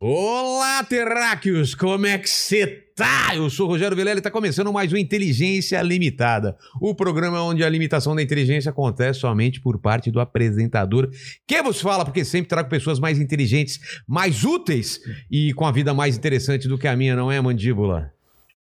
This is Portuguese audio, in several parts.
Olá, terráqueos! Como é que você tá? Eu sou o Rogério Vilela e tá começando mais um Inteligência Limitada. O programa onde a limitação da inteligência acontece somente por parte do apresentador. Quem vos fala, porque sempre trago pessoas mais inteligentes, mais úteis e com a vida mais interessante do que a minha, não é, mandíbula?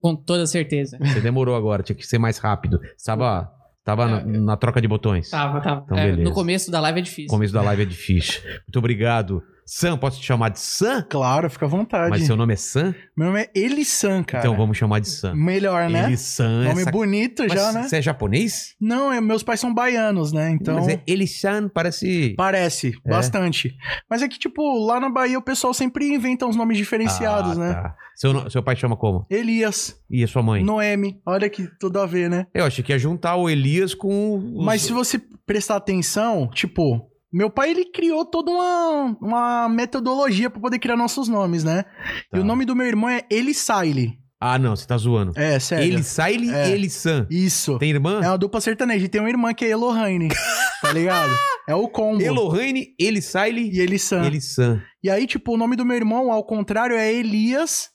Com toda certeza. Você demorou agora, tinha que ser mais rápido. Estava, estava É. na, na troca de botões. Tá. Tava, tava. Então, É, beleza. no começo da live é O difícil. começo da live é difícil. Muito obrigado. Sam, posso te chamar de Sam? Claro, fica à vontade. Mas seu nome é Sam? Meu nome é Elissan, cara. Então vamos chamar de Sam. Melhor, né? Elissan é Nome sac- bonito Mas já, né? Você é japonês? Não, é, meus pais são baianos, né? Então. Mas é Elissan parece. Parece, É. bastante. Mas é que, tipo, lá na Bahia o pessoal sempre inventa uns nomes diferenciados, Ah, né? tá. Seu, no- seu pai chama como? Elias, E a sua mãe? Noemi, olha que tudo a ver, né? Eu achei que ia juntar o Elias com. os- Mas se você prestar atenção, tipo, meu pai ele criou toda uma, uma metodologia pra poder criar nossos nomes, né? Tá. E o nome do meu irmão é Elisaile. Ah, não, você tá zoando. É, sério. Ele sai ele É. Elissan. Isso. Tem irmã? É uma dupla sertaneja. E tem uma irmã que é Elohane, tá ligado? É o combo. Elohane, ele sai E Elissan. Elissan. E aí, tipo, o nome do meu irmão, ao contrário, é Elias.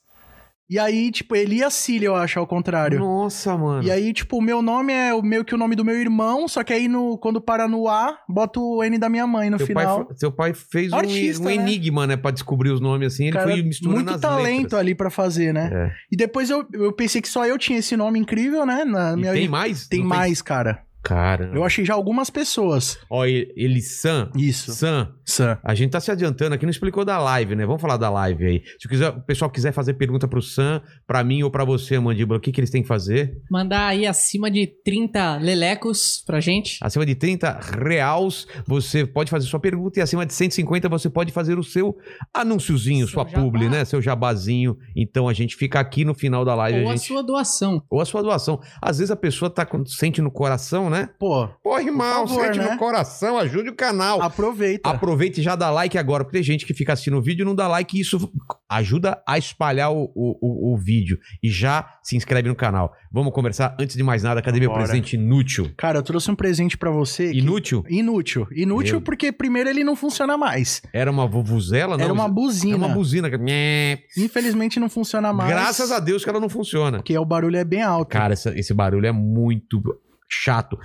E aí, tipo, Elias Cília, eu acho, ao contrário. Nossa, mano. E aí, tipo, o meu nome é o meio que o nome do meu irmão, só que aí no, quando para no A, bota o N da minha mãe no seu, final. pai, fa- seu pai fez um, Artista, um né? enigma, né? Pra descobrir os nomes assim. Ele Cara, foi misturando muito as talento letras. ali pra fazer, né? É. E depois eu, eu pensei que só eu tinha esse nome incrível, né? Na E minha tem mais? Tem Não mais, cara. Cara. Eu achei já algumas pessoas. Ó, E- Elissan. Isso. Sam, a gente tá se adiantando aqui, não explicou da live, né? Vamos falar da live aí. Se quiser, o pessoal quiser fazer pergunta pro Sam, pra mim ou pra você, Mandíbula, o que, que eles têm que fazer? Mandar aí acima de 30 lelecos pra gente. Acima de 30 reais, você pode fazer sua pergunta e acima de 150 você pode fazer o seu anunciozinho, Seu sua jabá. publi, né? Seu jabazinho. Então a gente fica aqui no final da live. ou a a gente- sua doação. Ou a sua doação. Às vezes a pessoa tá com- sente no coração, né? Pô, Pô, irmão, favor, sente né? no coração, ajude o canal. aproveita. Aproveita e já dá like agora, porque tem gente que fica assistindo o vídeo e não dá like, e isso ajuda a espalhar o, o, o- o vídeo. E já se inscreve no canal. Vamos conversar antes de mais nada. Cadê meu Vambora. presente inútil? Cara, eu trouxe um presente pra você. que- Inútil? Inútil. Inútil Meu. porque primeiro ele não funciona mais. Era uma vuvuzela? Não, Era uma Era buzina. uma buzina. que- Nhé. Infelizmente não funciona mais. Graças a Deus que ela não funciona. Porque o barulho é bem alto. Cara, essa- esse barulho é muito chato.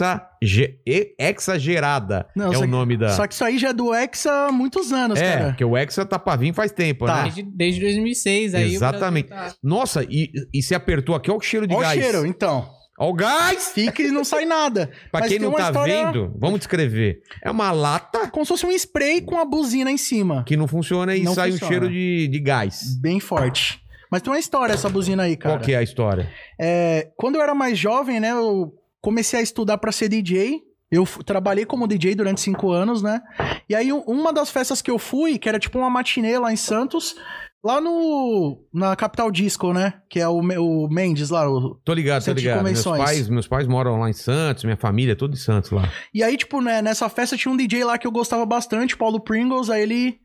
Exage- e- Exagerada Não, é só o que- nome da... Só que isso aí já é do Hexa há muitos anos, é, cara. porque o Hexa tá pra vir faz tempo, Tá. né? Desde, desde 2006. Aí o Brasil Exatamente. tá- Nossa, e, e se apertou aqui, olha o cheiro de Olha o gás. cheiro, então. Ó o gás! Fica e não sai nada. Pra Mas quem tem não uma tá história- vendo, vamos descrever. É uma lata Como se fosse um spray com a buzina em cima. que não funciona e Não sai um funciona. cheiro de, de gás. Bem forte. Mas tem uma história essa buzina aí, cara. Qual que é a história? É, quando eu era mais jovem, né, eu comecei a estudar pra ser DJ. Eu fu- trabalhei como DJ durante cinco anos, né? E aí, um- uma das festas que eu fui, que era tipo uma matinê lá em Santos, lá no. na Capital Disco, né? Que é o, Me- o Mendes lá. o- Tô ligado, tô Centro de ligado. Meus convenções. pais, meus pais moram lá em Santos, minha família é toda em Santos lá. E aí, tipo, né, nessa festa tinha um DJ lá que eu gostava bastante, Paulo Pringles, aí ele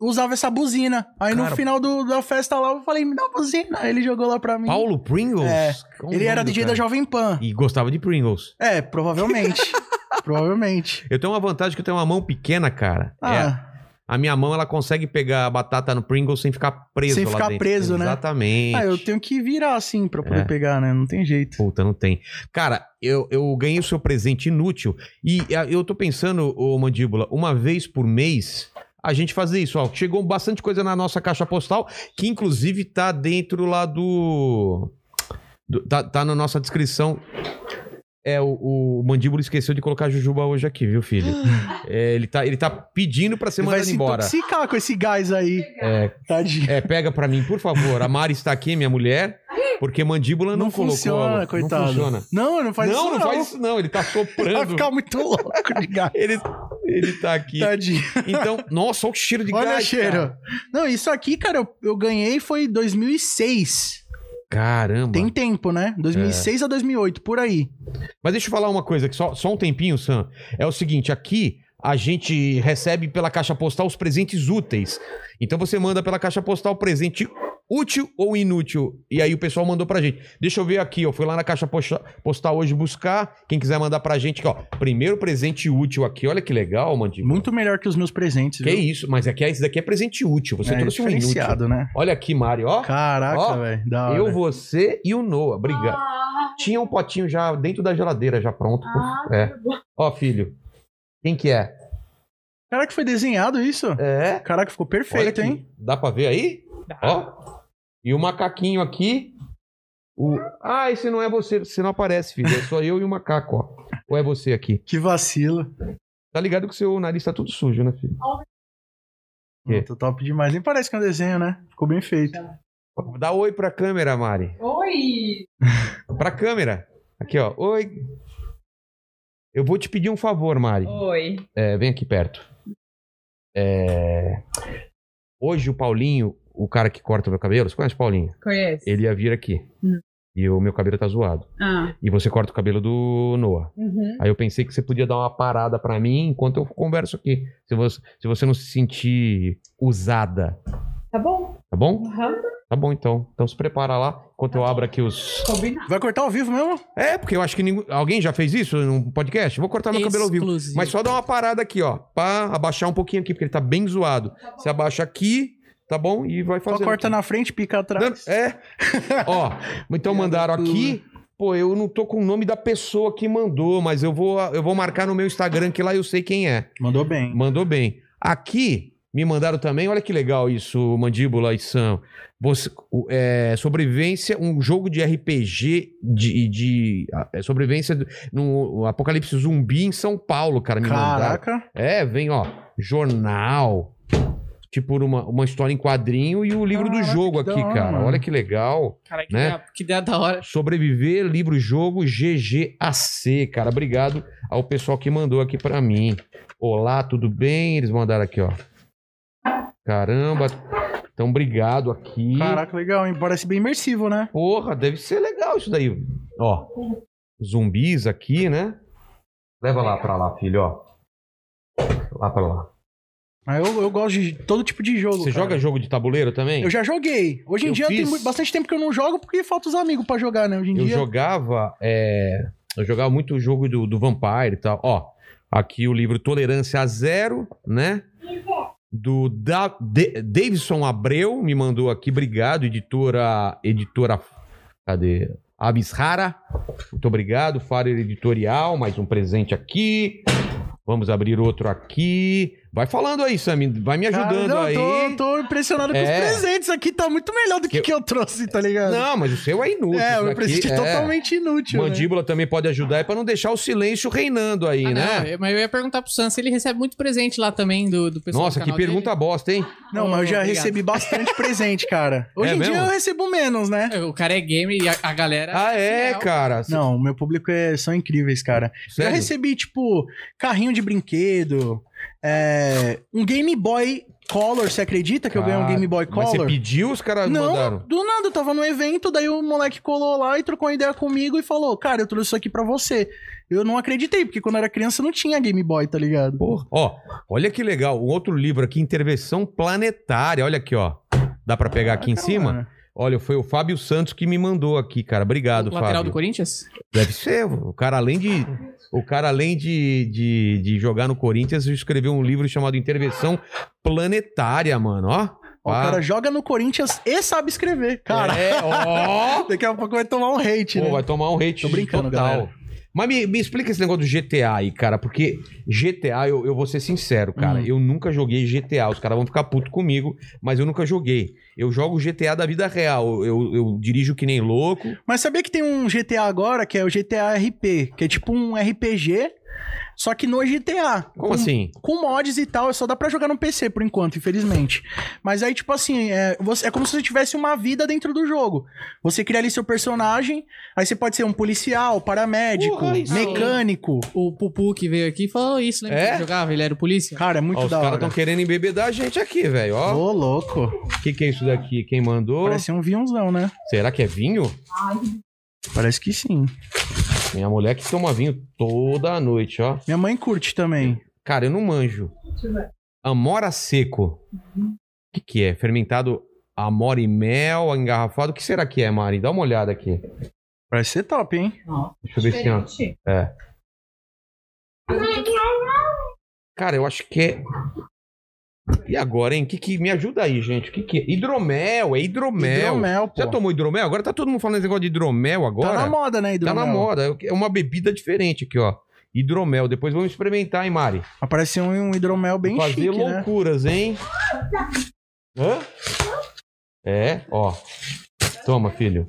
usava essa buzina. Aí Cara- no final do- da festa lá, eu falei, me dá uma buzina. Aí ele jogou lá pra mim. Paulo Pringles? Hum. É. Qual o ele nome era do DJ cara? da Jovem Pan. E gostava de Pringles. É, provavelmente. provavelmente. Eu tenho uma vantagem que eu tenho uma mão pequena, cara. É, Ah, a minha mão, ela consegue pegar a batata no Pringles sem ficar preso Sem lá ficar dentro. preso, né? Exatamente. Ah, eu tenho que virar assim pra poder É. pegar, né? Não tem jeito. Puta, não tem. Cara, eu, eu ganhei o seu presente inútil e a- eu tô pensando, ô Mandíbula, uma vez por mês a gente fazer isso. Ó, chegou bastante coisa na nossa caixa postal, que inclusive tá dentro lá do... do- tá, tá na nossa descrição. É, o, o Mandíbula esqueceu de colocar a Jujuba hoje aqui, viu, filho? É, ele, tá, ele tá pedindo pra ser Ele vai mandado se embora. intoxicar com esse gás aí. É. Tadinho. É, pega pra mim, por favor. A Mari está aqui, minha mulher, porque Mandíbula não, não colocou. funciona, coitado. Não funciona Não, não faz não, isso. não, faz isso não. Ele tá Vai soprando. ficar muito louco de gás. ele, ele tá aqui. Tadinho. Então, nossa, olha o cheiro de Olha gás. o cheiro. cara. Não, isso aqui, cara, eu, eu ganhei foi em 2006. Caramba. Tem tempo, né? 2006 a 2008, por aí. Mas deixa eu falar uma coisa, que só, só um tempinho, Sam. É o seguinte, aqui a gente recebe pela caixa postal os presentes úteis. Então você manda pela caixa postal presente útil ou inútil. E aí o pessoal mandou pra gente. Deixa eu ver aqui, ó. Fui lá na caixa posta- postal hoje buscar. Quem quiser mandar pra gente, aqui, ó. Primeiro presente útil aqui. Olha que legal, Mandíbula. Muito melhor que os meus presentes. Que viu? isso, mas aqui, esse daqui é presente útil. Você É, trouxe um inútil. diferenciado, né? Olha aqui, Mari, ó. Ó, Caraca, velho. Da hora. Eu, você e o Noah. Obrigado. Ah. Ah, Tinha um potinho já dentro da geladeira, já pronto. É. Ó, filho. Quem que é? Caraca, foi desenhado isso? É. Caraca, ficou Olha perfeito, aqui. hein? Dá pra ver aí? Ó. E o macaquinho aqui. O... Ah, esse não é você. Você não aparece, filho. É só eu e o macaco, ó. Ou é você aqui? Que vacilo. Tá ligado que o seu nariz tá tudo sujo, né, filho? Que? Tá top demais. Nem parece que é um desenho, né? Ficou bem feito. Dá oi pra câmera, Mari. Oi! Pra câmera. Aqui, ó. Oi. Eu vou te pedir um favor, Mari. Oi. É, vem aqui perto. É, Hoje o Paulinho, o cara que corta o meu cabelo, você conhece o Paulinho? Conhece? Ele ia vir aqui. Hum. E o meu cabelo tá zoado. Ah. E você corta o cabelo do Noah. Uhum. Aí eu pensei que você podia dar uma parada pra mim enquanto eu converso aqui. Se você, se você não se sentir usada, Tá bom. tá bom? Uhum. Tá bom então. Então se prepara lá enquanto eu abro aqui os. Combinado. Vai cortar ao vivo mesmo? É, porque eu acho que ninguém- alguém já fez isso num podcast. Vou cortar Tá meu cabelo ao vivo. Exclusivo. Mas só dá uma parada aqui, ó. Pra abaixar um pouquinho aqui, porque ele tá bem zoado. Você abaixa aqui, tá bom? E vai Só fazer. corta na frente, pica atrás. É. ó, então mandaram aqui. Pô, eu não tô com o nome da pessoa que mandou, mas eu vou, eu vou marcar no meu Instagram, que lá eu sei quem é. Mandou bem. Mandou bem. Aqui me mandaram também, olha que legal isso, Mandíbula e Sam. Você, o- é, sobrevivência, um jogo de RPG de, de ah, é, sobrevivência do- no Apocalipse Zumbi em São Paulo, cara. Me mandaram. Caraca. É, vem, ó, jornal. Tipo, uma, uma história em quadrinho e o livro do Caraca, jogo Ah, que da aqui, hora, cara. mano. Olha que legal. Cara, que, né? ideia, que ideia da hora. Sobreviver, livro, jogo, GGAC, cara. Obrigado ao pessoal que mandou aqui pra mim. Olá, tudo bem? Eles mandaram aqui, ó. Caramba. Então, obrigado aqui. Caraca, legal, hein? Parece bem imersivo, né? Porra, deve ser legal isso daí. Ó, zumbis aqui, né? Leva lá pra lá, filho, ó. Lá pra lá. Mas eu, eu gosto de todo tipo de jogo. Você cara. joga jogo de tabuleiro também? Eu já joguei. Hoje em Eu dia tem fiz. mu- bastante tempo que eu não jogo porque falta os amigos pra jogar, né? Hoje em Eu dia. jogava. é, eu jogava muito o jogo do, do Vampire e tal. Ó, aqui o livro Tolerância a Zero, né? Do da, De- Davidson Abreu me mandou aqui, obrigado, editora. Editora. Cadê? Aves Rara. Muito obrigado, Farer Editorial, mais um presente aqui. Vamos abrir outro aqui. Vai falando aí, Sam, vai me Cara, ajudando não, aí. Eu tô, tô impressionado com É. os presentes aqui. Tá muito melhor do que Eu- eu, que eu trouxe, tá ligado? Não, mas o seu é inútil. é, isso o meu aqui presente é é. totalmente inútil. né? Mandíbula também pode ajudar, é pra não deixar o silêncio reinando aí, Ah, né? não, eu- mas eu ia perguntar pro Sam se ele recebe muito presente lá também do, do pessoal. Nossa, do que é canal pergunta bosta, hein? Não, mas eu já Obrigado. recebi bastante presente, cara. Hoje É em dia mesmo? eu recebo menos, né? dele. O cara é gamer e a, a galera. Ah, é, Não. cara. Sério? Não, o meu público é, são incríveis, cara. Já recebi, tipo, carrinho de brinquedo, é, um Game Boy Color, você acredita que eu ganhei um Cara, Game Boy Mas você Color? pediu, os caras Não, mandaram. do nada, eu tava num evento, daí o moleque colou lá e trocou uma ideia comigo e falou, cara, eu trouxe isso aqui pra você. Eu não acreditei, porque quando eu era criança não tinha Game Boy, tá ligado? Porra. Ó, olha que legal. Um outro livro aqui, Intervenção Planetária. Olha aqui, ó. Dá pra pegar aqui em cima? Olha, foi o Fábio Santos que me mandou aqui, cara. Obrigado, o lateral Fábio. do Corinthians? Deve ser. O cara, além de, o cara, além de, de, de jogar no Corinthians, escreveu um livro chamado Intervenção Planetária, mano. Ó. Ó, Ah. O cara joga no Corinthians e sabe escrever. Cara, É, ó. daqui a pouco vai tomar um hate, Pô, né? vai tomar um hate Tô brincando, galera. Mas me, me explica esse negócio do GTA aí, cara, porque GTA, eu, eu vou ser sincero, cara, Hum. eu nunca joguei GTA. Os caras vão ficar puto comigo, mas eu nunca joguei. Eu jogo GTA da vida real, eu, eu dirijo que nem louco. Mas sabia que tem um GTA agora, que é o GTA RP, que é tipo um RPG, Só que no GTA. Como com- assim? Com mods e tal, só dá pra jogar no PC por enquanto, infelizmente. Mas aí, tipo assim, é, você- é como se você tivesse uma vida dentro do jogo. Você cria ali seu personagem, aí você pode ser um policial, paramédico, Porra, isso aí. mecânico. O Pupu que veio aqui falou isso, né? Que É? você jogava, ele era o polícia. Cara, é muito Ó, os da caras hora. estão querendo embebedar a gente aqui, velho. Ô, Ó, louco. o que, que é isso daqui? Quem mandou? Parece um vinhãozão, né? Será que é vinho? Parece que sim. Minha mulher que toma vinho toda noite, ó. Minha mãe curte também. Cara, eu não manjo. Amora seco. O que, que é? Fermentado amora e mel, engarrafado. O que será que é, Mari? Dá uma olhada aqui. Parece ser top, hein? Deixa eu ver se tem. uma- É. Cara, eu acho que é. E agora, hein? Que que... Me ajuda aí, gente. O que, que é? Hidromel, é hidromel. Hidromel, pô. Já tomou hidromel? Agora tá todo mundo falando esse negócio de hidromel agora. Tá na moda, né, Tá hidromel? na moda. É uma bebida diferente aqui, ó. Hidromel. Depois vamos experimentar, hein, Mari? Apareceu um, um hidromel bem Fazer chique, né? loucuras, hein? Hã? É, ó. Toma, filho.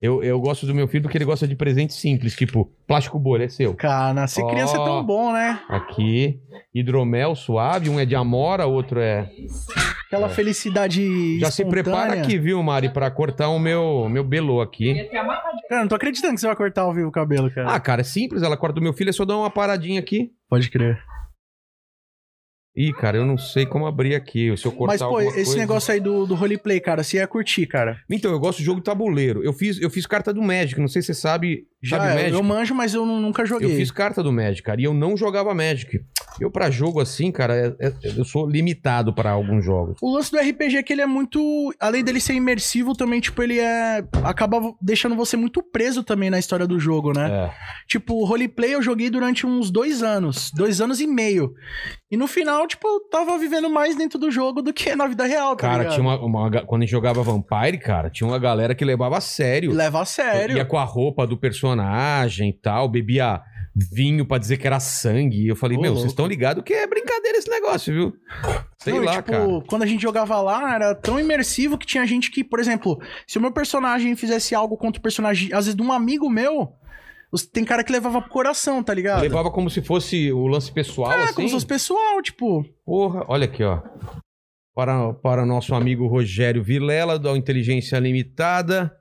Eu, eu gosto do meu filho porque ele gosta de presente simples, tipo plástico bolha, é seu. Cara, ser Ó. criança é tão bom, né? Aqui, hidromel suave, um é de amora, outro é. Aquela felicidade Já se prepara espontânea. aqui, viu, Mari, pra cortar o meu meu belô aqui. Cara, não tô acreditando que você vai cortar ao vivo o cabelo, cara. Ah, cara, é simples, ela corta o meu filho, é só dar uma paradinha aqui. pode crer. Ih, cara, eu não sei como abrir aqui. Se eu cortar Mas, pô, alguma esse coisa- negócio aí do, do roleplay, cara, você ia curtir, cara. Então, eu gosto de jogo de tabuleiro. Eu fiz, eu fiz carta do Magic, não sei se você sabe. Já, sabe eu, Magic? eu manjo, mas eu nu- nunca joguei. Eu fiz carta do Magic, cara, e eu não jogava Magic. Eu, pra jogo assim, cara, é- é- eu sou limitado pra alguns jogos. O lance do RPG é que ele é muito. Além dele ser imersivo, também, tipo, ele é. Acaba deixando você muito preso também na história do jogo, né? É. Tipo, o roleplay eu joguei durante uns dois anos, dois anos e meio. E no final, tipo, eu tava vivendo mais dentro do jogo do que na vida real, tá Cara, ligado? tinha um uma, uma ga- Quando a gente jogava Vampire, cara, tinha uma galera que levava a sério. Leva a sério. Ia com a roupa do personagem e tal, bebia vinho pra dizer que era sangue. E eu falei, Ô, meu, louco. vocês estão ligados que é brincadeira esse negócio, viu? Sei Não, e, lá, tipo, cara. quando a gente jogava lá, era tão imersivo que tinha gente que, por exemplo, se o meu personagem fizesse algo contra o personagem, às vezes, de um amigo meu, os- tem cara que levava pro coração, tá ligado? Levava como se fosse o lance pessoal, Ah, assim. como se fosse pessoal, tipo. Porra, olha aqui, ó. Para, para nosso amigo Rogério Vilela, da Inteligência Limitada.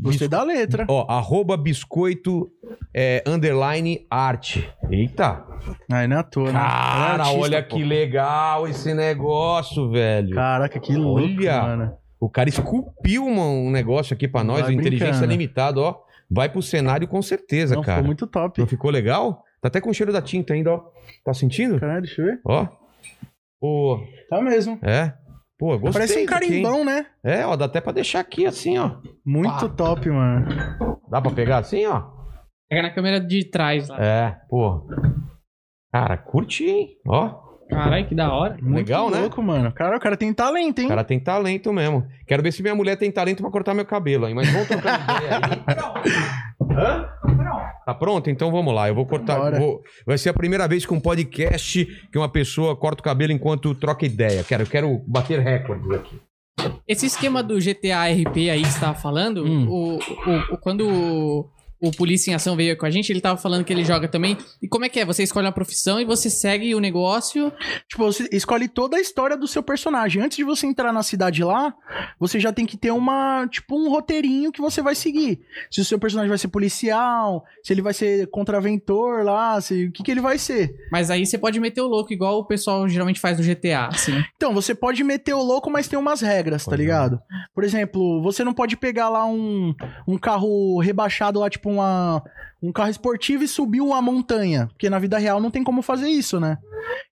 Gostei da letra. Ó, arroba biscoito é, underline arte. Eita! Aí não é à toa, né? Era Cara, artista, olha pô. que legal esse negócio, velho. Caraca, que louco, Olha. mano. O cara esculpiu uma- um negócio aqui pra nós, Vai o Inteligência brincando. né? Limitada, ó. Vai pro cenário com certeza, Não, cara. ficou muito top. Não ficou legal? Tá até com o cheiro da tinta ainda, ó. Tá sentindo? Caralho, deixa eu ver. Ó. Pô, Tá mesmo. é. Pô, eu gostei. Parece um disso aqui, hein? carimbão, né? É, ó, dá até pra deixar aqui assim, ó. Muito top, mano. Dá pra pegar assim, ó? Pega na câmera de trás lá. É, pô. Cara, curti, hein? Ó, Caralho, que da hora. Muito Legal, né? louco, mano. Cara, o cara tem talento, o hein? cara tem talento mesmo. Quero ver se minha mulher tem talento pra cortar meu cabelo, hein? Mas vamos trocar ideia aí. Hã? Tá pronto? Então vamos lá. Eu vou cortar. Bora. vou- Vai ser a primeira vez que um podcast que uma pessoa corta o cabelo enquanto troca ideia. Quero, eu quero bater recordes aqui. Esse esquema do GTA RP aí que você tava falando, Hum. o, o- o- quando o, o Polícia em Ação veio com a gente, ele tava falando que ele joga também. E como é que é? Você escolhe uma profissão e você segue o negócio. Tipo, você escolhe toda a história do seu personagem. Antes de você entrar na cidade lá, você já tem que ter uma, tipo, um roteirinho que você vai seguir. Se o seu personagem vai ser policial, se ele vai ser contraventor lá, se, o que que ele vai ser. Mas aí você pode meter o louco, igual o pessoal geralmente faz no GTA, assim. Então, você pode meter o louco, mas tem umas regras, tá Olha. ligado? Por exemplo, você não pode pegar lá um, um carro rebaixado lá, tipo uma, um carro esportivo e subir uma montanha. Porque na vida real não tem como fazer isso, né?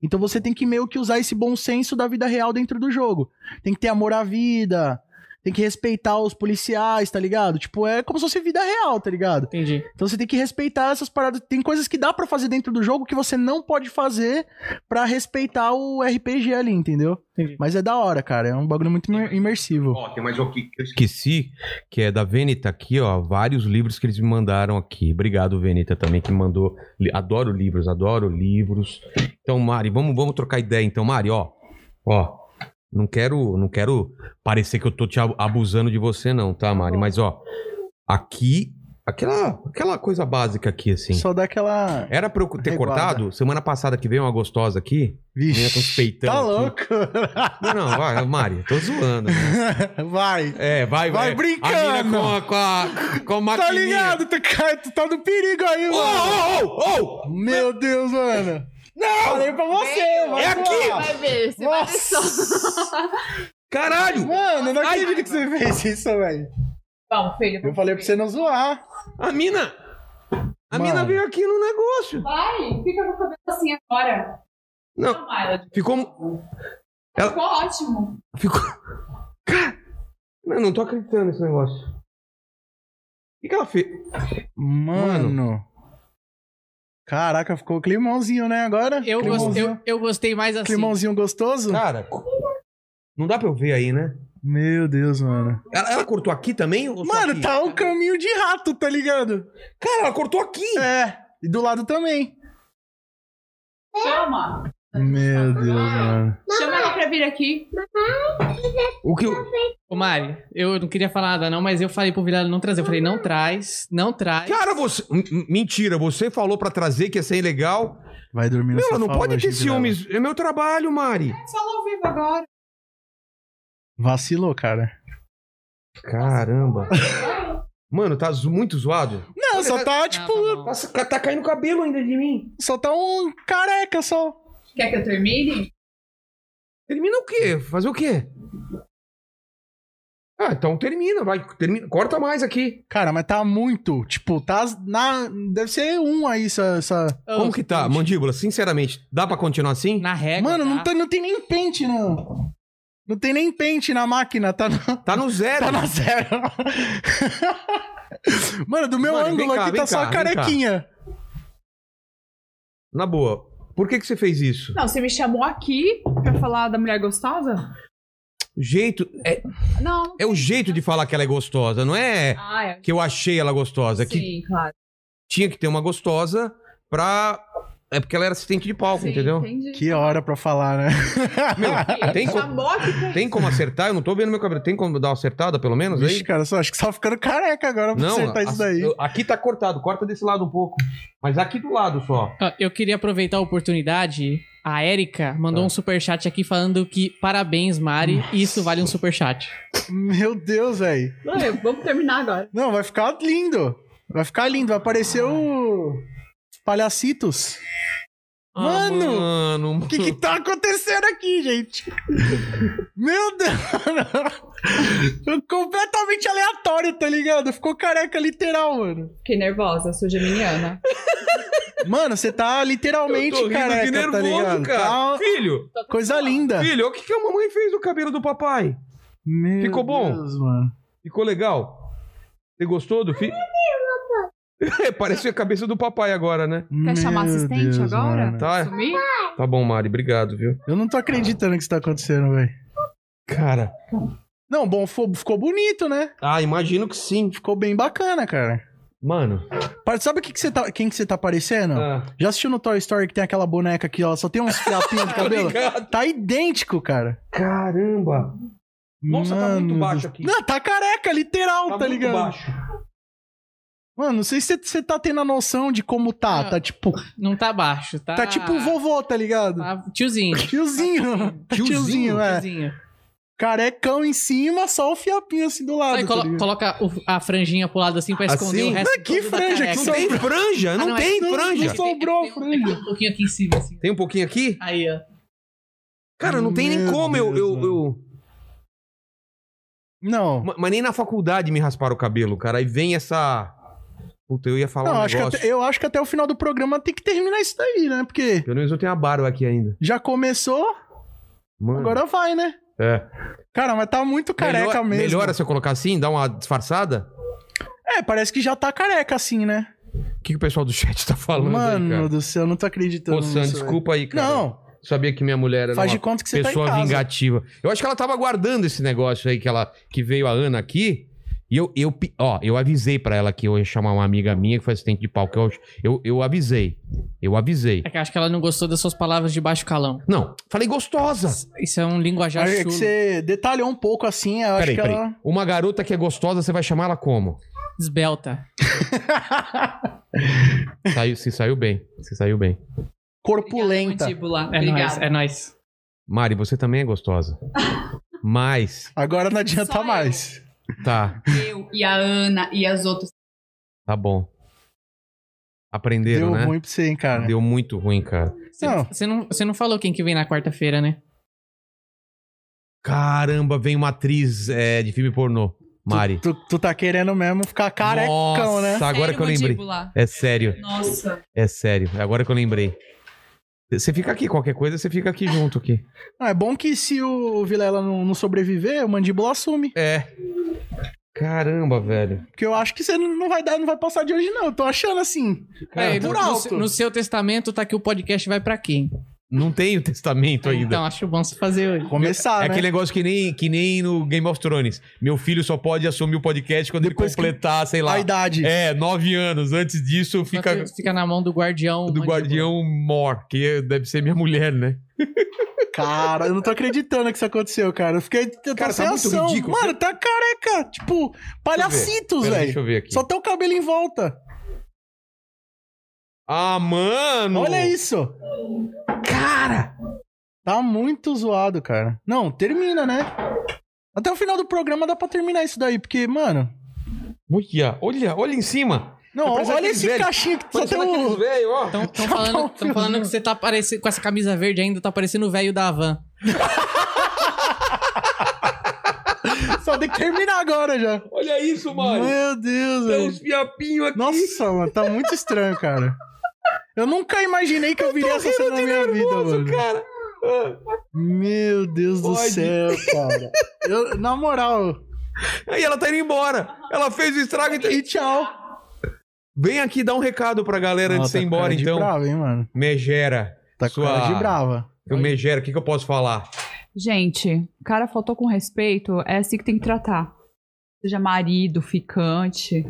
Então você tem que meio que usar esse bom senso da vida real dentro do jogo. Tem que ter amor à vida, tem que respeitar os policiais, tá ligado? Tipo, é como se fosse vida real, tá ligado? Entendi. Então você tem que respeitar essas paradas. Tem coisas que dá pra fazer dentro do jogo que você não pode fazer pra respeitar o RPG ali, entendeu? Entendi. Mas é da hora, cara. É um bagulho muito imer- imersivo. Ó, tem mais um aqui que eu esqueci, que é da Veneta aqui, ó. Vários livros que eles me mandaram aqui. Obrigado, Veneta, também, que me mandou. Li- Adoro livros, adoro livros. Então, Mari, vamos, vamos trocar ideia, então, Mari, ó. Ó. Não quero, não quero parecer que eu tô te ab- abusando de você, não, tá, Mari? Mas, ó, aqui Aquela, aquela coisa básica aqui, assim. Só dá aquela. Era pra eu ter Reguada. cortado? Semana passada que veio uma gostosa aqui. Vinha com os peitão. Tá aqui. louco? Não, não, vai, Mari, tô zoando. né? Vai. É, vai, Vai é, brincando. A mina com a, com a, com a maquininha. Tá ligado? Tu, cai- tu tá no perigo aí, Ô, mano. ô, ô, ô! Meu Deus, mano. Não! Falei pra você, mano. É aqui! Vai ver, você vai ver só. Nossa! Caralho! Mano, não Ai. acredito que você fez isso, velho. Bom, filho, Eu falei pra você não zoar. A mina... A Mano. mina veio aqui no negócio. vai, fica com o cabelo assim agora. Não, Não, Mara, ficou... Ela- ficou ótimo. Ficou... Cara... Não, não tô acreditando nesse negócio. O que, que ela fez? Mano. Caraca, ficou climãozinho, né, agora? Eu, gos- Climãozinho. eu, eu gostei mais assim. Climãozinho gostoso? Cara... Não dá pra eu ver aí, né? Meu Deus, mano. Ela, ela cortou aqui também? ou só Mano, aqui? tá um caminho de rato, tá ligado? Cara, ela cortou aqui! É. E do lado também. Chama. Meu Deus, mano. Chama ela pra vir aqui. O que... eu- Ô, Mari, eu não queria falar nada, não, mas eu falei pro Vilela não trazer. Eu falei, Ah. não traz, não traz. Cara, você... M- m- Mentira, você falou pra trazer que ia ser ilegal. Vai dormir Meu, nessa ela não fala pode hoje, ter Vilela. ciúmes. É meu trabalho, Mari. Fala ao vivo agora. Vacilou, cara. Caramba. Mano, tá zo- muito zoado. Não, só tá, Não, tipo, tá bom. Tá, tá caindo cabelo ainda de mim. só tá um careca só. Quer que eu termine? Termina o quê? Fazer o quê? Ah, então termina, vai. Termina. Corta mais aqui. Cara, mas tá muito. Tipo, tá na. Deve ser um aí, essa. essa- Ô, Como que tá, mandíbula? Sinceramente, dá pra continuar assim? Na régua. Mano, não, tá? tá, não tem nem pente, não. Não tem nem pente na máquina, tá, no- Tá no zero. tá na zero. Mano, do meu Mano, vem ângulo cá, aqui vem tá só cá, a vem cá. carequinha. Na boa. Por que que você fez isso? Não, você me chamou aqui pra falar da mulher gostosa? Jeito. É, Não. é o jeito de falar que ela é gostosa, não é Ah, é. que eu achei ela gostosa. é Que Sim, claro. tinha que ter uma gostosa pra. É porque ela era assistente de palco, Sim, entendeu? Entendi. Que hora pra falar, né? Meu, tem, Ele co- é chamou aqui pra tem como acertar? Eu não tô vendo meu cabelo. Tem como dar uma acertada, pelo menos? Vixe, aí? cara, só, acho que só ficando careca agora pra Não, acertar a- isso daí. eu- aqui tá cortado. Corta desse lado um pouco. Mas aqui do lado só. Ó, Eu queria aproveitar a oportunidade. A Érica mandou Ah. um superchat aqui falando que parabéns, Mari. Isso vale um superchat. Meu Deus, velho. Ué, vamos terminar agora. Não, vai ficar lindo. Vai ficar lindo. Vai aparecer o. Palhacitos. Mano! Ah, mano. O que que tá acontecendo aqui, gente? Meu Deus! Completamente aleatório, tá ligado? Ficou careca, literal, mano. Fiquei nervosa, sou geminiana. Mano, você tá literalmente Eu tô rindo careca, de nervoso, tá ligado? cara. Tá Filho, uma coisa linda. filho, olha o que, que a mamãe fez do cabelo do papai? Meu Ficou bom? Deus, mano. Ficou legal? Você gostou do filho? É, parecia a cabeça do papai agora, né? Quer chamar Meu assistente Deus, agora? mano. Tá. Sumir? Tá bom, Mari, obrigado, viu? Eu não tô acreditando que isso tá acontecendo, velho. Cara. Não, bom, fo- ficou bonito, né? Ah, imagino que sim. Ficou bem bacana, cara. Mano. Par- Sabe o que que você tá, quem que você tá parecendo? Ah, Já assistiu no Toy Story que tem aquela boneca que ela só tem uns fiapinhos de tô cabelo? ligado. Tá idêntico, cara. Caramba. Nossa, tá muito Mano baixo do- aqui. Não, tá careca, literal, tá, muito ligado? baixo. Mano, não sei se você tá tendo a noção de como tá. Ah. Tá tipo. Não tá baixo, tá. Tá tipo vovô, tá ligado? Tá tiozinho. Tiozinho. Tá tiozinho, Tiozinho, é. tiozinho. Carecão em cima, só o fiapinho assim do lado. Aí tá colo- ligado? coloca o- a franjinha pro lado assim pra esconder Assim? o resto. Ah, que todo da franja, que careca. Não só- tem franja, não, Ah, não, é tem não- franja. não sobrou a Tem- tem um- franja. tem Um pouquinho aqui em cima, assim. Tem um pouquinho aqui? Aí, ó. Cara, não tem nem Meu como eu, Deus, eu, mano. eu- Não. Ma- Mas nem na faculdade me rasparam o cabelo, cara. Aí vem essa... Puta, eu ia falar Não, um acho que negócio. até- eu acho que até o final do programa tem que terminar isso daí, né? Porque Pelo menos eu tenho a barba aqui ainda. já começou, Mano. agora vai, né? É. Cara, mas tá muito careca melhor, mesmo. Melhora se eu colocar assim, dar uma disfarçada? É, parece que já tá careca assim, né? O que, que o pessoal do chat tá falando aí, Mano cara? do céu, eu não tô acreditando. Ô, Sam, nisso, desculpa aí, velho. cara. Não, Sabia que minha mulher era faz uma de conta que você tá em pessoa casa. vingativa. Eu acho que ela tava guardando esse negócio aí que ela que veio a Ana aqui. E eu, eu, pe- ó, eu avisei pra ela que eu ia chamar uma amiga minha que foi assistente de palco. Eu, eu, eu avisei. Eu avisei. É que eu acho que ela não gostou das suas palavras de baixo calão. Não, falei gostosa. Isso é um linguajar Acho chulo. que você detalhou um pouco assim, eu acho Peraí, que peraí. ela. Uma garota que é gostosa, você vai chamar ela como? Esbelta. Saiu, se saiu bem. Se saiu bem. é Corpulenta. Mandíbula. É nóis, tipo Obrigada. é nóis. Mari, você também é gostosa. Mas, Agora não Só adianta eu. mais. tá, Eu e a Ana e as outras. tá bom. Aprenderam, Deu né? ruim pra você, hein, cara. Deu muito ruim, cara. Você Não. não. Você não, você não falou quem que vem na quarta-feira, né? Caramba, vem uma atriz é, de filme pornô. Mari. Tu, tu tá querendo mesmo ficar carecão, Nossa, né? agora Sério, que eu lembrei. mandíbula? É sério, Nossa. é sério. É Agora que eu lembrei. Você fica aqui, qualquer coisa, você fica aqui junto aqui. Ah, é bom que se o Vilela não, não sobreviver, o mandíbula assume. É. Caramba, velho. Porque eu acho que você não vai dar, não vai passar de hoje, não. Eu tô achando assim. Aí, por É, no, alto. No, no seu testamento tá que o podcast vai pra quem? Não tem o testamento ainda. Então acho bom você fazer hoje. Começar, É né? aquele negócio que nem, que nem no Game of Thrones. Meu filho só pode assumir o podcast quando Depois que- ele completar, sei lá. A idade. É, nove anos. Antes disso, fica Fica, fica na mão do do guardião. mandíbula. guardião Mor, que deve ser minha mulher, né? Cara, eu não tô acreditando que isso aconteceu, cara. Eu fiquei. Eu Cara, tô sem tá muito ação. ridículo. Mano, tá careca. Tipo, palhacitos, Pera, velho. deixa eu ver aqui. Só tem o cabelo em volta. Ah, mano! Olha isso. Cara! Tá muito zoado, cara. Não, termina, né? Até o final do programa dá pra terminar isso daí, porque, mano. Olha, olha, olha em cima. Não, Parece olha aqueles esse velhos. caixinho que só Parecendo tem um aqueles o. velho, ó. Tão, tão falando, tão falando que você tá parecendo, com essa camisa verde ainda, tá parecendo o velho da Havan. Só tem que terminar agora já. Olha isso, mano. Meu Deus, Tem velho. uns fiapinhos aqui. Nossa, mano, tá muito estranho, cara. Eu nunca imaginei que eu viria essa é cena na minha vida, mano. cara. Ah. Meu Deus do Pode. céu, cara. Eu- na moral. Aí ela tá indo embora. Ela fez o estrago. então- E tchau. Vem aqui dar um recado pra galera antes de você Ó, tá ir com cara embora, de então. Brava, hein, mano? Megera. Tá com cara de brava. Eu megera, o que, que eu posso falar? Gente, o cara faltou com respeito, é assim que tem que tratar. Seja marido, ficante.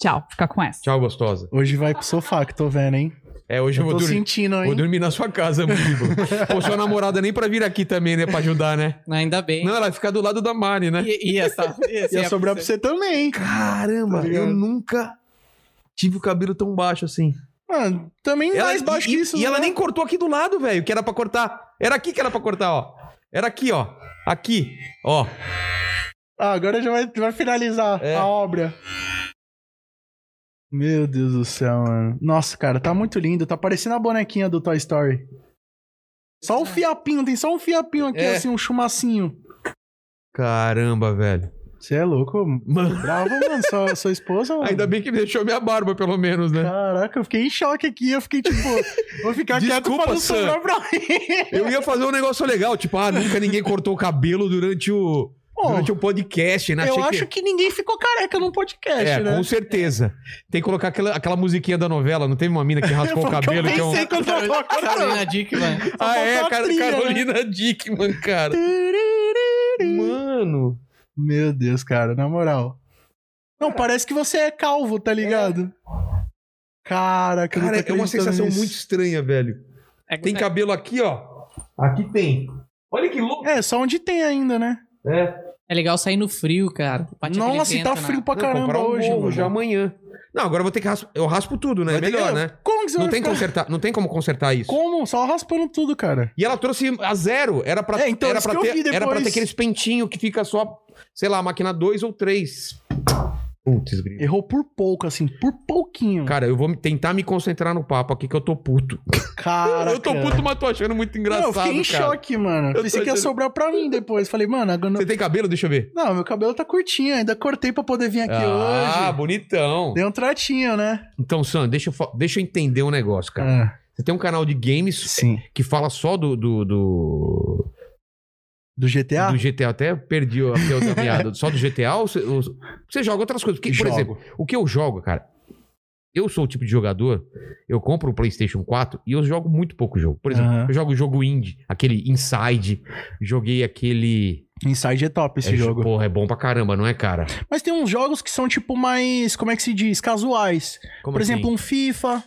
Tchau, fica com essa. Tchau, gostosa. Hoje vai pro sofá que tô vendo, hein? É, hoje eu, Eu vou tô dormir. sentindo, Vou hein? dormir na sua casa, Mandíbula. Pô, sua namorada nem pra vir aqui também, né? Pra ajudar, né? Ainda bem. Não, ela fica do lado da Mari, né? E, e essa, e essa Ia sobrar é pra você também, hein? Caramba, Tá ligado? eu nunca tive o cabelo tão baixo assim. Mano, também mais baixo e, que isso. E ela né? nem cortou aqui do lado, velho, que era pra cortar. Era aqui que era pra cortar, ó. Era aqui, ó. Aqui, ó. Ah, agora já vai, vai finalizar É. a obra. Meu Deus do céu, mano. Nossa, cara, tá muito lindo. Tá parecendo a bonequinha do Toy Story. Só um fiapinho, tem só um fiapinho aqui, É. assim, um chumacinho. Caramba, velho. Você é louco? Mano, Bravo, mano. Sua, sua esposa, mano. ainda bem que deixou minha barba, pelo menos, né? Caraca, eu fiquei em choque aqui. Eu fiquei tipo, vou ficar quieto pra Desculpa, não Sam. sobrar pra mim. Eu ia fazer um negócio legal, tipo, ah, nunca ninguém cortou o cabelo durante o, Bom, durante o podcast, né? eu Achei que- acho que ninguém ficou careca num podcast, É, né? com certeza. Tem que colocar aquela, aquela musiquinha da novela, não teve uma mina que raspou o Foi que cabelo? eu que é um- pensei quando eu tava cortando. Carolina Dickman. Só Ah, é, faltou a cara, trilha, né? Carolina Dickman, cara. Mano. Meu Deus, cara, na moral. Não, parece que você é calvo, tá ligado? Cara, que eu não tô Cara, é uma acreditando sensação nisso. muito estranha, velho. É, Tem é, cabelo aqui, ó. Aqui tem. Olha que louco. É, só onde tem ainda, né? É. é legal sair no frio, cara. Bate aquele Nossa, e tá vento né? na- frio pra Não, caramba comprar um hoje, hoje, mano. já amanhã. Não, agora eu vou ter que raspar. Eu raspo tudo, né? Vai ter Melhor, que- né? Como que você Não vai tem, ficar- consertar, não tem como consertar isso. Como? Só raspando tudo, cara. E ela trouxe a zero. Era pra, É, então, era isso pra, que eu vi ter, era pra depois. ter aqueles pentinhos que fica só, sei lá, máquina 2 ou 3. Putz, grito. Errou por pouco, assim, por pouquinho. Cara, eu vou me- tentar me concentrar no papo aqui que eu tô puto. Cara. eu tô puto, mas tô achando muito Não, engraçado, eu fiquei em cara. é- choque, mano. tô Pensei que ia achando- sobrar pra mim depois. Falei, mano, agora não... Você tem cabelo? Deixa eu ver. não, meu cabelo tá curtinho, ainda cortei pra poder vir aqui ah, hoje. bonitão. Dei um tratinho, né? Então, Sam, deixa eu, fa- deixa eu entender um negócio, cara. Ah, Você tem um canal de games sim. que fala só do. do, do, Do GTA? do GTA. Até perdi a até outra piada. Só do GTA ou você, ou- você joga outras coisas? Porque, por Jogo. exemplo, o que eu jogo, cara. Eu sou o tipo de jogador, eu compro o PlayStation 4 e eu jogo muito pouco jogo. Por exemplo, Aham. eu jogo o jogo indie, aquele Inside, joguei aquele. Inside é top esse é, jogo. Porra, é bom pra caramba, não é, cara? Mas tem uns jogos que são, tipo, mais. Como é que se diz? Casuais. Como Por assim? exemplo, um FIFA.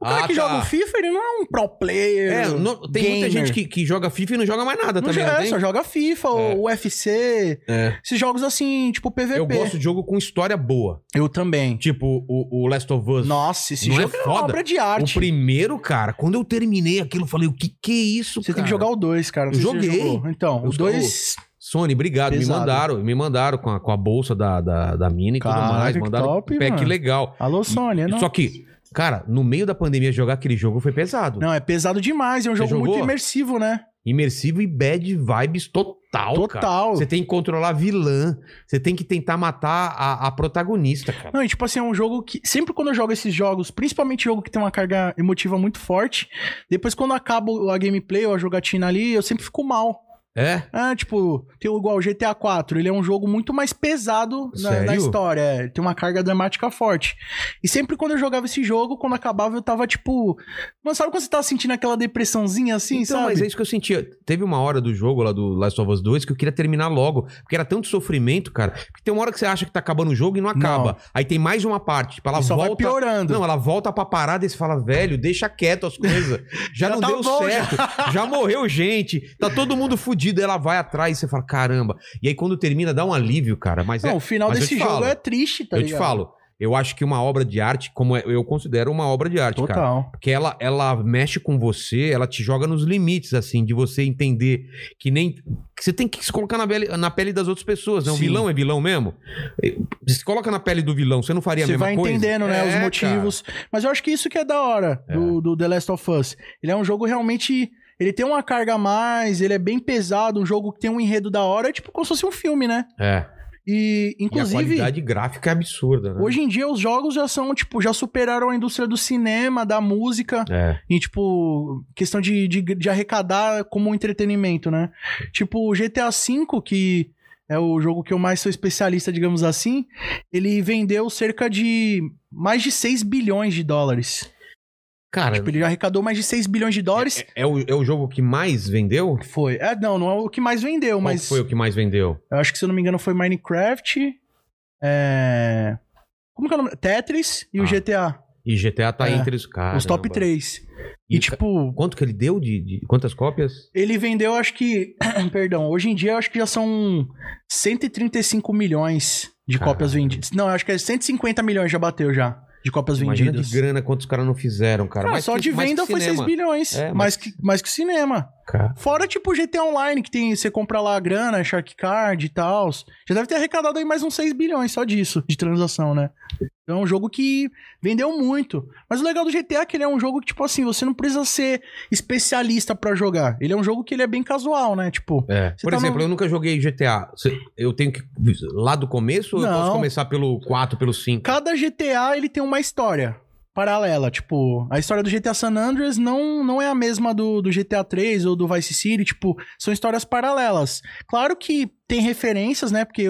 O cara Ah, que tá. joga um FIFA, ele não é um pro player. É, não- tem muita gamer. gente que, que joga FIFA e não joga mais nada Não também, joga- não é, tem? só joga FIFA, É. ou UFC. É. Esses jogos assim, tipo PVP. Eu gosto de jogo com história boa. Eu também. Tipo o, o Last of Us. Nossa, esse Não é jogo é, uma foda? obra de o arte. primeiro, cara, quando eu terminei aquilo, eu falei, o que que é isso, Você cara? tem que jogar um o 2, cara. Não Eu sei se você joguei. jogou. Então, Eu o 2. Sony, obrigado. Me Pesado. mandaram, me mandaram com a, com a bolsa da, da, da mina e tudo Caraca, mais. que Mandaram top, um pack mano. legal. Alô, Sony, é não. Só que, cara, no meio da pandemia jogar aquele jogo foi pesado. Não, é pesado demais. É um Você jogo muito jogou? imersivo, né? Imersivo e bad vibes total, cara. Total. Você tem que controlar vilã, você tem que tentar matar a, a protagonista, cara. Não, e tipo assim, é um jogo que. Sempre quando eu jogo esses jogos, principalmente jogo que tem uma carga emotiva muito forte, depois quando acaba a gameplay ou a jogatina ali, eu sempre fico mal. É? É, tipo, tem o- igual o GTA IV, ele é um jogo muito mais pesado na, Sério? na história. é, Tem uma carga dramática forte. E sempre quando eu jogava esse jogo, quando acabava, eu tava tipo. Mano, sabe quando você tava sentindo aquela depressãozinha assim, então, sabe? mas é isso que eu sentia. Teve uma hora do jogo lá do Last of Us 2 que eu queria terminar logo. Porque era tanto sofrimento, cara. Porque tem uma hora que você acha que tá acabando o jogo e não acaba. Aí tem mais uma parte. Tipo, ela E só vai volta. piorando. Não, ela volta pra parada e você fala, velho, deixa quieto as coisas. Já, Já não tá deu bom, certo. Já. morreu gente. Tá todo mundo fudido. Ela vai atrás e você fala, caramba. E aí quando termina, dá um alívio, cara. Mas Não, é, o final mas eu desse te jogo falo. é triste, tá eu ligado? te falo. Eu acho que uma obra de arte, como é- eu considero uma obra de arte, cara. Total. Porque ela, ela mexe com você, ela te joga nos limites, assim, de você entender que nem. que você tem que se colocar na pele, na pele das outras pessoas, né? O Sim. vilão é vilão mesmo? Você se coloca na pele do vilão, você não faria a Você mesma vai coisa? entendendo, né, É, os cara. motivos. Mas eu acho que isso que é da hora do, do The Last of Us. Ele é um jogo realmente. Ele tem uma carga a mais, ele é bem pesado, um jogo que tem um enredo da hora, é tipo como se fosse um filme, né? É. E, e a inclusive, qualidade gráfica é absurda, né? hoje em dia os jogos já são, tipo, já superaram a indústria do cinema, da música, É. em, tipo, questão de, de, de arrecadar como um entretenimento, né? Tipo, o GTA V, que é o jogo que eu mais sou especialista, digamos assim, ele vendeu cerca de mais de 6 bilhões de dólares. Cara, Tipo, ele já arrecadou mais de 6 bilhões de dólares. é o, é o jogo que mais vendeu? Foi. É, não, não é o que mais vendeu, Qual mas. foi o que mais vendeu? Eu acho que, se eu não me engano, foi Minecraft. É. Como que é o nome? Tetris e Ah, o GTA. E GTA tá É, entre os caras. os top 3. E, E, tipo, tipo, quanto que ele deu de, de- quantas cópias? ele vendeu, acho que. Perdão, hoje em dia eu acho que já são 135 milhões de Caralho. cópias vendidas. Não, eu acho que é 150 milhões já bateu já de cópias Imagina vendidas. de grana quantos caras não fizeram, cara. Cara, Mais só que- de mais que venda foi cinema. 6 bilhões. É, mais, mas- que, mais que cinema. Cara, Fora, tipo, GTA Online, que tem, você compra lá a grana, Shark Card e tal. Já deve ter arrecadado aí mais uns 6 bilhões só disso, de transação, né? Então, é um jogo que vendeu muito. Mas o legal do GTA é que ele é um jogo que, tipo assim, você não precisa ser especialista pra jogar. Ele é um jogo que ele é bem casual, né? Tipo, É. Você Por tá exemplo, no- eu nunca joguei GTA. Cê- Eu tenho que. Lá do começo ou eu Não. posso começar pelo 4, pelo 5? cada GTA, ele tem uma história paralela. Tipo, a história do GTA San Andreas não, não é a mesma do, do GTA 3 ou do Vice City. Tipo, são histórias paralelas. Claro que tem referências, né? Porque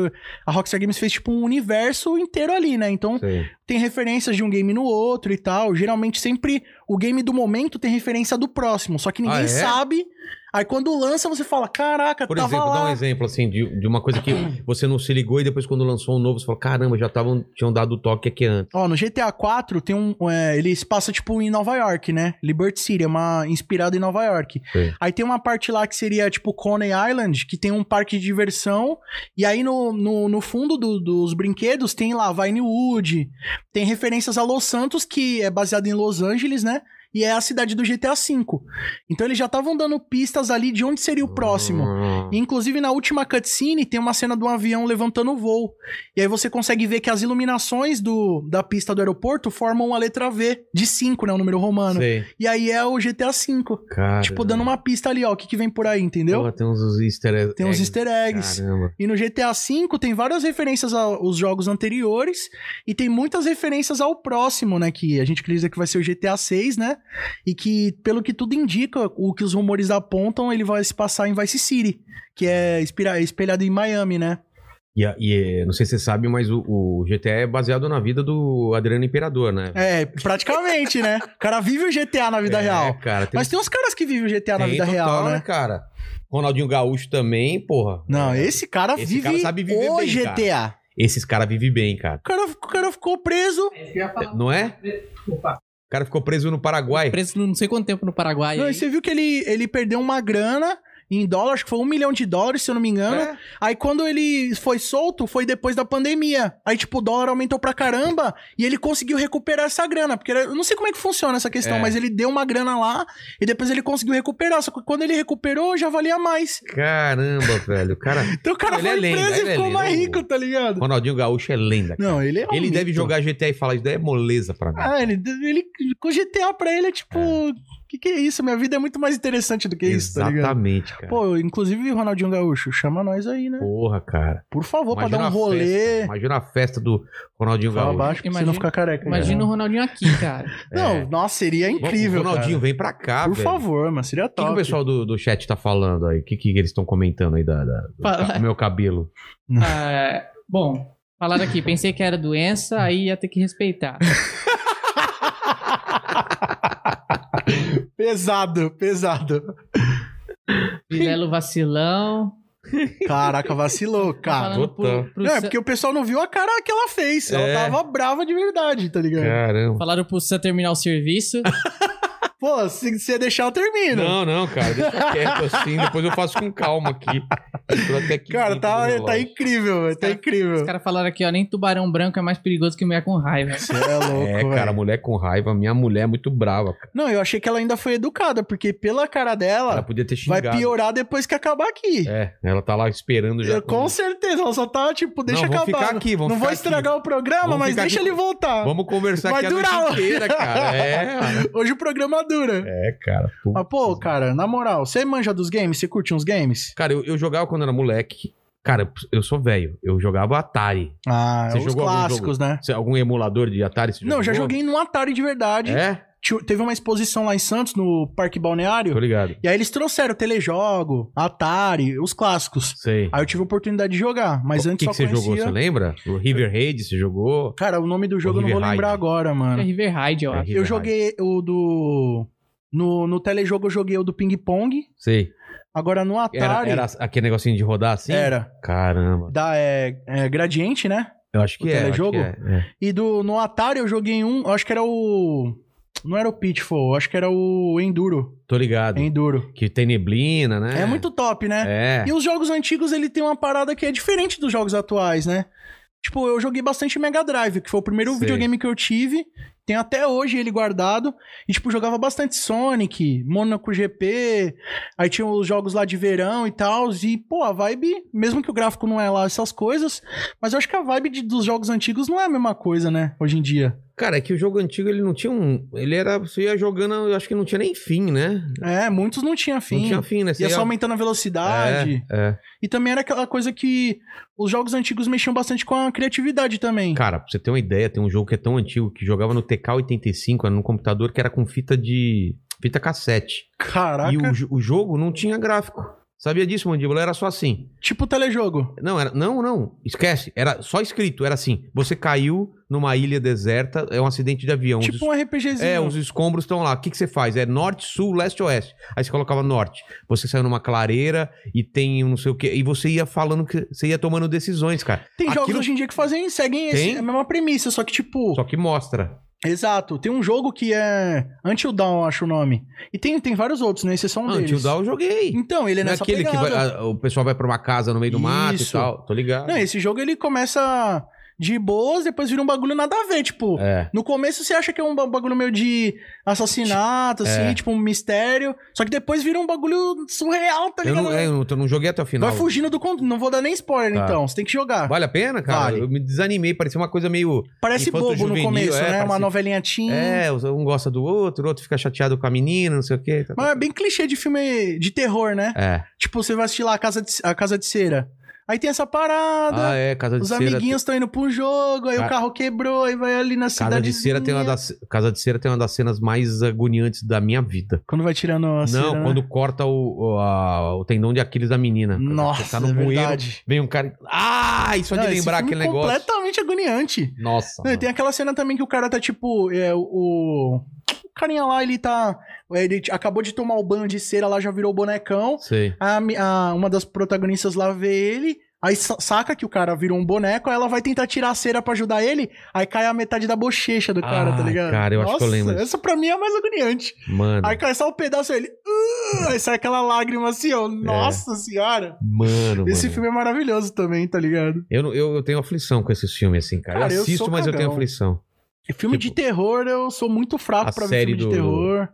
a Rockstar Games fez, tipo, um universo inteiro ali, né? Então, Sei. tem referências de um game no outro e tal. Geralmente, sempre o game do momento tem referência do próximo. Só que ninguém Ah, é? sabe. Aí, quando lança, você fala, caraca, Por tava exemplo, lá. dá um exemplo assim de, de uma coisa que você não se ligou e depois quando lançou um novo, você falou: caramba, já tavam, tinham dado o toque aqui antes. Ó, no GTA 4 tem um. É, ele se passa, tipo, em Nova York, né? Liberty City, é uma inspirada em Nova York. Sim. Aí tem uma parte lá que seria, tipo, Coney Island, que tem um parque de diversão. E aí no, no, no fundo do- dos brinquedos tem lá Vinewood. Tem referências a Los Santos, que é baseado em Los Angeles, né? E é a cidade do GTA V. Então eles já estavam dando pistas ali de onde seria o próximo. Ah. E, Inclusive, na última cutscene, tem uma cena do avião levantando o voo. E aí você consegue ver que as iluminações do, da pista do aeroporto formam a letra V, de 5, né? O número romano. Sei. E aí é o GTA V. Cara. Tipo, dando uma pista ali, ó, o que, que vem por aí, entendeu? Porra, tem uns easter eggs. tem uns easter eggs. Caramba. E no GTA V tem várias referências aos jogos anteriores e tem muitas referências ao próximo, né? Que a gente acredita que vai ser o GTA VI, né? E que, pelo que tudo indica, o que os rumores apontam, ele vai se passar em Vice City, que é inspira- espelhado em Miami, né? E, a- e, eh, não sei se você sabe, mas o, o GTA é baseado na vida do Adriano Imperador, né? É, praticamente, né? O cara vive o GTA na vida É, real. cara. Tem, Mas tem uns caras que vivem o GTA na tem vida total, real, né? cara? Ronaldinho Gaúcho também, porra. Não, É, esse cara Esse vive cara sabe viver o bem, GTA. Esses caras vivem bem, cara. O, cara, o cara ficou preso. Não é? O cara ficou preso no Paraguai. tá Preso não sei quanto tempo no Paraguai. Não, aí. e você viu que ele, ele perdeu uma grana em dólar, acho que foi um milhão de dólares, se eu não me engano. É. Aí quando ele foi solto, foi depois da pandemia. Aí, tipo, o dólar aumentou pra caramba e ele conseguiu recuperar essa grana. Porque era- eu não sei como é que funciona essa questão, É. mas ele deu uma grana lá e depois ele conseguiu recuperar. Só que quando ele recuperou, já valia mais. Caramba, velho. O cara. Então o cara Ele é foi lenda, preso ele e é ficou lenda, mais o- rico, tá ligado? Ronaldinho Gaúcho é lenda. cara. Não, ele é um ele deve mito. jogar GTA e falar, isso daí é moleza pra mim. Ah, ele, ele. Com GTA pra ele é tipo. O que, que é isso? Minha vida é muito mais interessante do que isso, tá ligado? Exatamente, cara. Pô, inclusive, Ronaldinho Gaúcho, chama nós aí, né? Porra, cara. Por favor, pra Imagina dar um a rolê. festa. Imagina a festa do Ronaldinho Fala Gaúcho. abaixo pra você Imagina- não ficar careca. Imagina o né? Ronaldinho aqui, cara. Não, É. nossa, seria Vamos, incrível. Ronaldinho, vem pra cá, cara. Por velho. favor, mano, seria O que, que top. o pessoal do, do chat tá falando aí? O que, que eles estão comentando aí da, da- do, Fala. do meu cabelo? Ah, bom, falaram aqui, pensei que era doença, aí ia ter que respeitar. Pesado, pesado. Vilelo vacilão. Caraca, vacilou, cara. Tá falando Puta. pro, pro Não, Ah, é Sa- porque o pessoal não viu a cara que ela fez. É. Ela tava brava de verdade, tá ligado? Caramba. Falaram pro Sam terminar o serviço. Pô, se você deixar, eu termino. Não, não, cara, deixa quieto assim, depois eu faço com calma aqui. Entrou até aqui Cara, dentro do tá, relógio. tá incrível, velho. Tá Os Os incrível. caras falaram aqui, ó, nem tubarão branco é mais perigoso que mulher com raiva. Você é louco, É, velho. cara, mulher com raiva, minha mulher é muito brava, cara. Não, eu achei que ela ainda foi educada, porque pela cara Ela dela, podia ter vai xingado. piorar depois que acabar aqui. É, ela tá lá esperando já. Eu, com certeza, ela só tá, tipo, deixa Não, vamos acabar. ficar aqui, vamos não ficar vou aqui. estragar o programa, Vamos mas ficar deixa aqui. ele voltar. Vamos conversar Vai aqui a durar, noite ó. inteira, cara. É, Hoje o programa dura. é cara. puta. Mas, pô, cara, na moral, você manja dos games? Você curte uns games? Cara, eu, eu jogava quando era moleque. Cara, eu sou velho. Eu jogava Atari. Ah, Você os jogou algum clássicos, né? Você- Algum emulador de Atari? você Não, já jogou? joguei num Atari de verdade. É? Tio- Teve uma exposição lá em Santos, no Parque Balneário. Tô ligado. E aí eles trouxeram telejogo, Atari, os clássicos. Sei. Aí eu tive a oportunidade de jogar, mas o antes que, só que você conhecia... jogou? Você lembra? O River Raid, você jogou? Cara, o nome do jogo eu não vou River lembrar Raid. agora, É mano. River Raid, eu É, acho. River Eu Raid. joguei o do... No, no telejogo eu joguei o do ping-pong. Sei. Agora no Era, Atari... era aquele negocinho de rodar assim? era. Caramba. Da, é, é, gradiente, né? Eu acho que O é. acho telejogo? que é, é. E do, no Atari eu joguei um... eu Acho que era o... Não era o Pitfall, eu acho que era o Enduro. Tô ligado. Enduro. Que tem neblina, né? É, muito top, né? É. E os jogos antigos, ele tem uma parada que é diferente dos jogos atuais, né? Tipo, eu joguei bastante Mega Drive, que foi o primeiro Sei. videogame que eu tive. Tem até hoje ele guardado. E, tipo, jogava bastante Sonic, Monaco GP. Aí tinha os jogos lá de verão e tal. E, pô, a vibe, mesmo que o gráfico não é lá essas coisas, mas eu acho que a vibe de- dos jogos antigos não é a mesma coisa, né? Hoje em dia. Cara, é que o jogo antigo ele não tinha um. Ele era. Você ia jogando, eu acho que não tinha nem fim, né? É, muitos não tinha fim. Não tinha fim, né? Você Ia só aumentando a velocidade. É, E também era aquela coisa que os jogos antigos mexiam bastante com a criatividade também. é. Cara, pra você ter uma ideia, tem um jogo que é tão antigo que jogava no TK85, era num computador que era com fita de. fita cassete. Caraca, E o, jo- o jogo não tinha gráfico. Sabia disso, Mandíbula? Era só assim. tipo telejogo. Não, era. Não, não. Esquece. Era só escrito. Era assim. Você caiu numa ilha deserta, é um acidente de avião. Os tipo um RPGzinho. É, os escombros estão lá. O que, que você faz? É norte, sul, leste, oeste. Aí você colocava norte. Você saiu numa clareira e tem um não sei o quê. E você ia falando que você ia tomando decisões, cara. Tem jogos Aquilo- hoje em dia que fazem, seguem esse- Tem? a mesma premissa, só que tipo... Só que mostra. Exato, tem um jogo que é Until Dawn, acho o nome. E tem, tem vários outros, né? Esse é só um Ah, deles. Until Dawn eu joguei. Então, ele é Não é nessa aquele que pegada. vai- a- o pessoal vai pra uma casa no meio do mato e Isso. tal. Tô ligado. Não, esse jogo ele começa de boas, depois vira um bagulho nada a ver, tipo... É. No começo você acha que é um ba- bagulho meio de assassinato, assim, É. tipo um mistério. Só que depois vira um bagulho surreal, tá Eu ligado? não, é, eu não- eu não joguei até o final. Vai fugindo do conto. Não vou dar nem spoiler, Tá. então. Você tem que jogar. Vale a pena, cara? Vale. Eu me desanimei. Parecia uma coisa meio. Parece Infanto bobo juvenil, no começo, é, né? parece- Uma novelinha teen. É, um gosta do outro, o outro fica chateado com a menina, não sei o quê. tá, É. tá. Tipo, Mas é bem clichê de filme de terror, né? É. Aí tem essa parada. Ah, é, Casa de Os Cera. amiguinhos estão indo pro jogo, aí Ca- o carro quebrou, aí vai ali na cidade. Casa de Cera tem uma das, Casa de Cera tem uma das cenas mais agoniantes da minha vida. Quando vai tirando a Não, cera, né? quando corta o, o, a- o tendão de Aquiles da menina. Nossa, Você tá no é bueiro, verdade. vem um cara. e- Ah, e só de Não, esse lembrar filme aquele negócio. completamente agoniante. Nossa. Não, e mano. tem aquela cena também que o cara tá tipo. é, o. O carinha lá, ele tá. Ele t- acabou de tomar o banho de cera lá, já virou o bonecão. Sei. A, mi- a- uma das protagonistas lá vê ele. Aí sa- saca que o cara virou um boneco, aí ela vai tentar tirar a cera pra ajudar ele, aí cai a metade da bochecha do cara, tá Ai, ligado? Ah, cara, eu acho que eu lembro disso. Essa pra mim é a mais agoniante. Mano. Aí cai só um pedaço, aí ele. "Ugh", aí sai aquela lágrima assim, É. ó. Nossa senhora! Mano, Esse mano. filme é maravilhoso também, tá ligado? Eu, não- eu, eu tenho aflição com esses filmes, assim, cara. Cara, eu eu assisto, sou mas eu tenho cagão. aflição. E filme Tipo, de terror, eu sou muito a fraco pra ver série filme de do- terror.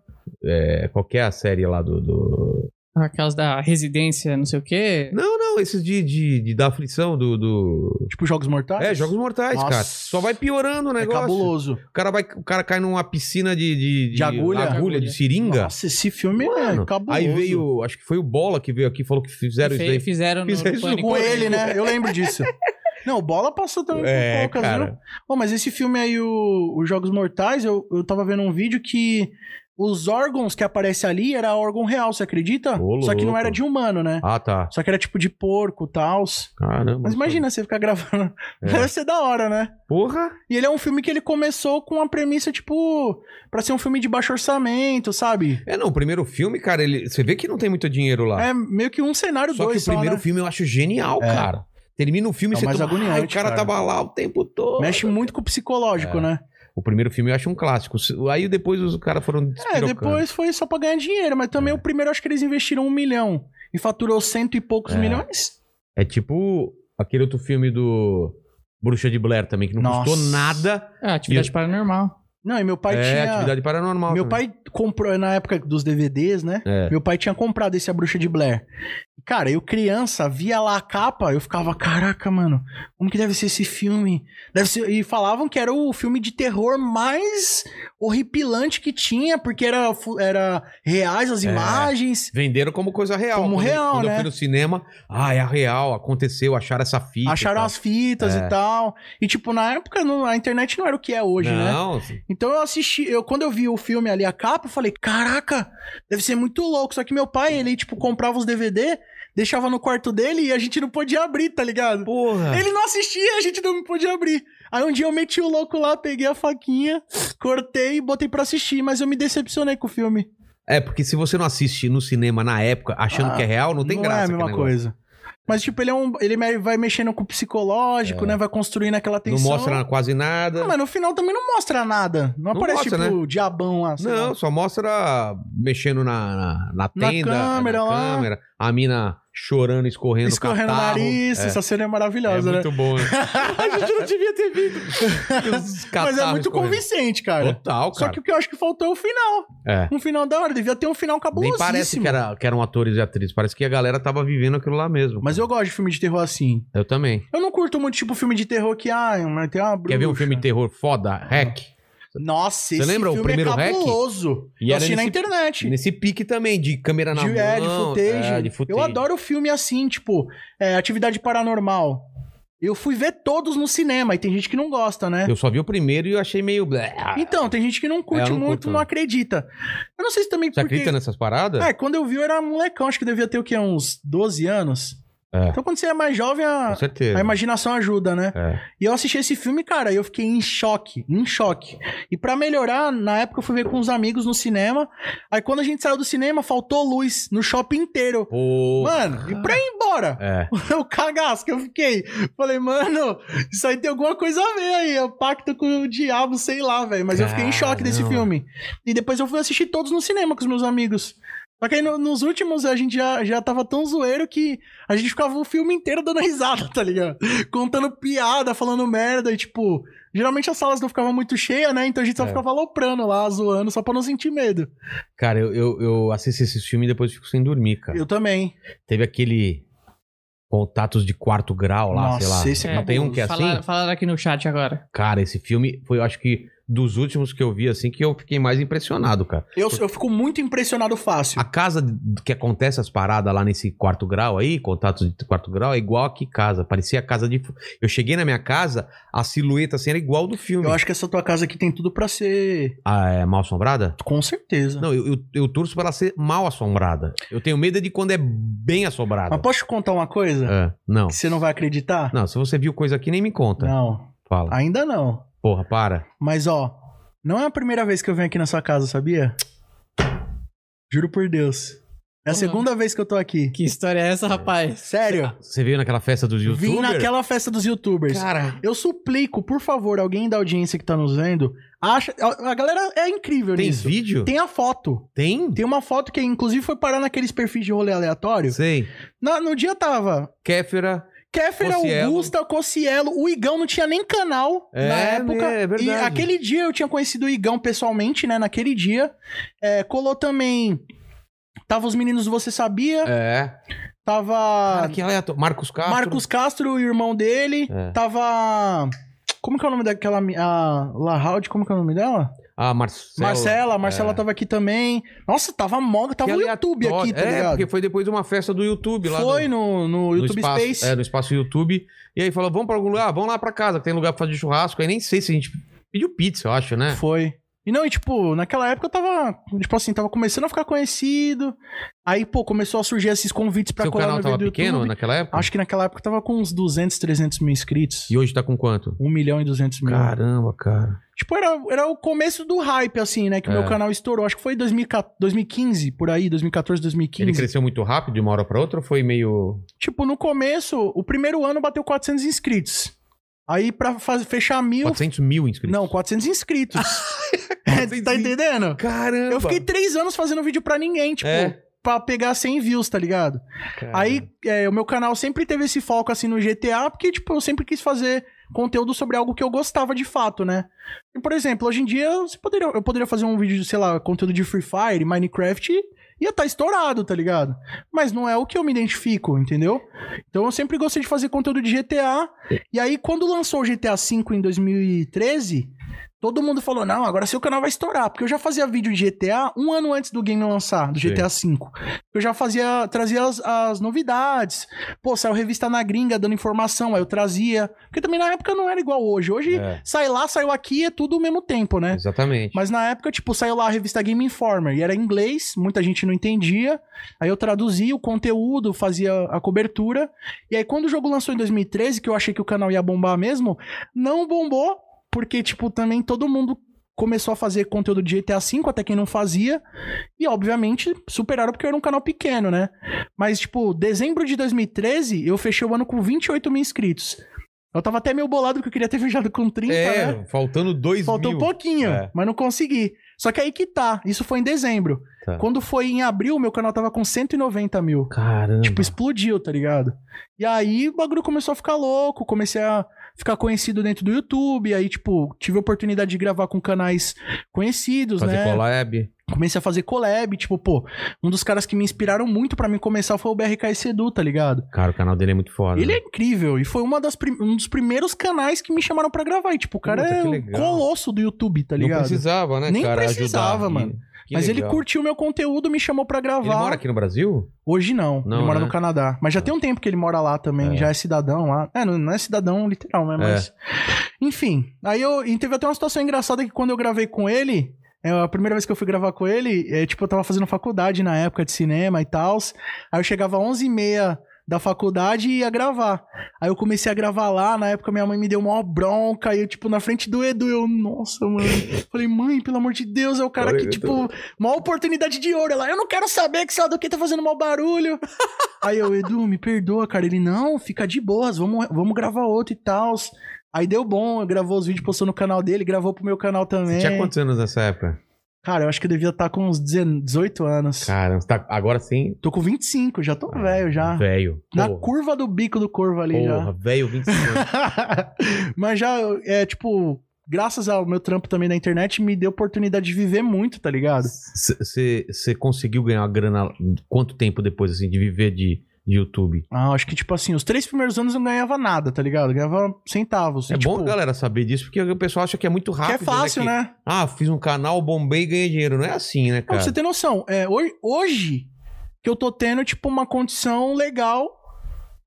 É, qual que é a série lá do. do- Aquelas da residência, não sei o quê. É. Não, não, esses de, de, de- da aflição do. do- Tipo Jogos Mortais? É, Jogos Mortais, Nossa. cara. Só vai piorando o É negócio. cabuloso. O cara, vai, o cara cai numa piscina de. De, De agulha. de seringa. Nossa, esse filme Mano, é cabuloso. aí veio, acho que foi o Bola que veio aqui e falou que fizeram isso Fe- daí. Fizeram no Fizeram isso Pânico. Com ele, né? Eu lembro disso. Não, bola passou também É, por poucas, viu? cara. Bom, mas esse filme aí, o, os Jogos Mortais, eu, eu tava vendo um vídeo que os órgãos que aparecem ali era órgão real, você acredita? Ô, Só que não louco. era de humano, né? Ah, tá. Só que era tipo de porco e tal. Caramba. Mas imagina você ficar gravando. É. Deve ser da hora, né? Porra. E ele é um filme que ele começou com uma premissa, tipo, pra ser um filme de baixo orçamento, sabe? É, não, o primeiro filme, cara, ele, você vê que não tem muito dinheiro lá. É meio que um cenário Tá. Só dois, que o primeiro só, né? filme eu acho genial, É. cara. Termina o filme É e o você mais toma, agoniante, "Ai, o cara, cara." tava lá o tempo todo. né? Mexe muito com o psicológico, É. né? O primeiro filme eu acho um clássico. Aí depois os É. caras foram É, despirocando. depois foi só pra ganhar dinheiro, mas também o primeiro acho que eles investiram um milhão e faturou cento e poucos É. milhões. É tipo aquele outro filme do Bruxa de Blair também, que não Nossa. custou nada. Ah, atividade paranormal. Não, e meu pai é, tinha. atividade né? paranormal. Meu também. pai comprou, é na época dos DVDs, né? É. Meu pai tinha comprado esse A Bruxa de Blair. Cara, eu criança, via lá a capa, eu ficava, caraca, mano, como que deve ser esse filme? Deve ser... E falavam que era o filme de terror mais horripilante que tinha, porque era, fu- era reais as É. imagens. Venderam como coisa real. Como quando, real, quando eu né? fui no cinema, ah, é a real, aconteceu, acharam essa fita. Acharam as fitas É. e tal. E, tipo, na época, não- a internet não era o que é hoje, né? Não, né? Então eu assisti, eu quando eu vi o filme ali, a capa, eu falei, caraca, deve ser muito louco. Só que meu pai, ele, tipo, comprava os DVD, deixava no quarto dele e a gente não podia abrir, tá ligado? porra. Ele não assistia, a gente não podia abrir. Aí um dia eu meti o louco lá, peguei a faquinha, cortei e botei pra assistir, mas eu me decepcionei com o filme. É, porque se você não assiste no cinema na época, achando Ah, que é real, não tem graça. é a aquele mesma negócio. coisa. Mas, tipo, ele é um. Ele me- vai mexendo com o psicológico, né? Vai construindo aquela É. Não tensão. mostra quase nada. Ah, mas no final também não mostra nada. Não, aparece, mostra, tipo, né? o diabão lá. sei Não, lá. só mostra mexendo na, na, na Na tenda, câmera lá. câmera, a mina chorando, escorrendo, Escorrendo o catarro. nariz, É, essa cena é é maravilhosa, né? muito bom. né? a gente não devia ter vindo. Mas é muito convincente, cara. Total, cara. Só que o que eu acho que faltou é o final. É. Um final da hora. Devia ter um final Nem cabulosíssimo. parece que, era, que eram atores e atrizes. Parece que a galera tava vivendo aquilo lá mesmo. Mas eu gosto de filme de terror assim. Eu também. Eu não curto muito, tipo, filme de terror que, ah, mas tem uma bruxa. Quer ver um filme de terror foda? Hack. Nossa, Você esse lembra o filme primeiro é Hack? cabuloso. E eu era assisti na nesse- internet. Nesse pique também, de câmera na De, mão. é, de footage. é, de footage. Eu adoro filme assim, tipo, é, atividade paranormal. Eu fui ver todos no cinema e tem gente que não gosta, né? Eu só vi o primeiro e eu achei meio... blé. Então, tem gente que não curte É, Ah, eu não muito, curto, não não. acredita. Eu não sei se também Você acredita nessas paradas? É, quando eu vi eu era molecão, acho que devia ter o quê? Uns 12 anos. É. Então quando você é mais jovem, a, Com certeza. a imaginação ajuda, né? É. E eu assisti esse filme, cara, e eu fiquei em choque, em choque. E pra melhorar, na época eu fui ver com uns amigos no cinema. Aí quando a gente saiu do cinema, faltou luz no shopping inteiro. Pô, Mano, e pra ir embora? É. o cagaço que eu fiquei. Falei, mano, isso aí tem alguma coisa a ver aí. É o pacto com o diabo, sei lá, velho. Mas eu fiquei em choque desse Caramba. filme. E depois eu fui assistir todos no cinema com os meus amigos. Só que aí no- nos últimos a gente já, já tava tão zoeiro que a gente ficava o filme inteiro dando risada, tá ligado? Contando piada, falando merda e tipo. Geralmente as salas não ficavam muito cheias, né? Então a gente só É. ficava aloprando lá, zoando, só pra não sentir medo. Cara, eu, eu, eu assisto esses filmes e depois fico sem dormir, cara. Eu também. Teve aquele Contatos de Quarto Grau lá, Nossa, sei lá. esse é Não tem um cabuloso. que é assim? Falaram, falaram aqui no chat agora. Cara, esse filme foi, eu acho que, dos últimos que eu vi, assim, que eu fiquei mais impressionado, cara. Eu, eu fico muito impressionado fácil. A casa de- que acontece as paradas lá nesse quarto grau aí, contatos de quarto grau, é igual aqui casa. Parecia a casa de. fu- Eu cheguei na minha casa, a silhueta assim era igual do filme. Eu acho que essa tua casa aqui tem tudo pra ser. Ah, é mal assombrada? Com certeza. Não, eu, eu, eu torço pra ela ser mal assombrada. Eu tenho medo de quando é bem assombrada. Mas posso te contar uma coisa? É, não. Que você não vai acreditar? Não, se você viu coisa aqui, nem me conta. Não, Ah. Fala. ainda não. Porra, para. Mas ó, não é a primeira vez que eu venho aqui na sua casa, sabia? Juro por Deus. É Como? a segunda vez que eu tô aqui. Que história é essa, rapaz? Sério? Você veio naquela festa dos youtubers? Vim naquela festa dos youtubers. Cara, Eu suplico, por favor, alguém da audiência que tá nos vendo, acha. A a galera é incrível tem nisso. vídeo? Tem a foto. Tem? Tem uma foto que, inclusive, foi parar naqueles perfis de rolê aleatório. Sei. Na- no dia tava Kéfera. Kéfera, Cossielo. Augusta, Cossielo, é o Igão não tinha nem canal É, na época. é verdade. E aquele dia eu tinha conhecido o Igão pessoalmente, né? Naquele dia. É, colou também. Tava os meninos do Você Sabia, É. tava Cara, que aleatório. Marcos Castro. Ah. Marcos Castro, o irmão dele, É. tava. Como que é o nome daquela. mi- A La Howdy, como que é o nome dela? Ah, Marcelo. Marcela, a Marcela É. tava aqui também. Nossa, tava mó, Que tava o aleatório. YouTube aqui, tá é, ligado? porque foi depois de uma festa do YouTube lá. Foi no, no, no no YouTube espaço, Space. É, no espaço YouTube. E aí falou, vamos pra algum lugar? Vamos lá pra casa, que tem lugar pra fazer churrasco. Aí nem sei se a gente pediu pizza, eu acho, né? Foi. E não, e tipo, naquela época eu tava, tipo assim, tava começando a ficar conhecido. Aí, pô, começou a surgir esses convites pra Seu colar canal Tá no tava vídeo do pequeno né? YouTube. naquela época? Acho que naquela época eu tava com uns 200, 300 mil inscritos. E hoje tá com quanto? 1 milhão e 200 mil. Caramba, cara. Tipo, era, era o começo do hype, assim, né? Que o É. meu canal estourou. Acho que foi 2014, 2015, por aí, 2014, 2015. Ele cresceu muito rápido de uma hora pra outra ou foi meio. Tipo, no começo, o primeiro ano bateu 400 inscritos. Aí, pra faz- fechar mil... 400 mil inscritos? Não, 400 inscritos. tá entendendo? Caramba! Eu fiquei três anos fazendo vídeo pra ninguém, tipo, É. pra pegar 100 views, tá ligado? Caramba. Aí, é, o meu canal sempre teve esse foco, assim, no GTA, porque, tipo, eu sempre quis fazer conteúdo sobre algo que eu gostava de fato, né? E, por exemplo, hoje em dia, você poderia, eu poderia fazer um vídeo, de, sei lá, conteúdo de Free Fire, Minecraft, e ia estar estourado, tá ligado? Mas não é o que eu me identifico, entendeu? Então, eu sempre gostei de fazer conteúdo de GTA, e aí, quando lançou o GTA V em 2013... Todo mundo falou, não, agora seu canal vai estourar. Porque eu já fazia vídeo de GTA um ano antes do game lançar, do Sim. GTA V. Eu já fazia, trazia as, as novidades. Pô, saiu revista na gringa dando informação, aí eu trazia. Porque também na época não era igual hoje. Hoje É. sai lá, saiu aqui, é tudo ao mesmo tempo, né? Exatamente. Mas na época, tipo, saiu lá a revista Game Informer e era em inglês, muita gente não entendia. Aí eu traduzia o conteúdo, fazia a cobertura. E aí, quando o jogo lançou em 2013, que eu achei que o canal ia bombar mesmo, não bombou, porque, tipo, também todo mundo começou a fazer conteúdo de GTA V, até quem não fazia. E, obviamente, superaram porque era um canal pequeno, né? Mas, tipo, dezembro de 2013, eu fechei o ano com 28 mil inscritos. Eu tava até meio bolado porque eu queria ter fechado com 30, né? é, faltando dois Faltou mil. pouquinho, É. mas não consegui. Só que aí que tá. Isso foi em dezembro. Tá. Quando foi em abril, meu canal tava com 190 mil. Caramba. Tipo, explodiu, tá ligado? E aí o bagulho começou a ficar louco, comecei a ficar conhecido dentro do YouTube. Aí, tipo, tive a oportunidade de gravar com canais conhecidos, Fazer né? collab. Comecei a fazer collab, tipo, pô, um dos caras que me inspiraram muito pra mim começar foi o BRK Sedu, tá ligado? Cara, o canal dele é muito foda. Ele né? é incrível e foi uma das prim- um dos primeiros canais que me chamaram pra gravar. E, tipo, o cara Puta, que é um legal. colosso do YouTube, tá Não ligado? precisava, né, Nem cara? precisava, ajudar. mano. Que mas ele legal. curtiu meu conteúdo, me chamou pra gravar. Ele mora aqui no Brasil? Hoje não, Não, ele mora né? no Canadá. Mas já tem um tempo que ele mora lá também, É. já é cidadão lá. É, não, não é cidadão literal, né? Mas. Enfim, aí eu. E teve até uma situação engraçada que quando eu gravei com ele. é, A primeira vez que eu fui gravar com ele, é, tipo, eu tava fazendo faculdade na época de cinema e tal. Aí eu chegava às 11h30 da faculdade e ia gravar. Aí eu comecei a gravar lá, na época minha mãe me deu uma bronca, e eu, tipo, na frente do Edu, eu, nossa, mano. Falei, mãe, pelo amor de Deus, é o cara Olha, que, eu tipo, uma oportunidade de ouro. Ela, eu não quero saber que sei lá do que tá fazendo mau barulho. Aí eu, Edu, me perdoa, cara. Ele, não, fica de boas, vamos, vamos gravar outro e tal. Aí deu bom, eu gravou os vídeos, postou no canal dele, gravou pro meu canal também. Você tinha quantos anos nessa época? Cara, eu acho que eu devia estar com uns 18 anos. Cara, Ah, você tá agora sim. Tô com 25, já tô velho já. Velho. Na Porra, curva do bico do corvo ali já. Porra, velho, 25 anos. Mas já, é tipo, graças ao meu trampo também na internet, me deu oportunidade de viver muito, tá ligado? Você conseguiu ganhar uma grana quanto tempo depois, assim, de viver de, de YouTube? Ah, acho que, tipo assim, os três primeiros anos eu não ganhava nada, tá ligado? Eu ganhava centavos. É E, tipo, bom a galera saber disso, porque o pessoal acha que é muito Que rápido. é fácil, que- né? Ah, fiz um canal, bombei e ganhei dinheiro. Não é assim, né, Não, pra cara? você ter noção, é, ho- hoje que eu tô tendo, tipo, uma condição legal,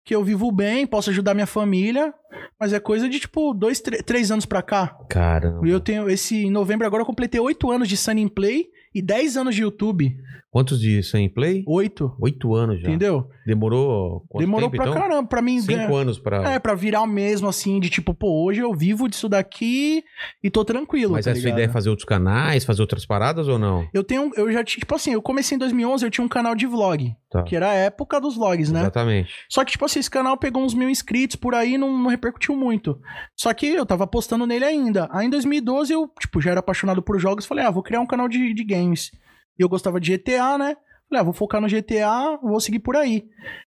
que eu vivo bem, posso ajudar minha família, mas é coisa de, tipo, dois, tre- três anos pra cá. Caramba. E eu tenho esse, em novembro agora, eu completei oito anos de Sunny Play e dez anos de YouTube. Quantos de sem play? Oito, Oito anos já. entendeu? Demorou quanto Demorou tempo, pra então? caramba, pra mim ganhar. Cinco anos pra... É, pra virar o mesmo, assim, de tipo, pô, hoje eu vivo disso daqui e tô tranquilo, Mas tá a sua ligado? ideia é fazer outros canais, fazer outras paradas ou não? Eu tenho, um- eu já tinha, tipo assim, eu comecei em 2011, eu tinha um canal de vlog, Tá. que era a época dos vlogs, né? Exatamente. Só que, tipo assim, esse canal pegou uns mil inscritos por aí, não, não repercutiu muito. Só que eu tava postando nele ainda. Aí em 2012 eu, tipo, já era apaixonado por jogos, falei, ah, vou criar um canal de, de games. E eu gostava de GTA, né? Falei, ah, vou focar no GTA, vou seguir por aí.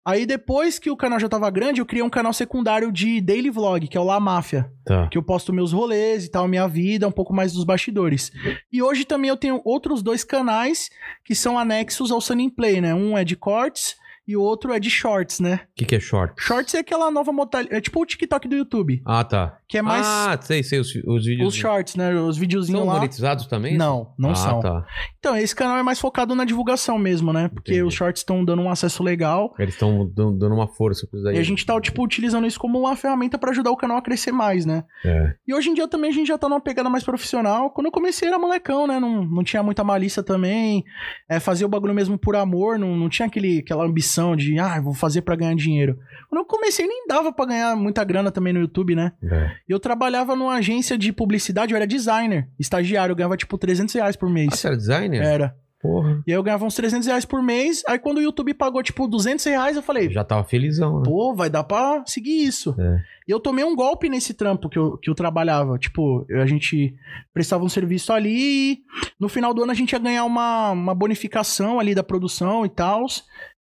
Aí depois que o canal já tava grande, eu criei um canal secundário de daily vlog, que é o La Máfia Tá. que eu posto meus rolês e tal, minha vida, um pouco mais dos bastidores. E hoje também eu tenho outros dois canais que são anexos ao Sunny Play, né? Um é de cortes e o outro é de shorts, né? O que, que é short? Shorts é aquela nova modalidade, é tipo o TikTok do YouTube, Ah, tá. que é mais Ah, sei, sei, os, os vídeos... os shorts, né? Os São videozinhos lá. monetizados também? Não, não ah, são. tá. Então, esse canal é mais focado na divulgação mesmo, né? Porque Entendi. os shorts estão dando um acesso legal. Eles estão dando uma força pra isso aí. E a gente tá, tipo, utilizando isso como uma ferramenta pra ajudar o canal a crescer mais, né? É. E hoje em dia também a gente já tá numa pegada mais profissional. Quando eu comecei era molecão, né? Não, não tinha muita malícia também. É, fazia o bagulho mesmo por amor, não, não tinha aquele, aquela ambição de, ah, vou fazer pra ganhar dinheiro. Quando eu comecei nem dava pra ganhar muita grana também no YouTube, né? É. Eu trabalhava numa agência de publicidade, eu era designer, estagiário, eu ganhava tipo 300 reais por Ah, mês. você era designer? era. Porra. E aí eu ganhava uns 300 reais por mês. Aí quando o YouTube pagou tipo 200 reais, eu falei, Eu já tava felizão, né? Pô, vai dar pra seguir isso. É. E eu tomei um golpe nesse trampo que eu, que eu trabalhava. Tipo, eu- a gente prestava um serviço ali e no final do ano a gente ia ganhar uma, uma bonificação ali da produção e tal.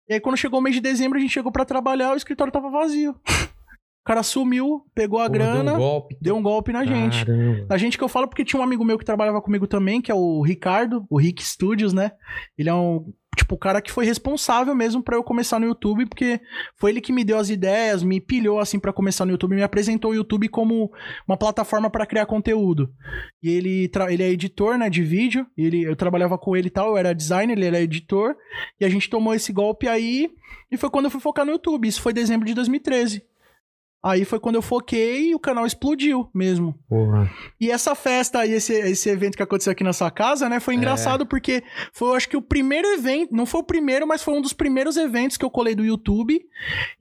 E aí quando chegou o mês de dezembro, a gente chegou pra trabalhar o escritório tava vazio. o cara sumiu, pegou a Porra, grana, Deu um golpe. deu um golpe na gente. Caramba. A gente que eu falo porque tinha um amigo meu que trabalhava comigo também, que é o Ricardo, o Rick Studios, né? Ele é um, tipo, o cara que foi responsável mesmo pra eu começar no YouTube, porque foi ele que me deu as ideias, me pilhou assim pra começar no YouTube, me apresentou o YouTube como uma plataforma pra criar conteúdo. E ele, tra- ele é editor, né, de vídeo, e ele, eu trabalhava com ele e tal, eu era designer, ele era editor, e a gente tomou esse golpe aí, e foi quando eu fui focar no YouTube, isso foi dezembro de 2013. Aí foi quando eu foquei e o canal explodiu mesmo. Porra. E essa festa e esse, esse evento que aconteceu aqui na sua casa, né? Foi É. engraçado porque foi, eu acho que o primeiro evento, não foi o primeiro, mas foi um dos primeiros eventos que eu colei do YouTube.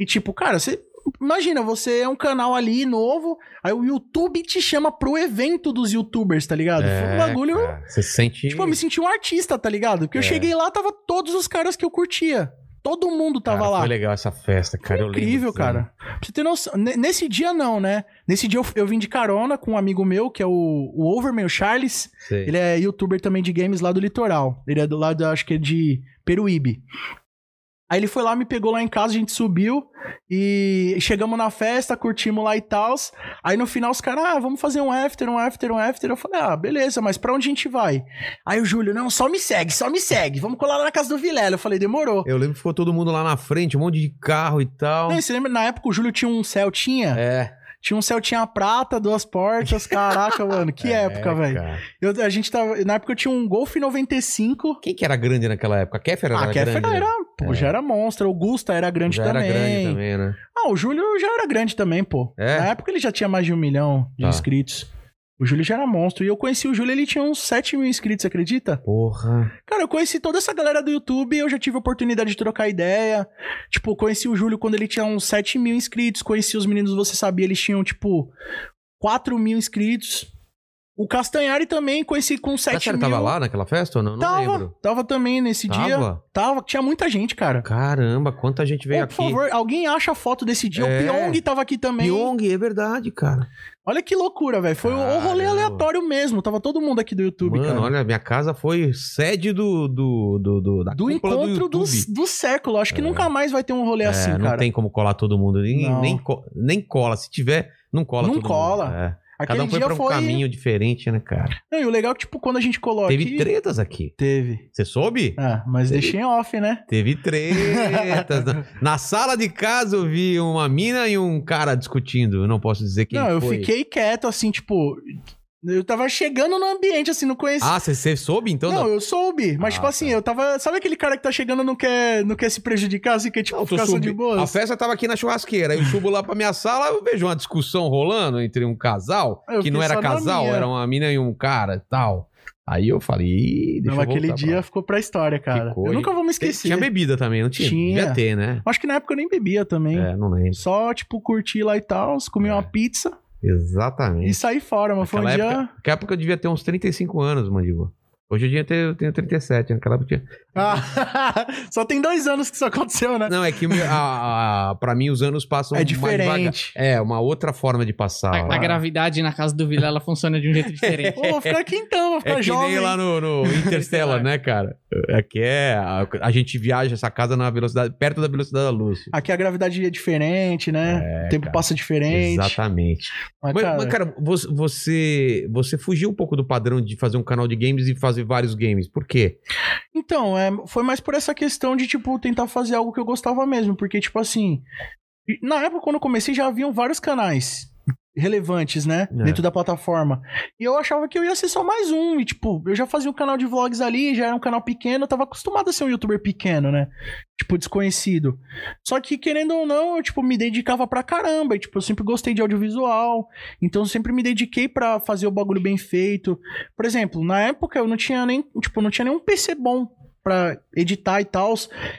E tipo, cara, você imagina, você é um canal ali novo, aí o YouTube te chama pro evento dos YouTubers, tá ligado? foi um bagulho. É, cara, Você sente... Tipo, eu me senti um artista, tá ligado? Porque eu É. cheguei lá, tava todos os caras que eu curtia. Todo mundo tava Cara, lá. Foi legal essa festa, cara. eu lembro Incrível, disso, né? cara. Pra você ter noção. ne- Nesse dia, não, né? Nesse dia eu, eu vim de carona com um amigo meu, que é o, o Overman, o Charles. Sei. Ele é youtuber também de games lá do litoral. Ele é do lado, acho que é de Peruíbe. Aí ele foi lá, me pegou lá em casa, a gente subiu e chegamos na festa, curtimos lá e tal. Aí no final os caras, ah, vamos fazer um after, um after, um after. Eu falei, ah, beleza, mas pra onde a gente vai? Aí o Júlio, não, só me segue, só me segue. Vamos colar lá na casa do Vilela. Eu falei, demorou. Eu lembro que ficou todo mundo lá na frente, um monte de carro e tal. Não, e você lembra, na época o Júlio tinha um Celtinha? É. Tinha um Celtinha prata, duas portas, caraca, mano, que época, velho. É, cara. Eu- A gente tava, na época eu tinha um Golf 95, Quem que era grande naquela época? A Kéfera Ah, era a Kéfera grande. né? era, pô, já era monstro. O Gusta era grande já também. era grande também, né? Ah, o Júlio já era grande também, pô. É? Na época ele já tinha mais de um milhão de Tá. inscritos. O Júlio já era monstro. E eu conheci o Júlio, ele tinha uns 7 mil inscritos, você acredita? Porra. Cara, eu conheci toda essa galera do YouTube, eu já tive a oportunidade de trocar ideia. Tipo, conheci o Júlio quando ele tinha uns 7 mil inscritos. Conheci os meninos, você sabia, eles tinham, tipo, 4 mil inscritos. O Castanhari também conheci com 7 Sete mil. tava lá naquela festa ou não? Não Tava, lembro. tava também nesse dia. Tava? Tava, tinha muita gente, cara. Caramba, quanta gente veio Ô, aqui. por favor, alguém acha a foto desse dia. É. O Pyong tava aqui também. Pyong, é verdade, cara. Olha que loucura, velho. Foi um rolê Caramba. aleatório mesmo. Tava todo mundo aqui do YouTube, Mano, cara. olha, minha casa foi sede do, do, do, do- da do cúpula encontro do, YouTube. do século. Acho que nunca mais vai ter um rolê É, assim, não cara. tem como colar todo mundo. Nem, Não. nem, co- nem cola. Se tiver, não cola Não todo mundo. cola. É. Aquele Cada um foi dia pra um foi. caminho diferente, né, cara? Não, e o legal é que, tipo, quando a gente coloca. Teve aqui- tretas aqui. Teve. Você soube? Ah, mas Teve. deixei em off, né? Teve tretas. na, na sala de casa eu vi uma mina e um cara discutindo. Eu não posso dizer quem não, eu foi. fiquei quieto, assim, tipo. Eu tava chegando no ambiente, assim, não conhecia. Ah, você- você soube então? não, Não, eu soube, mas Ah, tipo assim, tá. eu tava. Sabe aquele cara que tá chegando e não quer, não quer se prejudicar, assim, que tipo, Não, tu ficar só subi- de boa? A festa tava aqui na churrasqueira. Eu subo lá pra minha sala, eu vejo uma discussão rolando entre um casal, Ah, Eu que não fiquei era só na casal, minha. era uma mina e um cara e tal. Aí eu falei, "Ih, deixa Não, eu voltar aquele pra dia lá." ficou pra história, cara. Ficou, eu e- nunca vou me esquecer. Tinha bebida também, não tinha? Tinha. Devia ter, né? Acho que na época eu nem bebia também. É, não lembro. Só, tipo, curtir lá e tal, comi É. uma pizza e Exatamente. sair fora, mas foi um Naquela dia. época, naquela época eu devia ter uns 35 anos, Mandíbula. Hoje eu, devia ter, eu tenho 37, naquela época eu tinha Ah, só tem dois anos que isso aconteceu, né? Não, é que o meu- a, a- pra mim os anos passam É mais devagar. diferente. É, uma outra forma de passar. A, a gravidade na casa do Vilela funciona de um jeito diferente. Pô, vou ficar aqui então, vou é ficar que jovem. nem lá no, no Interstellar, né, cara? Aqui é... A, a gente viaja essa casa na velocidade... Perto da velocidade da luz. Aqui a gravidade é diferente, né? É, o tempo cara. passa diferente. Exatamente. Mas, Mas, cara, mas, cara, você, você, você fugiu um pouco do padrão de fazer um canal de games e fazer vários games. Por quê? Então, é, foi mais por essa questão de, tipo, tentar fazer algo que eu gostava mesmo. Porque, tipo assim, na época quando eu comecei já haviam vários canais relevantes, né? É. Dentro da plataforma. E eu achava que eu ia ser só mais um. E, tipo, eu já fazia um canal de vlogs ali, já era um canal pequeno, eu tava acostumado a ser um youtuber pequeno, né? Tipo, desconhecido. Só que, querendo ou não, eu, tipo, me dedicava pra caramba. E, tipo, eu sempre gostei de audiovisual. Então, eu sempre me dediquei pra fazer o bagulho bem feito. Por exemplo, na época eu não tinha nem, tipo, não tinha nenhum PC bom pra editar e tal.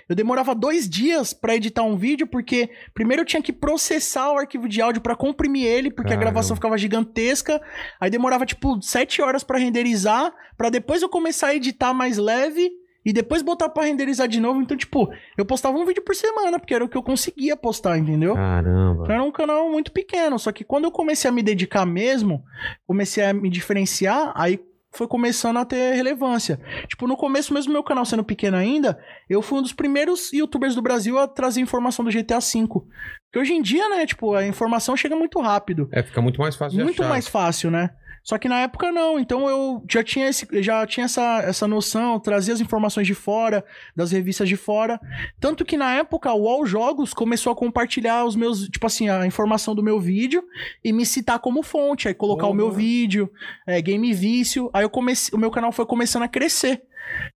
Eu demorava dois dias pra editar um vídeo, porque primeiro eu tinha que processar o arquivo de áudio pra comprimir ele, porque Caramba. a gravação ficava gigantesca. Aí demorava, tipo, sete horas pra renderizar, pra depois eu começar a editar mais leve. E depois botar pra renderizar de novo. Então, tipo, eu postava um vídeo por semana, porque era o que eu conseguia postar, entendeu? Então Caramba. era um canal muito pequeno, só que quando eu comecei a me dedicar mesmo, comecei a me diferenciar, aí foi começando a ter relevância. Tipo, no começo mesmo, meu canal sendo pequeno ainda, eu fui um dos primeiros youtubers do Brasil a trazer informação do GTA V. Porque hoje em dia, né, tipo, a informação chega muito rápido. É, fica muito mais fácil de Muito achar. mais fácil, né? Só que na época não, então eu já tinha, esse, já tinha essa, essa noção, trazia as informações de fora, das revistas de fora. Tanto que na época o UOL Jogos começou a compartilhar os meus, tipo assim, a informação do meu vídeo e me citar como fonte, aí colocar o meu Porra. vídeo, é, game vício. Aí eu comecei, o meu canal foi começando a crescer.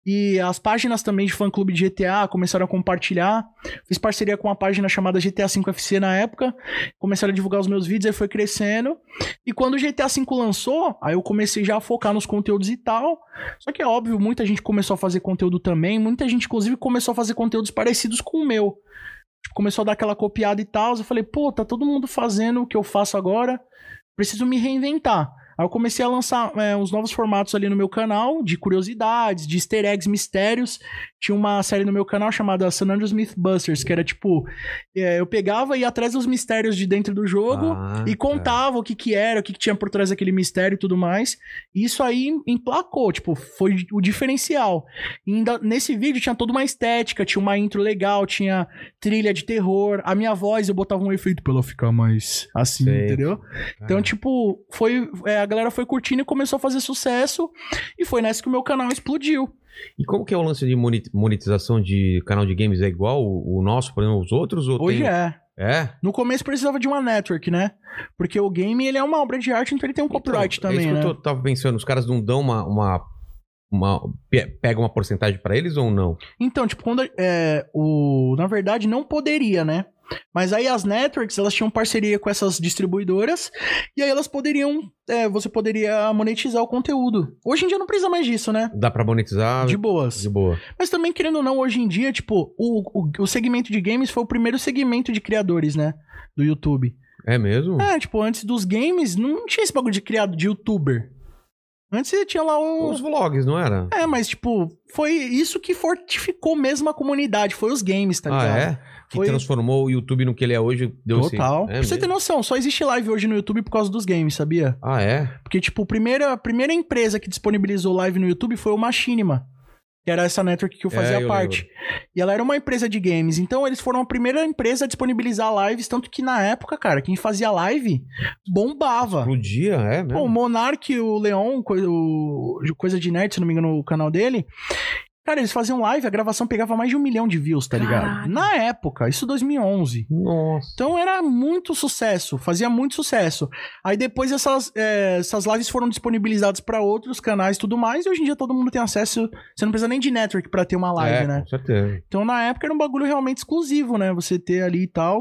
E as páginas também de fã clube de GTA começaram a compartilhar. Fiz parceria com uma página chamada GTA 5 FC na época. Começaram a divulgar os meus vídeos, aí foi crescendo. E quando o GTA V lançou, aí eu comecei já a focar nos conteúdos e tal. Só que é óbvio, muita gente começou a fazer conteúdo também. Muita gente, inclusive, começou a fazer conteúdos parecidos com o meu. Tipo, Começou a dar aquela copiada e tal. Eu falei, pô, tá todo mundo fazendo o que eu faço agora. Preciso me reinventar. Aí eu comecei a lançar é, uns novos formatos ali no meu canal, de curiosidades, de easter eggs, mistérios. Tinha uma série no meu canal chamada San Andreas Mythbusters, que era tipo... é, eu pegava e ia atrás dos mistérios de dentro do jogo Ah, e contava o que que era, o que que tinha por trás daquele mistério e tudo mais. E isso aí emplacou, tipo, foi o diferencial. E ainda nesse vídeo tinha toda uma estética, tinha uma intro legal, tinha trilha de terror, a minha voz eu botava um efeito pra ela ficar mais assim, Sei. É. entendeu? cara. Então, tipo, foi é, a galera foi curtindo e começou a fazer sucesso e foi nessa que o meu canal explodiu. E como que é o lance de moni- monetização de canal de games? É igual o o nosso, por exemplo, os outros? Ou Hoje tem... é. É? No começo precisava de uma network, né? Porque o game ele é uma obra de arte, então ele tem um copyright Então, É também, isso né? que eu tô- tava pensando. Os caras não dão uma... uma, uma pe- pega uma porcentagem pra eles ou não? Então, tipo, quando é, o, na verdade não poderia, né? Mas aí as networks, elas tinham parceria com essas distribuidoras e aí elas poderiam, é, você poderia monetizar o conteúdo. Hoje em dia não precisa mais disso, né? Dá pra monetizar? De De, boas. boa. Mas também, querendo ou não, hoje em dia, tipo, o, o, o segmento de games foi o primeiro segmento de criadores, né? Do YouTube. É mesmo? É, tipo, antes dos games, não tinha esse bagulho de criado de youtuber. Antes você tinha lá o. Os vlogs, não era? É, mas, tipo, foi isso que fortificou mesmo a comunidade. Foi os games, tá ligado? ah, é? Que Foi- transformou o YouTube no que ele é hoje. Deu esse- Total. É pra você ter mesmo? noção, só existe live hoje no YouTube por causa dos games, sabia? Ah, é? Porque, tipo, a primeira, a primeira empresa que disponibilizou live no YouTube foi o Machinima. que era essa network que eu É, fazia eu parte. E ela era uma empresa de games. Então eles foram a primeira empresa a disponibilizar lives, tanto que na época, cara, quem fazia live bombava. Explodia, é mesmo. Pô, o Monark, o Leon, co- o de Coisa de Nerd, se não me engano, o canal dele. Cara, eles faziam live, a gravação pegava mais de um milhão de views, tá ligado? Caraca. Na época, isso 2011. Nossa. Então era muito sucesso, fazia muito sucesso. Aí depois essas, eh, essas lives foram disponibilizadas pra outros canais e tudo mais, e hoje em dia todo mundo tem acesso, você não precisa nem de network pra ter uma live, É, né? Com certeza. Então na época era um bagulho realmente exclusivo, né? Você ter ali e tal.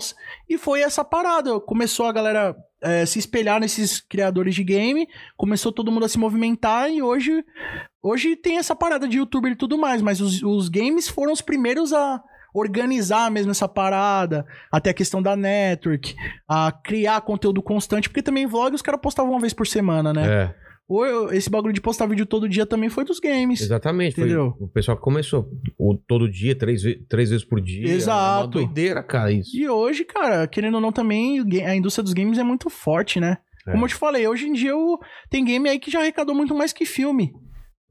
E foi essa parada, começou a galera eh, se espelhar nesses criadores de game, começou todo mundo a se movimentar e hoje hoje tem essa parada de youtuber e tudo mais, mas os, os games foram os primeiros a organizar mesmo essa parada, até a questão da network, a criar conteúdo constante, porque também vlog os caras postavam uma vez por semana, né? É. Ou eu- esse bagulho de postar vídeo todo dia também foi dos games. Exatamente. Foi Entendeu? o pessoal que começou. O, todo dia, três, ve- três vezes por dia. Exato. É Uma doideira, cara, isso. E hoje, cara, querendo ou não, também o ga- a indústria dos games é muito forte, né? É. Como eu te falei, hoje em dia o- tem game aí que já arrecadou muito mais que filme.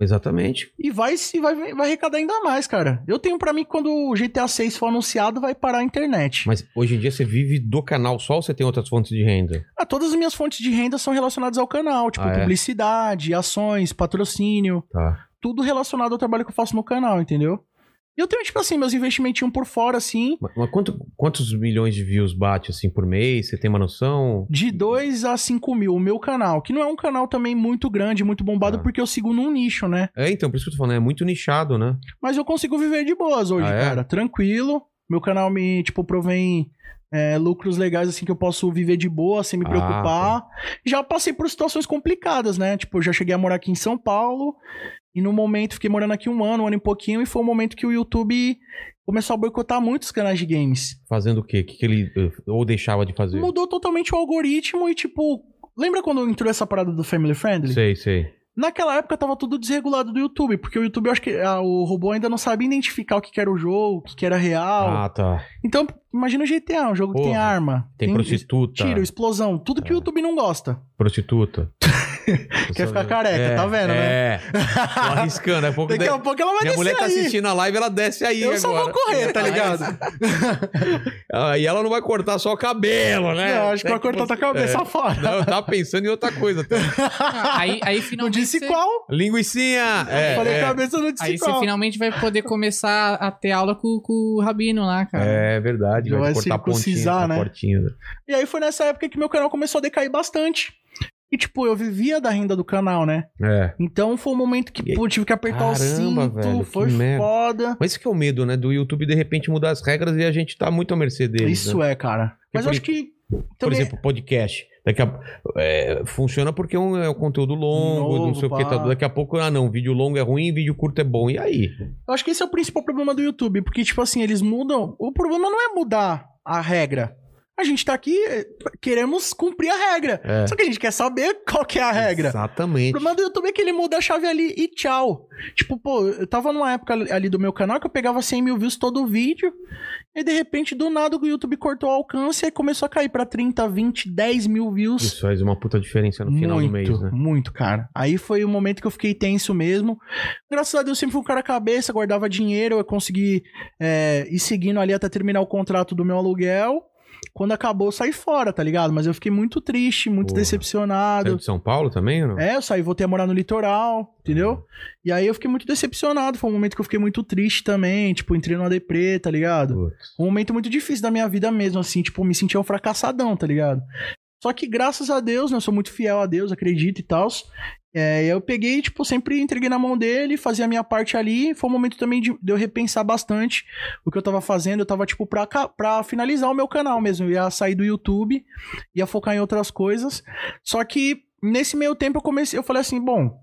Exatamente. E vai se vai, vai arrecadar ainda mais, cara. Eu tenho pra mim que quando o GTA 6 for anunciado, vai parar a internet. Mas hoje em dia você vive do canal só ou você tem outras fontes de renda? Ah, todas as minhas fontes de renda são relacionadas ao canal, tipo Ah, é? publicidade, ações, patrocínio, Tá. tudo relacionado ao trabalho que eu faço no canal, entendeu? E eu tenho, tipo assim, meus investimentinhos por fora, assim, Mas, mas quanto- quantos milhões de views bate assim por mês? Você tem uma noção? De 2 a 5 mil, o meu canal, que não é um canal também muito grande, muito bombado, Ah. porque eu sigo num nicho, né? É, então, por isso que eu tô falando, é muito nichado, né? Mas eu consigo viver de boas hoje, Ah, é? cara, tranquilo. Meu canal me, tipo, provém é, lucros legais, assim, que eu posso viver de boa, sem me Ah, preocupar. Já passei por situações complicadas, né? Tipo, eu já cheguei a morar aqui em São Paulo, e no momento, fiquei morando aqui um ano, um ano e pouquinho, e foi o momento que o YouTube começou a boicotar muitos canais de games. Fazendo o quê? O que, que ele. eh, Ou deixava de fazer? Mudou totalmente o algoritmo e, tipo. Lembra quando entrou essa parada do Family Friendly? Sei, sei. Naquela época tava tudo desregulado do YouTube, porque o YouTube, eu acho que ah, o robô ainda não sabia identificar o que, que era o jogo, o que, que era real. Ah, tá. Então, imagina o GTA, um jogo que tem Porra, arma, Tem, prostituta. É. tiro, explosão, tudo que o YouTube não gosta. Prostituta. Quer ficar careca, tá vendo, né? É. Tô arriscando, é pouco. Daqui a pouco ela vai Minha descer mulher tá aí. assistindo a live, ela desce aí eu agora. só vou correr, tá ligado? Ah, e ela não vai cortar só o cabelo, né? É. Não, acho que vai cortar tua cabeça fora. Não, eu tava pensando em outra coisa. até. Aí, aí Não finalmente. disse você- qual. Linguicinha! É, Falei é. cabeça, não disse Aí você qual. finalmente vai poder começar a ter aula com, com o Rabino lá, cara. É verdade, Já vai vai cortar tá a pontinha, circuncisar, a né? portinha. E aí foi nessa época que meu canal começou a decair bastante. E, tipo, eu vivia da renda do canal, né? É. Então foi um momento que E- pô, tive que apertar o Caramba, cinto, velho, que foi merda. foda. Mas isso que é o medo, né? Do YouTube de repente mudar as regras e a gente tá muito à mercê deles. né? Isso é, cara. Mas por eu acho que. Por também- exemplo, podcast. Daqui a, é, funciona porque é um, é um conteúdo longo, Novo, não sei o que. pá. tá- daqui a pouco, ah, não, vídeo longo é ruim, vídeo curto é bom. E aí? eu acho que esse é o principal problema do YouTube, porque, tipo assim, eles mudam. O problema não é mudar a regra. A gente tá aqui, eh, queremos cumprir a regra. É. Só que a gente quer saber qual que é a regra. O Exatamente. problema do YouTube é que ele muda a chave ali e tchau. Tipo, pô, eu tava numa época ali do meu canal que eu pegava 100 mil views todo o vídeo. E de repente, do nada, o YouTube cortou o alcance e começou a cair pra 30, 20, 10 mil views. Isso faz uma puta diferença no final muito, do mês, né? muito, cara. Aí foi o momento que eu fiquei tenso mesmo. Graças a Deus, sempre fui um cara cabeça, guardava dinheiro, eu consegui é, ir seguindo ali até terminar o contrato do meu aluguel. Quando acabou, eu saí fora, tá ligado? Mas eu fiquei muito triste, muito Porra. Saiu decepcionado. É de São Paulo também ou não? É, eu saí, voltei a morar no litoral, entendeu? Uhum. E aí eu fiquei muito decepcionado. Foi um momento que eu fiquei muito triste também. Tipo, entrei numa deprê, tá ligado? Putz. Um momento muito difícil da minha vida mesmo, assim. Tipo, me sentia um fracassadão, tá ligado? Só que graças a Deus, né? Eu sou muito fiel a Deus, acredito e tal. eu peguei, tipo, sempre entreguei na mão dele, fazia a minha parte ali. Foi um momento também de, de eu repensar bastante o que eu tava fazendo. Eu tava, tipo, pra, ca- pra finalizar o meu canal mesmo. Eu ia sair do YouTube, ia focar em outras coisas. Só que nesse meio tempo eu comecei, eu falei assim, bom,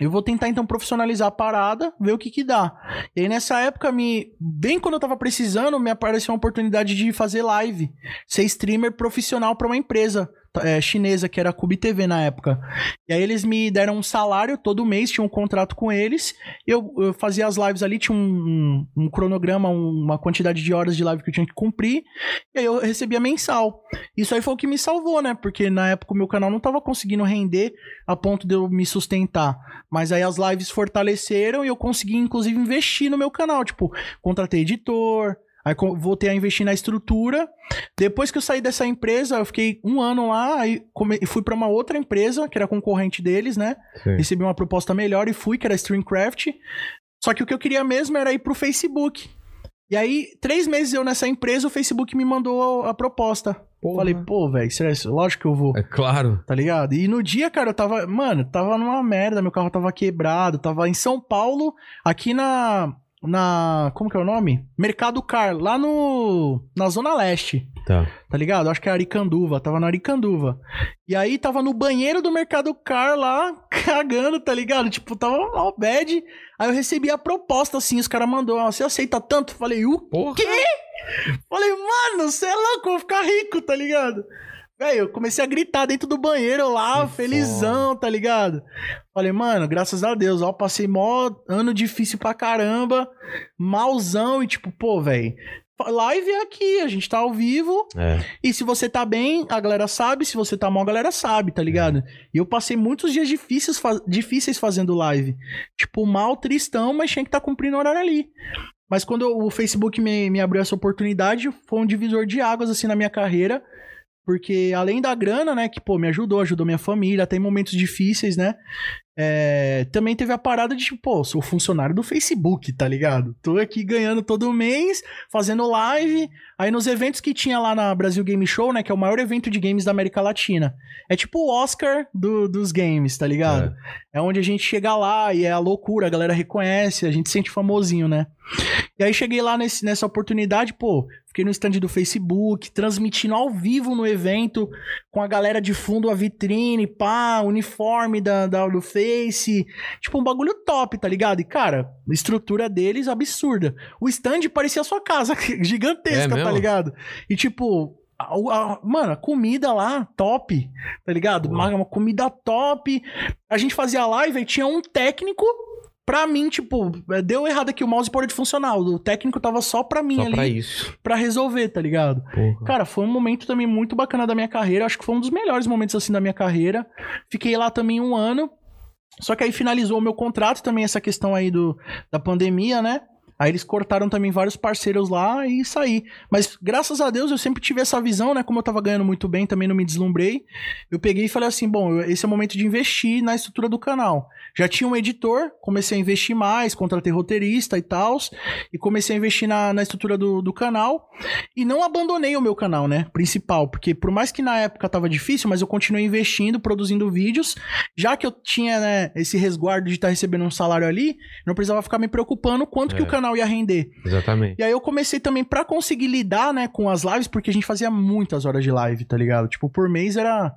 eu vou tentar então profissionalizar a parada, ver o que que dá. E aí nessa época me, bem quando eu tava precisando, me apareceu uma oportunidade de fazer live, ser streamer profissional pra uma empresa. é, chinesa, que era a Cube TV na época. E aí eles me deram um salário todo mês, tinha um contrato com eles. Eu, eu fazia as lives ali, tinha um, um cronograma, um- uma quantidade de horas de live que eu tinha que cumprir. E aí eu recebia mensal. Isso aí foi o que me salvou, né? Porque na época o meu canal não tava conseguindo render a ponto de eu me sustentar. Mas aí as lives fortaleceram e eu consegui, inclusive, investir no meu canal. Tipo, contratei editor. Aí co- voltei a investir na estrutura. Depois que eu saí dessa empresa, eu fiquei um ano lá, aí come- fui pra uma outra empresa, que era concorrente deles, né? Sim. Recebi uma proposta melhor e fui, que era Streamcraft. Só que o que eu queria mesmo era ir pro Facebook. E aí, três meses eu nessa empresa, o Facebook me mandou a proposta. Falei, pô, velho, será isso? Lógico que eu vou É claro. tá ligado? E no dia, cara, eu tava, mano, tava numa merda, meu carro tava quebrado, tava em São Paulo, aqui na na, como que é o nome? Mercado Car, lá no na zona leste, Tá. tá ligado? Acho que é Aricanduva, tava na Aricanduva. E aí tava no banheiro do Mercado Car lá, cagando, tá ligado? Tipo, tava mal bad. Aí eu recebi a proposta assim, os caras mandou, ó, você aceita tanto? Falei, o Porra. Falei, mano, você é louco, eu vou ficar rico, tá ligado? Velho, eu comecei a gritar dentro do banheiro lá, felizão, tá ligado? Falei, mano, graças a Deus, ó, passei mó ano difícil pra caramba, malzão e tipo, pô, velho, live é aqui, a gente tá ao vivo É. e se você tá bem, a galera sabe, se você tá mal, a galera sabe, tá ligado? E eu passei muitos dias difíceis, fa- difíceis fazendo live. Tipo, mal, tristão, mas tinha que estar cumprindo o horário ali. Mas quando eu- o Facebook me, me abriu essa oportunidade, foi um divisor de águas, assim, na minha carreira. Porque além da grana, né, que, pô, me ajudou, ajudou minha família, até em momentos difíceis, né? é, também teve a parada de, tipo, pô, sou funcionário do Facebook, tá ligado? Tô aqui ganhando todo mês, fazendo live. Aí nos eventos que tinha lá na Brasil Game Show, né, que é o maior evento de games da América Latina. É tipo o Oscar do- dos games, tá ligado? É onde a gente chega lá e é a loucura, a galera reconhece, a gente sente famosinho, né? E aí cheguei lá nesse- nessa oportunidade, pô, fiquei no stand do Facebook, transmitindo ao vivo no evento, com a galera de fundo, a vitrine, pá, uniforme da, da- do Face. Tipo, um bagulho top, tá ligado? E, cara, a estrutura deles absurda. O stand parecia a sua casa, É gigantesca, mesmo? tá ligado? E tipo. a- a- mano, a comida lá, top, tá ligado? Uma, uma comida top. A gente fazia live e tinha um técnico pra mim, tipo, eh, deu errado aqui, o mouse parou de funcionar. O técnico tava só pra mim Só ali, pra pra, isso. resolver, tá ligado? Porra. Cara, foi um momento também muito bacana da minha carreira. Acho que foi um dos melhores momentos, assim, da minha carreira. Fiquei lá também um ano. Só que aí finalizou o meu contrato também, essa questão aí do, da pandemia, né? Aí eles cortaram também vários parceiros lá e saí. Mas graças a Deus eu sempre tive essa visão, né? Como eu tava ganhando muito bem, também não me deslumbrei. Eu peguei e falei assim: bom, eu- esse é o momento de investir na estrutura do canal. Já tinha um editor, comecei a investir mais, contratei roteirista e tal. E comecei a investir na, na estrutura do, do canal. E não abandonei o meu canal, né? Principal. Porque por mais que na época tava difícil, mas eu continuei investindo, produzindo vídeos. Já que eu tinha, né, esse resguardo de estar recebendo um salário ali, não precisava ficar me preocupando quanto que É. o canal ia render. Exatamente. E aí eu comecei também pra conseguir lidar, né, com as lives, porque a gente fazia muitas horas de live, tá ligado? Tipo, por mês era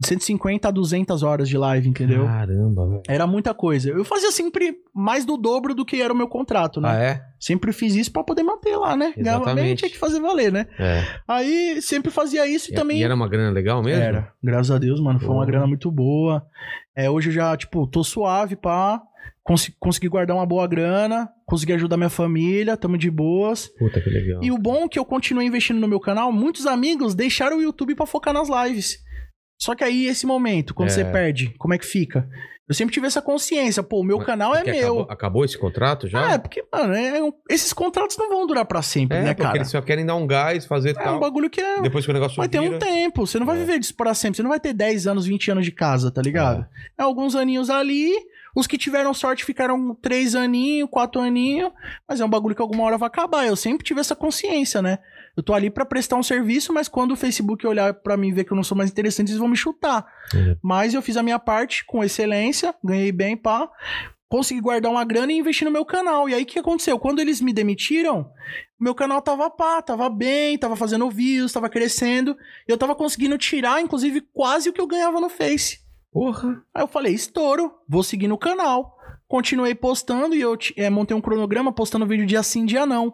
de 150 a 200 horas de live, entendeu? É. Caramba, velho. Era muita coisa. Eu fazia sempre mais do dobro do que era o meu contrato, né? Ah, é? Sempre fiz isso pra poder manter lá, né? Ganhava bem, Exatamente. tinha que fazer valer, né? É. Aí sempre fazia isso e, E, também e era uma grana legal mesmo? era. Graças a Deus, mano. Foi uma Boa. grana muito boa. É, hoje eu já, tipo, tô suave, pá. Consi- consegui guardar uma boa grana. Consegui ajudar minha família. Tamo de boas. Puta que legal. E o bom é que eu continuei investindo no meu canal, muitos amigos deixaram o YouTube pra focar nas lives. Só que aí, esse momento, quando É. você perde, como é que fica? Eu sempre tive essa consciência, pô, o meu Mas canal é Porque meu. Acabou, acabou esse contrato já? Ah, É, porque, mano, é um- esses contratos não vão durar pra sempre, É, né, porque cara? eles só querem dar um gás, fazer É um tal. bagulho que é. Depois que o negócio Vai ter um vira- tempo, você não vai É. viver disso pra sempre, você não vai ter 10 anos, 20 anos de casa, tá ligado? É alguns aninhos ali, os que tiveram sorte ficaram 3 aninhos, 4 aninhos, mas é um bagulho que alguma hora vai acabar. Eu sempre tive essa consciência, né? Eu tô ali pra prestar um serviço, mas quando o Facebook olhar pra mim e ver que eu não sou mais interessante, eles vão me chutar. É. Mas eu fiz a minha parte com excelência, ganhei bem, pá. Consegui guardar uma grana e investir no meu canal. E aí o que aconteceu? Quando eles me demitiram, meu canal tava pá, tava bem, tava fazendo views, tava crescendo. E eu tava conseguindo tirar, inclusive, quase o que eu ganhava no Face. Porra. Aí eu falei, estouro, vou seguir no canal. continuei postando e eu ti- eh, montei um cronograma postando vídeo dia sim, dia não.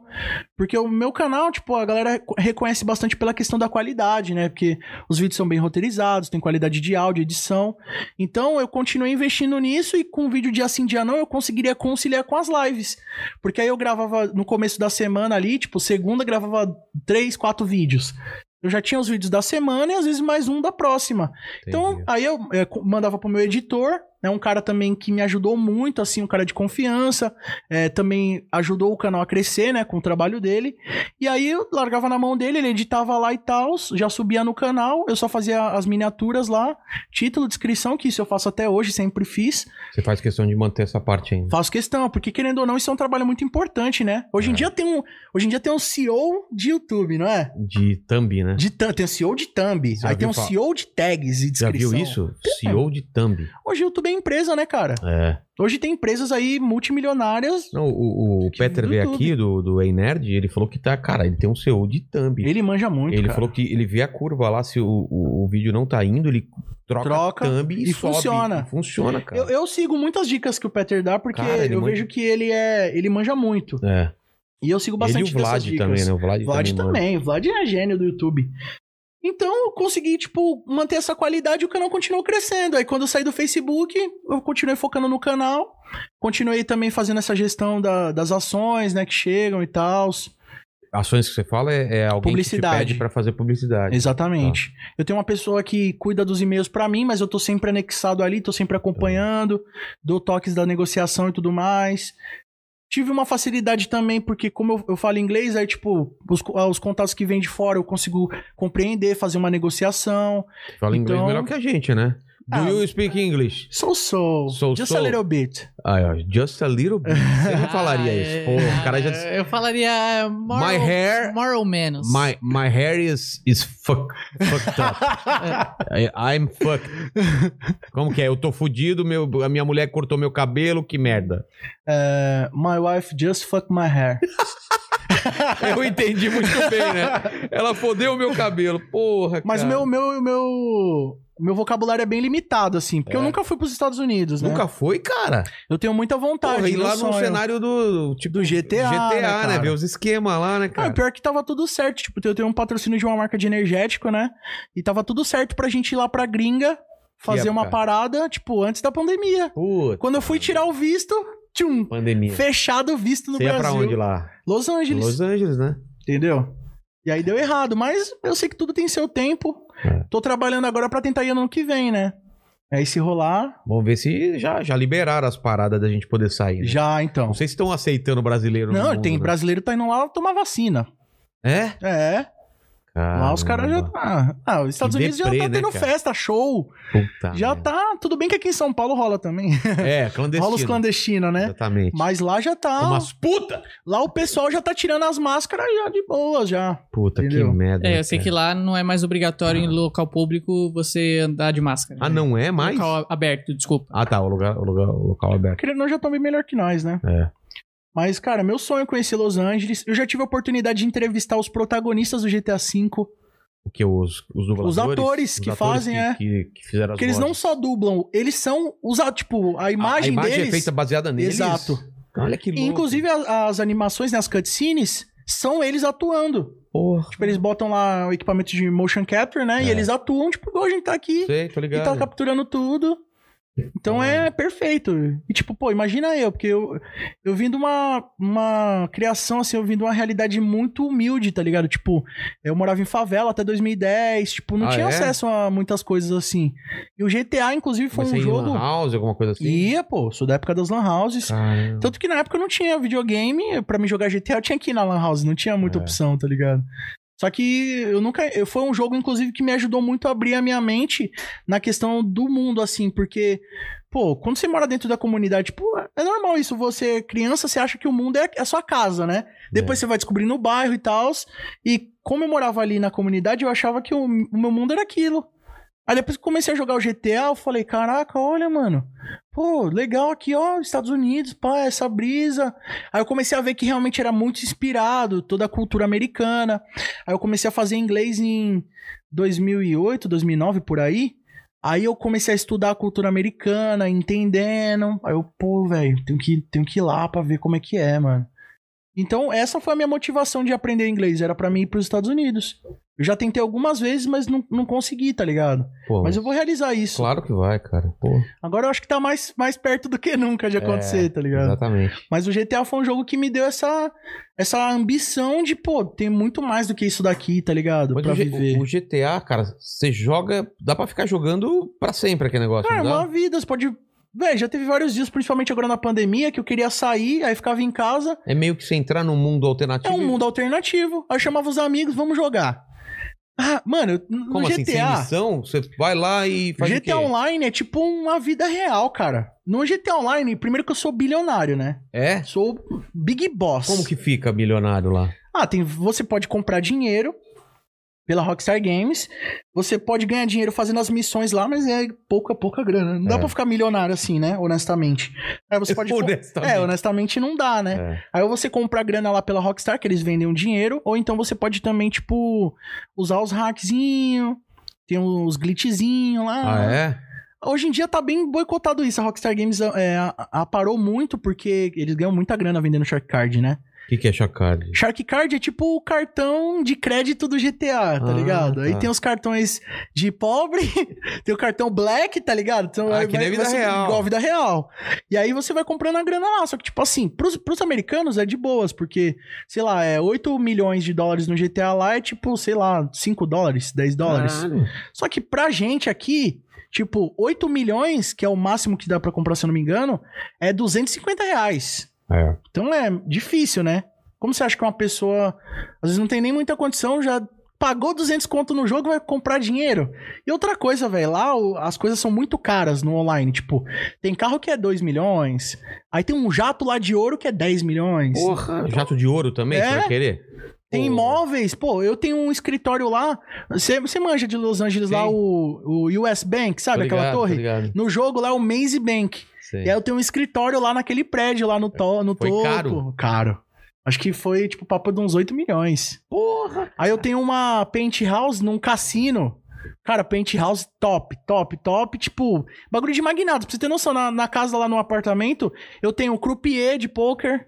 Porque o meu canal, tipo, a galera reco- reconhece bastante pela questão da qualidade, né? Porque os vídeos são bem roteirizados, tem qualidade de áudio, edição. Então eu continuei investindo nisso e com vídeo dia sim, dia não, eu conseguiria conciliar com as lives. Porque aí eu gravava no começo da semana ali, tipo, segunda gravava três, quatro vídeos. Eu já tinha os vídeos da semana e às vezes mais um da próxima. Então, Entendi. aí eu é, co- mandava pro meu editor, né? Um cara também que me ajudou muito, assim, um cara de confiança, é, também ajudou o canal a crescer, né? Com o trabalho dele. E aí eu largava na mão dele, ele editava lá e tal, já subia no canal, eu só fazia as miniaturas lá, título, descrição, que isso eu faço até hoje, sempre fiz. Você faz questão de manter essa parte né? ainda. Faço questão, porque querendo ou não, isso é um trabalho muito importante, né? Hoje em dia tem um, hoje em dia tem um CEO de YouTube, não é? De thumb, né? De thumb, tem um CEO de thumb, Já aí tem viu um falar? CEO de tags e Já descrição. viu isso? CEO de thumb. Hoje o YouTube é empresa, né, cara? É. Hoje tem empresas aí multimilionárias. Não, o, o Aqui Peter é do veio YouTube. aqui, do, do Ei Nerd, ele falou que tá, cara, ele tem um CEO de thumb. Ele manja muito, ele cara. falou que ele vê a curva lá, se o, o, o vídeo não tá indo, ele troca, Troca thumb e, e sobe. funciona. E Funciona, cara. eu, eu sigo muitas dicas que o Peter dá, porque Cara, ele eu manja- vejo que ele é. Ele manja muito. É. E eu sigo Ele e bastante o Vlad dessas dicas. também, né? O Vlad, Vlad também. manda. também. Vlad é gênio do YouTube. Então, eu consegui, tipo, manter essa qualidade e o canal continuou crescendo. Aí, quando eu saí do Facebook, eu continuei focando no canal. Continuei também fazendo essa gestão da- das ações, né, que chegam e tal. Ações que você fala é, é alguém que te Publicidade. pede pra fazer publicidade. Exatamente. Eu tenho uma pessoa que cuida dos e-mails pra mim, mas eu tô sempre anexado ali, tô sempre acompanhando, dou toques da negociação e tudo mais. Tive uma facilidade também, porque como eu, eu falo inglês, aí, tipo, os, co- ah, os contatos que vêm de fora eu consigo compreender, fazer uma negociação. Fala inglês Então- melhor que a gente, né? Do Ah, you speak English? So so. So, just so. a little bit. Ah, ó, just a little bit. Você não falaria Ah, isso. Pô, o cara é. já disse. Ah, é. Eu falaria é, moral, My hair- moral menos. My, my hair is, is fuck, fucked up. I- I'm fucked. Como que é? Eu tô fudido, meu, a minha mulher cortou meu cabelo, que merda. É, my wife just fuck my hair. Eu entendi muito bem, né? Ela fodeu o meu cabelo. Porra, Mas o cara. meu, meu, meu, meu vocabulário é bem limitado, assim, porque É. eu nunca fui pros Estados Unidos, né? Nunca foi, cara. Eu tenho muita vontade. Porra, e meu lá no Tá, sonho. cenário do tipo Do GTA, né, GTA, né? cara? Ver os esquemas lá, né, Ah, cara? pior que tava tudo certo. Tipo, eu tenho um patrocínio de uma marca de energético, né? E tava tudo certo pra gente ir lá pra gringa fazer época? uma parada, tipo, antes da pandemia. Puta, Quando eu fui tirar o visto, tchum, pandemia. fechado o visto no Você ia Brasil. pra onde lá? Los Angeles, Los Angeles, né? entendeu? E aí deu errado, mas eu sei que tudo tem seu tempo. É. Tô trabalhando agora pra tentar ir ano que vem, né? Aí se rolar, Vamos ver se já, já liberaram as paradas da gente poder sair. né? já então. Não sei se estão aceitando brasileiro. no Não, mundo, tem né? brasileiro tá indo lá tomar vacina. É? É, lá os caras já. Ah, ah, os Estados Que Unidos já deprê, tá né, tendo cara? festa, show. Puta Já merda. tá. Tudo bem que aqui em São Paulo rola também. É, clandestino. Rola os clandestinos, né? Exatamente. Mas lá já tá. Umas puta! Lá o pessoal já tá tirando as máscaras já de boa, já. Puta, Entendeu? que merda. né, É, eu sei cara. que lá não é mais obrigatório em local público você andar de máscara. né? Ah, não é mais? Local aberto, desculpa. Ah, tá. O lugar, o lugar, o local é aberto. Querendo ou não, já estão bem melhor que nós, né? É. Mas, cara, meu sonho é conhecer Los Angeles. Eu já tive a oportunidade de entrevistar os protagonistas do GTA V. O que? Os, os dubladores? Os atores que fazem, que, é. Que, que fizeram as Porque eles não vozes. só dublam, eles são. Os, a- tipo, a A- imagem, a imagem deles. é feita baseada neles? Exato. Olha que louco. Inclusive, a- as animações, né, as cutscenes, são eles atuando. Porra. Tipo, eles botam lá o equipamento de motion capture, né? É. E eles atuam, tipo, igual a gente tá aqui Sei, tô e ligado. tá capturando tudo. Então é perfeito. E tipo, pô, imagina eu, porque eu, eu vim de uma, uma criação, assim, eu vim de uma realidade muito humilde, tá ligado? Tipo, eu morava em favela até 2010, tipo, não Ah, tinha é? acesso a muitas coisas assim. E o GTA, inclusive, foi Mas um você ia em lan jogo. House, alguma coisa assim? Ia, pô, sou da época das Lan Houses. Caramba. Tanto que na época eu não tinha videogame, pra me jogar GTA eu tinha que ir na Lan House, não tinha muita É. opção, tá ligado? Só que eu nunca. eu- Foi um jogo, inclusive, que me ajudou muito a abrir a minha mente na questão do mundo, assim, porque, pô, quando você mora dentro da comunidade, tipo, é normal isso. Você, criança, você acha que o mundo é, é sua casa, né? É. Depois você vai descobrindo o bairro e tal. E como eu morava ali na comunidade, eu achava que o, o meu mundo era aquilo. Aí depois que comecei a jogar o GTA, eu falei, caraca, olha, mano. Pô, legal aqui, ó, Estados Unidos, pá, essa brisa. Aí eu comecei a ver que realmente era muito inspirado, toda a cultura americana. Aí eu comecei a fazer inglês em 2008, 2009, por aí. Aí eu comecei a estudar a cultura americana, entendendo. Aí eu, pô, velho, tenho que, tenho que ir lá pra ver como é que é, mano. Então, essa foi a minha motivação de aprender inglês. Era pra mim ir pros Estados Unidos. Eu já tentei algumas vezes, mas não, não consegui, tá ligado? Pô, Mas eu vou realizar isso. Claro que vai, cara. Pô, Agora eu acho que tá mais, mais perto do que nunca É, de acontecer, tá ligado? exatamente. Mas o GTA foi um jogo que me deu essa, essa ambição de, pô, tem muito mais do que isso daqui, tá ligado? Mas pra o, G- viver. o GTA, cara, você joga. Dá pra ficar jogando pra sempre aquele negócio, Cara, é não dá? uma vida, você pode. Véi, já teve vários dias, principalmente agora na pandemia, que eu queria sair, aí ficava em casa. É meio que você entrar num mundo É alternativo. um mundo alternativo. Aí eu chamava os amigos, vamos jogar. Ah, mano, eu- no Como assim? Sem GTA. missão? Você vai lá e faz o quê? GTA Online é tipo uma vida real, cara. No GTA Online, primeiro que eu sou bilionário, né? É? Sou Big Boss. Como que fica milionário lá? Ah, tem, você pode comprar dinheiro pela Rockstar Games. Você pode ganhar dinheiro fazendo as missões lá, mas é pouca, pouca grana. Não É. dá pra ficar milionário assim, né? Honestamente. Aí você pode. com- É, Honestamente. honestamente não dá, né? É. Aí ou você compra grana lá pela Rockstar, que eles vendem um dinheiro, ou então você pode também, tipo, usar os hackzinhos, tem os glitchzinhos lá. Ah, é? Hoje em dia tá bem boicotado isso. A Rockstar Games é, a- a- parou muito porque eles ganham muita grana vendendo Shark Card, né? O que, que é chacalho? Shark Card é tipo o cartão de crédito do GTA, tá Ah, ligado? Aí tá. tem os cartões de pobre, tem o cartão black, tá ligado? Então Ah, aí que nem a vida ser real. Igual a vida real. E aí você vai comprando a grana lá. Só que, tipo assim, pros, pros americanos é de boas, porque, sei lá, é 8 milhões de dólares no GTA lá é tipo, sei lá, 5 dólares, 10 dólares. Caralho. Só que pra gente aqui, tipo, 8 milhões, que é o máximo que dá pra comprar, se eu não me engano, é 250 reais. É. Então é difícil, né? Como você acha que uma pessoa, às vezes não tem nem muita condição, já pagou 200 conto no jogo, vai comprar dinheiro? E outra coisa, velho, lá o- as coisas são muito caras no online. Tipo, tem carro que é 2 milhões, aí tem um jato lá de ouro que é 10 milhões. Porra, jato de ouro também, É? você vai querer? Tem Pô, imóveis, pô, eu tenho um escritório lá. Você você manja de Los Angeles lá Sim. o, o US Bank, tô sabe aquela Tá ligado, tô torre? ligado. No jogo lá é o Maze Bank. Sei. E aí eu tenho um escritório lá naquele prédio, lá no, to no Foi topo. caro? Caro. Acho que foi, tipo, papo de uns 8 milhões. Porra! Aí eu tenho uma penthouse num cassino. Cara, penthouse top, top, top. Tipo, bagulho de magnata. Pra você ter noção, na, na casa lá no apartamento, eu tenho um croupier de poker.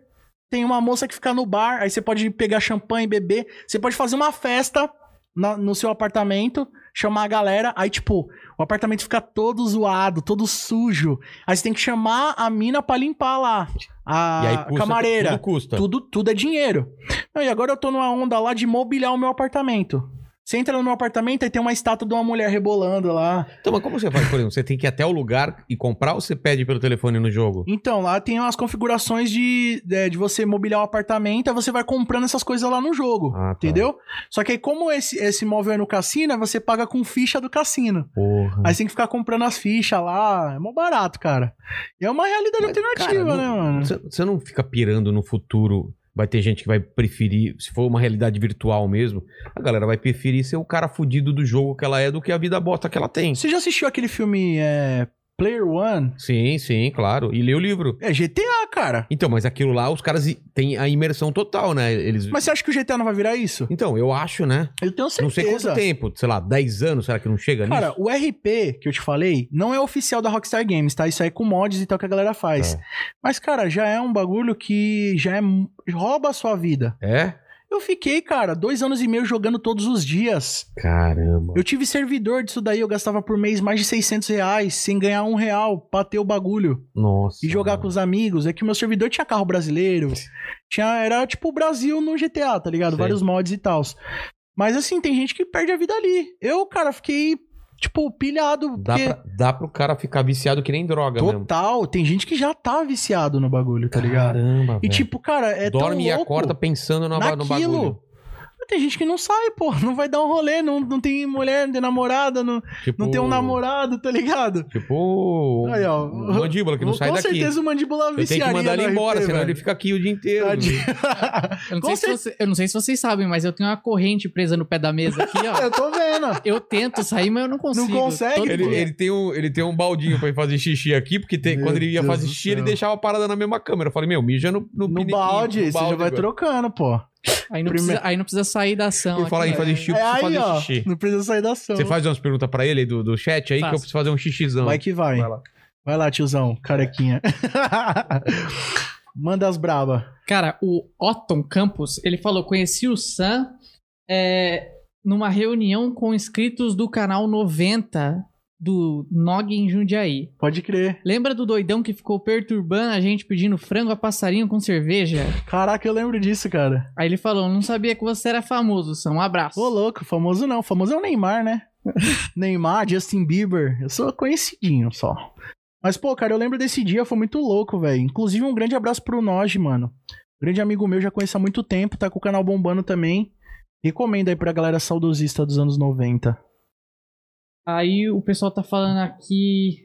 Tem uma moça que fica no bar. Aí você pode pegar champanhe, beber. Você pode fazer uma festa na- no seu apartamento, chamar a galera. Aí, tipo, o apartamento fica todo zoado, todo sujo. Aí você tem que chamar a mina pra limpar lá. A e aí custa, camareira. Tudo custa. Tudo, tudo é dinheiro. Não, e agora eu tô numa onda lá de mobiliar o meu apartamento. Você entra no meu apartamento e tem uma estátua de uma mulher rebolando lá. Então, mas como você faz, por exemplo? Você tem que ir até o lugar e comprar ou você pede pelo telefone no jogo? Então, lá tem umas configurações de, é, de você mobiliar o apartamento, aí você vai comprando essas coisas lá no jogo. Ah, tá. Entendeu? Só que aí, como esse, esse imóvel é no cassino, você paga com ficha do cassino. tá. Porra. Aí você tem que ficar comprando as fichas lá. É mó barato, cara. E é uma realidade alternativa, Cara, né, não- mano? Você você não fica pirando no futuro. Vai ter gente que vai preferir, se for uma realidade virtual mesmo, a galera vai preferir ser o cara fudido do jogo que ela é do que a vida bosta que ela tem. Você já assistiu aquele filme é, Player One? Sim, sim, claro. E lê o livro. É GTA, cara. Então, mas aquilo lá, os caras i- têm a imersão total, né? Eles. Mas você acha que o GTA não vai virar isso? Então, eu acho, né? Eu tenho Não certeza. sei quanto tempo, sei lá, 10 anos, será que não chega Cara, nisso? o RP que eu te falei não é oficial da Rockstar Games, tá? Isso aí é com mods e tal que a galera faz. É. Mas, cara, já é um bagulho que já é, mu- rouba a sua vida. É? Eu fiquei, cara, dois anos e meio jogando todos os dias. Caramba. Eu tive servidor disso daí, eu gastava por mês mais de 600 reais, sem ganhar um real, pra ter o bagulho. Nossa. E jogar mano. com os amigos. É que o meu servidor tinha carro brasileiro. Tinha, era tipo o Brasil no GTA, tá ligado? Sei. Vários mods e tal. Mas assim, tem gente que perde a vida ali. Eu, cara, fiquei, tipo, pilhado. Dá, porque- pra, dá pro cara ficar viciado que nem droga mesmo. Total. Tem gente que já tá viciado no bagulho, tá ligado? Caramba, E velho. tipo, cara, é Dorme tão e louco. acorda pensando no, no naquilo. bagulho. Tem gente que não sai, pô. Não vai dar um rolê, não, não tem mulher, não tem namorada, não, Tipo, não tem um namorado, tá ligado? Tipo. Aí, ó. o Mandíbula que não Com sai daqui. certeza o mandíbula Eu tenho viciaria que mandar ele no embora, RP, senão velho. Tá ele fica aqui o dia inteiro. Tadinho. Eu não, Com sei se você- eu não sei se vocês sabem, mas eu tenho uma corrente presa no pé da mesa aqui, ó. Eu tô vendo. Eu tento sair, mas eu não consigo. consegue? Todo Ele, dia. ele tem um, ele tem um baldinho pra ir fazer xixi aqui, porque tem- Meu quando ele ia Deus fazer do xixi, ele céu. deixava a parada na mesma câmera. Eu falei, meu, mija no, no, No piniquinho, balde, no você já vai velho. trocando, pô. Aí não, Primeiro- precisa, aí não precisa sair da ação. Por falar aqui, em ó. fazer xixi, eu É preciso aí, fazer ó. xixi. Não precisa sair da ação. Você faz umas perguntas pra ele aí do, do chat aí que eu Faço. preciso fazer um xixizão. Vai que vai. Vai Vai lá. lá, tiozão, carequinha. Manda as braba. Cara, o Otton Campos, ele falou, conheci o Sam é, numa reunião com inscritos do canal 90 do Nog em Jundiaí. Pode crer. Lembra do doidão que ficou perturbando a gente pedindo frango a passarinho com cerveja? Caraca, eu lembro disso, cara. Aí ele falou, não sabia que você era famoso, Sam. Um abraço. Ô, louco, famoso não. Famoso é o Neymar, né? Neymar, Justin Bieber. Eu sou conhecidinho só. Mas, pô, cara, eu lembro desse dia, foi muito louco, velho. Inclusive, um grande abraço pro Noj, mano. Um Grande amigo meu, já conheço há muito tempo, tá com o canal bombando também. Recomendo aí pra galera saudosista dos anos 90. Aí o pessoal tá falando aqui...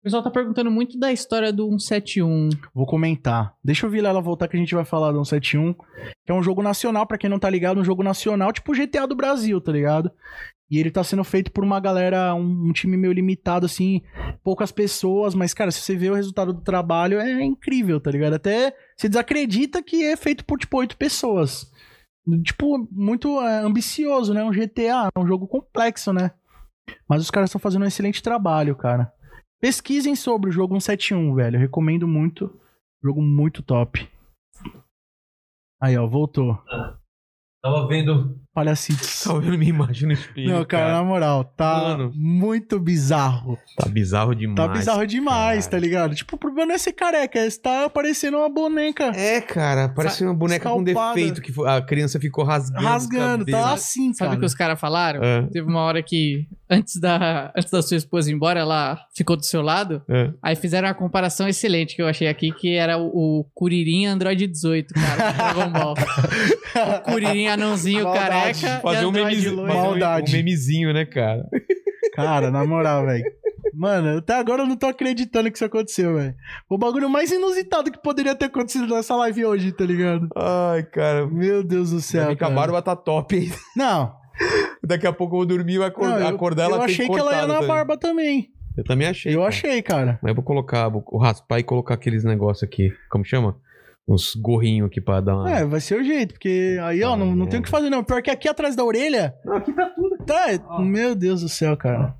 O pessoal tá perguntando muito da história do 171. Vou comentar. Deixa eu vir ela voltar que a gente vai falar do 171, que é um jogo nacional, pra quem não tá ligado, um jogo nacional, tipo o GTA do Brasil, tá ligado? E ele tá sendo feito por uma galera, um, um time meio limitado, assim, poucas pessoas, mas, cara, se você vê o resultado do trabalho, é incrível, tá ligado? Até você desacredita que é feito por, tipo, oito pessoas. Tipo, muito é, ambicioso, né? Um GTA, é um jogo complexo, né? Mas os caras estão fazendo um excelente trabalho, cara. Pesquisem sobre o jogo 171, velho. Eu recomendo muito. Jogo muito top. Aí, ó, voltou. Tava vendo. Palhacitos. Tava vendo minha imagem no espelho. Não, cara, na moral, tá Tá Mano. muito bizarro. Tá bizarro demais. Tá bizarro demais, cara. tá ligado? Tipo, o problema não é ser careca, é estar parecendo uma boneca É, cara, parece uma boneca com escalpada. defeito que foi- a criança ficou rasgando. rasgando. os Tá cabelos. assim, Sabe o que cara. os caras falaram? É, Teve uma hora que, antes da, antes da sua esposa ir embora, ela ficou do seu lado. é. Aí fizeram uma comparação excelente que eu achei aqui, que era o, o Curirinha Android 18, cara, do Dragon Ball. um O Curirinha anãozinho Maldade. careca. Fazer e um, Android memezinho, loiro. fazer um- Maldade. um memezinho, né, cara? Cara, na moral, velho. Mano, até agora eu não tô acreditando que isso aconteceu, velho. O bagulho mais inusitado que poderia ter acontecido nessa live hoje, tá ligado? Ai, cara. Meu Deus do Já céu. me cara. acabaram, mas tá top ainda. Não, Daqui a pouco eu vou dormir, vai acordar, não, eu, acordar eu ela tem achei que ela ia cortado na também. barba também. Eu também achei. Eu cara. achei, cara. Mas eu vou colocar, vou raspar e colocar aqueles negócios aqui. Como chama? Uns gorrinhos aqui pra dar uma. É, vai ser o jeito, porque aí, ó, Ah, não, não tem merda. o que fazer, não. Pior que aqui atrás da orelha. Não, aqui tá tudo. Ah. Tá, meu Deus do céu, cara.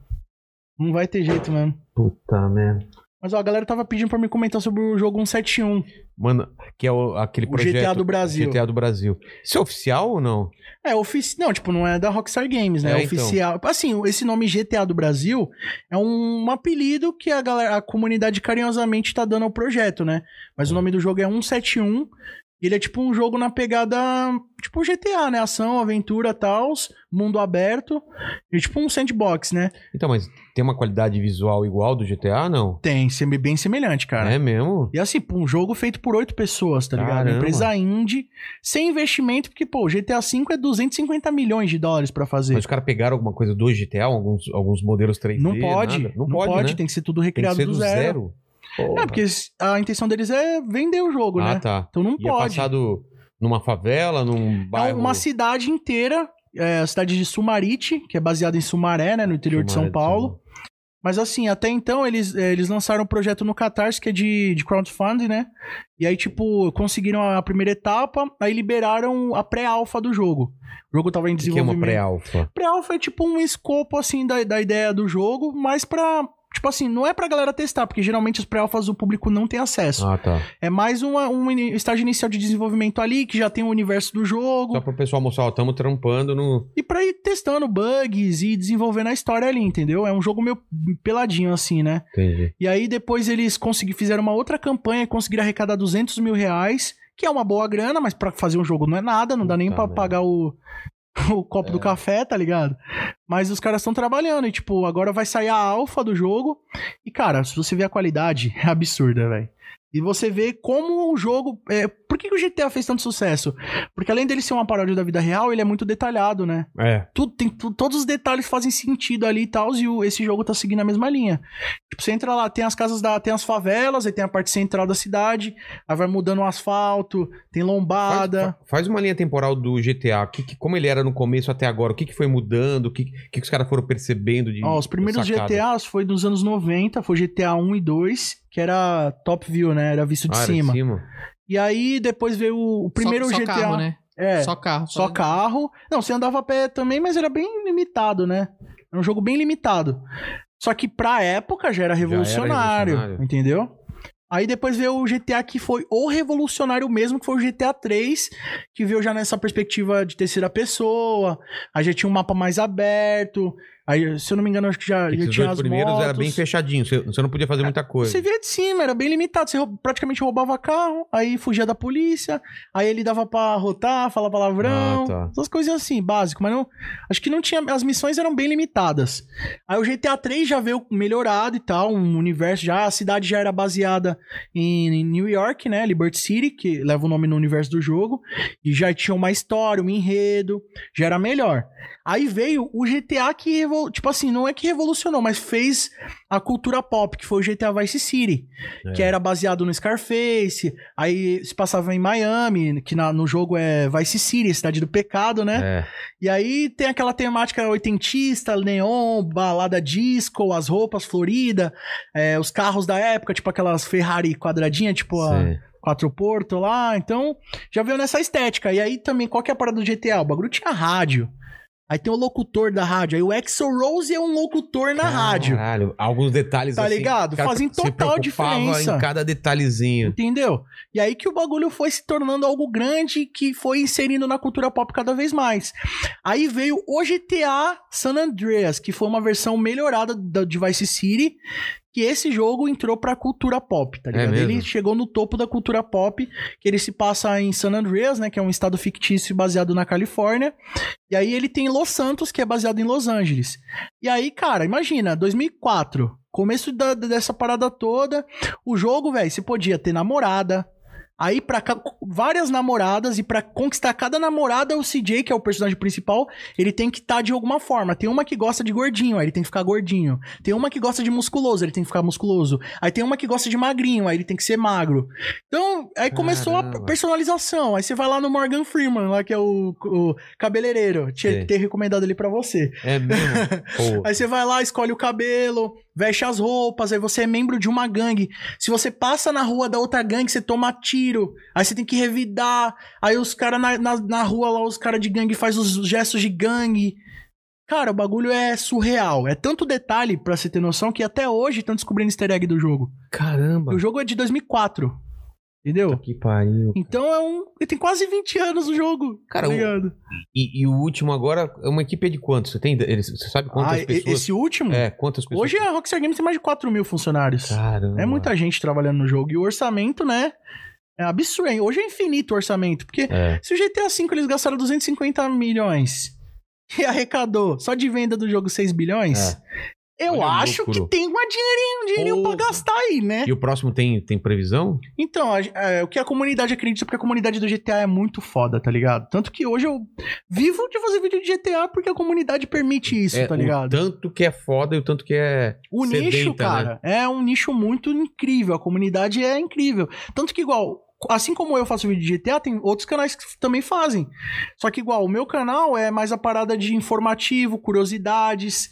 Não vai ter jeito mesmo. Puta merda. Mas, ó, a galera tava pedindo pra me comentar sobre o jogo 171, Mano, que é o- aquele o projeto. GTA do Brasil. GTA do Brasil. Isso é oficial ou não? É, ofici... Não, tipo, não é da Rockstar Games, né? É, É, então. oficial. Assim, esse nome GTA do Brasil é um apelido que a galera, a comunidade carinhosamente tá dando ao projeto, né? Mas o nome do jogo é 171. Ele é tipo um jogo na pegada, tipo GTA, né? Ação, aventura, tals, mundo aberto. E tipo um sandbox, né? Então, mas tem uma qualidade visual igual do GTA, não? Tem, semi- bem semelhante, cara. É mesmo? E assim, pô, um jogo feito por oito pessoas, tá ligado? Caramba. Empresa indie, sem investimento, porque, pô, GTA V é 250 milhões de dólares pra fazer. Mas os caras pegaram alguma coisa do GTA, alguns, alguns modelos 3D? Não pode. nada? Não, pode, pode, né? tem que ser tudo Tem que recriado ser do zero. Porra. É, porque a intenção deles é vender o jogo, Ah, né? tá. Então não Ia pode. passado numa favela, num É bairro... uma cidade inteira, é, a cidade de Sumarite, que é baseada em Sumaré, né, no interior de São Paulo. né? Mas assim, até então eles, eh, eles lançaram um projeto no Catarse, que é de, de crowdfunding, né? E aí, tipo, conseguiram a primeira etapa, aí liberaram a pré-alfa do jogo. O jogo tava em O que é uma desenvolvimento. pré-alfa? pré-alfa é tipo um escopo, assim, da, da ideia do jogo, mas pra. Tipo assim, não é pra galera testar, porque geralmente os pré-alfas o público não tem acesso. Ah, tá. É mais uma, um ini- estágio inicial de desenvolvimento ali, que já tem o universo do jogo. Só pro pessoal mostrar, ó, tamo trampando no... E pra ir testando bugs e desenvolvendo a história ali, entendeu? É um jogo meio peladinho, assim, né? Entendi. E aí depois eles consegui, fizeram uma outra campanha e conseguiram arrecadar 200 mil reais, que é uma boa grana, mas pra fazer um jogo não é nada, não dá nem Puta pra merda. É. pagar o, o copo do café, tá ligado? Mas os caras estão trabalhando e, tipo, agora vai sair a alfa do jogo. E, cara, se você vê a qualidade, é absurda, velho. E você vê como o jogo. é, por que, que o GTA fez tanto sucesso? Porque além dele ser uma paródia da vida real, ele é muito detalhado, né? É. tudo tem tu- todos os detalhes fazem sentido ali e tal, e o- esse jogo tá seguindo a mesma linha. Tipo, você entra lá, tem as casas da, tem as favelas, aí tem a parte central da cidade, aí vai mudando o asfalto, tem Faz, lombada. fa- faz uma linha temporal do GTA. que- que- como ele era no começo até agora? O que, que foi mudando? O que, que, que os caras foram percebendo de. Ó, os primeiros sacada? GTAs foi dos anos 90, foi GTA 1 e 2, que era top view, né? Era visto de Ah, era cima. de cima. E aí depois veio o, o primeiro só, só GTA. Carro, né? É, Só carro. só tá? carro. Não, você andava a pé também, mas era bem limitado, né? Era um jogo bem limitado. Só que pra época já era revolucionário, revolucionário. entendeu? Aí depois veio o GTA que foi o revolucionário mesmo, que foi o GTA 3, que veio já nessa perspectiva de terceira pessoa. Aí já tinha um mapa mais aberto. Aí, se eu não me engano, acho que já, Porque já Esses tinha dois as primeiros motos. É, era bem fechadinho, você, você não podia fazer muita coisa. Você via de cima, era bem limitado. Você rou- praticamente roubava carro, aí fugia da polícia, aí ele dava pra rotar, falar palavrão. Ah, tá. Essas coisinhas assim, básico, mas não. Acho que não tinha. As missões eram bem limitadas. Aí o GTA 3 já veio melhorado e tal, um universo já. A cidade já era baseada em, em New York, né? Liberty City, que leva o nome no universo do jogo. E já tinha uma história, um enredo. Já era melhor. Aí veio o GTA que, revol- tipo assim, não é que revolucionou, mas fez a cultura pop, que foi o GTA Vice City, É. que era baseado no Scarface, aí se passava em Miami, que na- no jogo é Vice City, Cidade do Pecado, né? É. E aí tem aquela temática oitentista, neon, balada disco, as roupas floridas, os carros da época, tipo aquelas Ferrari quadradinha, tipo a Sim. quatro porto lá, então já veio nessa estética. E aí também, qual que é a parada do GTA? O bagulho tinha rádio. Aí tem o locutor da rádio. Aí o Exo Rose é um locutor na rádio. Caralho, alguns detalhes Tá assim, ligado? o cara Fazem se total preocupava diferença. em cada detalhezinho. Entendeu? E aí que o bagulho foi se tornando algo grande que foi inserindo na cultura pop cada vez mais. Aí veio o GTA San Andreas, que foi uma versão melhorada da de Vice City, que esse jogo entrou pra cultura pop, tá É ligado? mesmo? ele chegou no topo da cultura pop, que ele se passa em San Andreas, né, que é um estado fictício baseado na Califórnia. E aí ele tem Los Santos, que é baseado em Los Angeles. E aí, cara, imagina, 2004, começo da- dessa parada toda, o jogo, velho, você podia ter namorada, aí pra ca- várias namoradas, e pra conquistar cada namorada, o CJ, que é o personagem principal, ele tem que estar de alguma forma. Tem uma que gosta de gordinho, aí ele tem que ficar gordinho. Tem uma que gosta de musculoso, ele tem que ficar musculoso. Aí tem uma que gosta de magrinho, aí ele tem que ser magro. Então, aí começou a Caramba. personalização. Aí você vai lá no Morgan Freeman, lá que é o, o cabeleireiro. Tinha Sim. que ter recomendado ele pra você. É mesmo? Pô, Aí você vai lá, escolhe o cabelo, veste as roupas, aí você é membro de uma gangue. Se você passa na rua da outra gangue, você toma tiro. Aí você tem que revidar. Aí os caras na, na, na rua lá, os caras de gangue faz os gestos de gangue. Cara, o bagulho é surreal. É tanto detalhe, pra você ter noção, que até hoje estão descobrindo easter egg do jogo. caramba. O jogo é de 2004. Entendeu? Que pariu. Então é um. Ele tem quase 20 anos o jogo. Cara, tá o- ligado? E, e o último agora é uma equipe de quantos? Você tem? Eles, você sabe quantas Ah, e- pessoas? esse último. É, quantas pessoas? Hoje a Rockstar Games tem mais de 4 mil funcionários. Caramba. É muita gente trabalhando no jogo. E o orçamento, né? É absurdo. hein? Hoje é infinito o orçamento. Porque É. se o GTA V eles gastaram 250 milhões e arrecadou só de venda do jogo 6 bilhões, eu É. Olha o acho lucro. que tem uma dinheirinho, um dinheirinho pra Porra. gastar aí, né? E o próximo tem, tem previsão? Então, a- é, o que a comunidade acredita, porque a comunidade do GTA é muito foda, tá ligado? Tanto que hoje eu vivo de fazer vídeo de GTA porque a comunidade permite isso, É, tá o ligado? tanto que é foda e o tanto que é. O sedenta, nicho, né? cara, é um nicho muito incrível. A comunidade é incrível. Tanto que, igual, assim como eu faço vídeo de GTA, tem outros canais que também fazem. Só que, igual, o meu canal é mais a parada de informativo, curiosidades.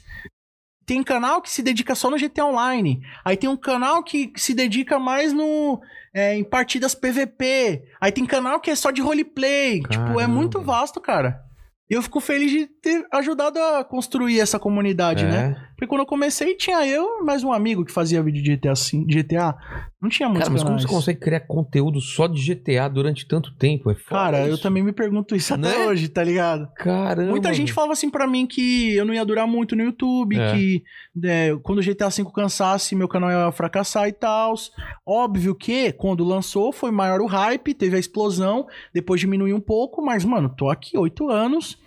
Tem canal que se dedica só no GTA Online. Aí tem um canal que se dedica mais no é, em partidas PVP. Aí tem canal que é só de roleplay. Tipo, é Caramba. muito vasto, cara. E eu fico feliz de ter ajudado a construir essa comunidade, né? é. Porque quando eu comecei, tinha eu e mais um amigo que fazia vídeo de GTA. assim, de GTA. Não tinha muitos Cara, mas como canais. você consegue criar conteúdo só de GTA durante tanto tempo? É foda Cara, eu isso. também me pergunto isso até Né? hoje, tá ligado? Caramba. Muita gente falava assim pra mim que eu não ia durar muito no YouTube, É. que né, quando o GTA V cansasse, meu canal ia fracassar e tal. Óbvio que, quando lançou, foi maior o hype, teve a explosão, depois diminuiu um pouco, mas, mano, tô aqui oito anos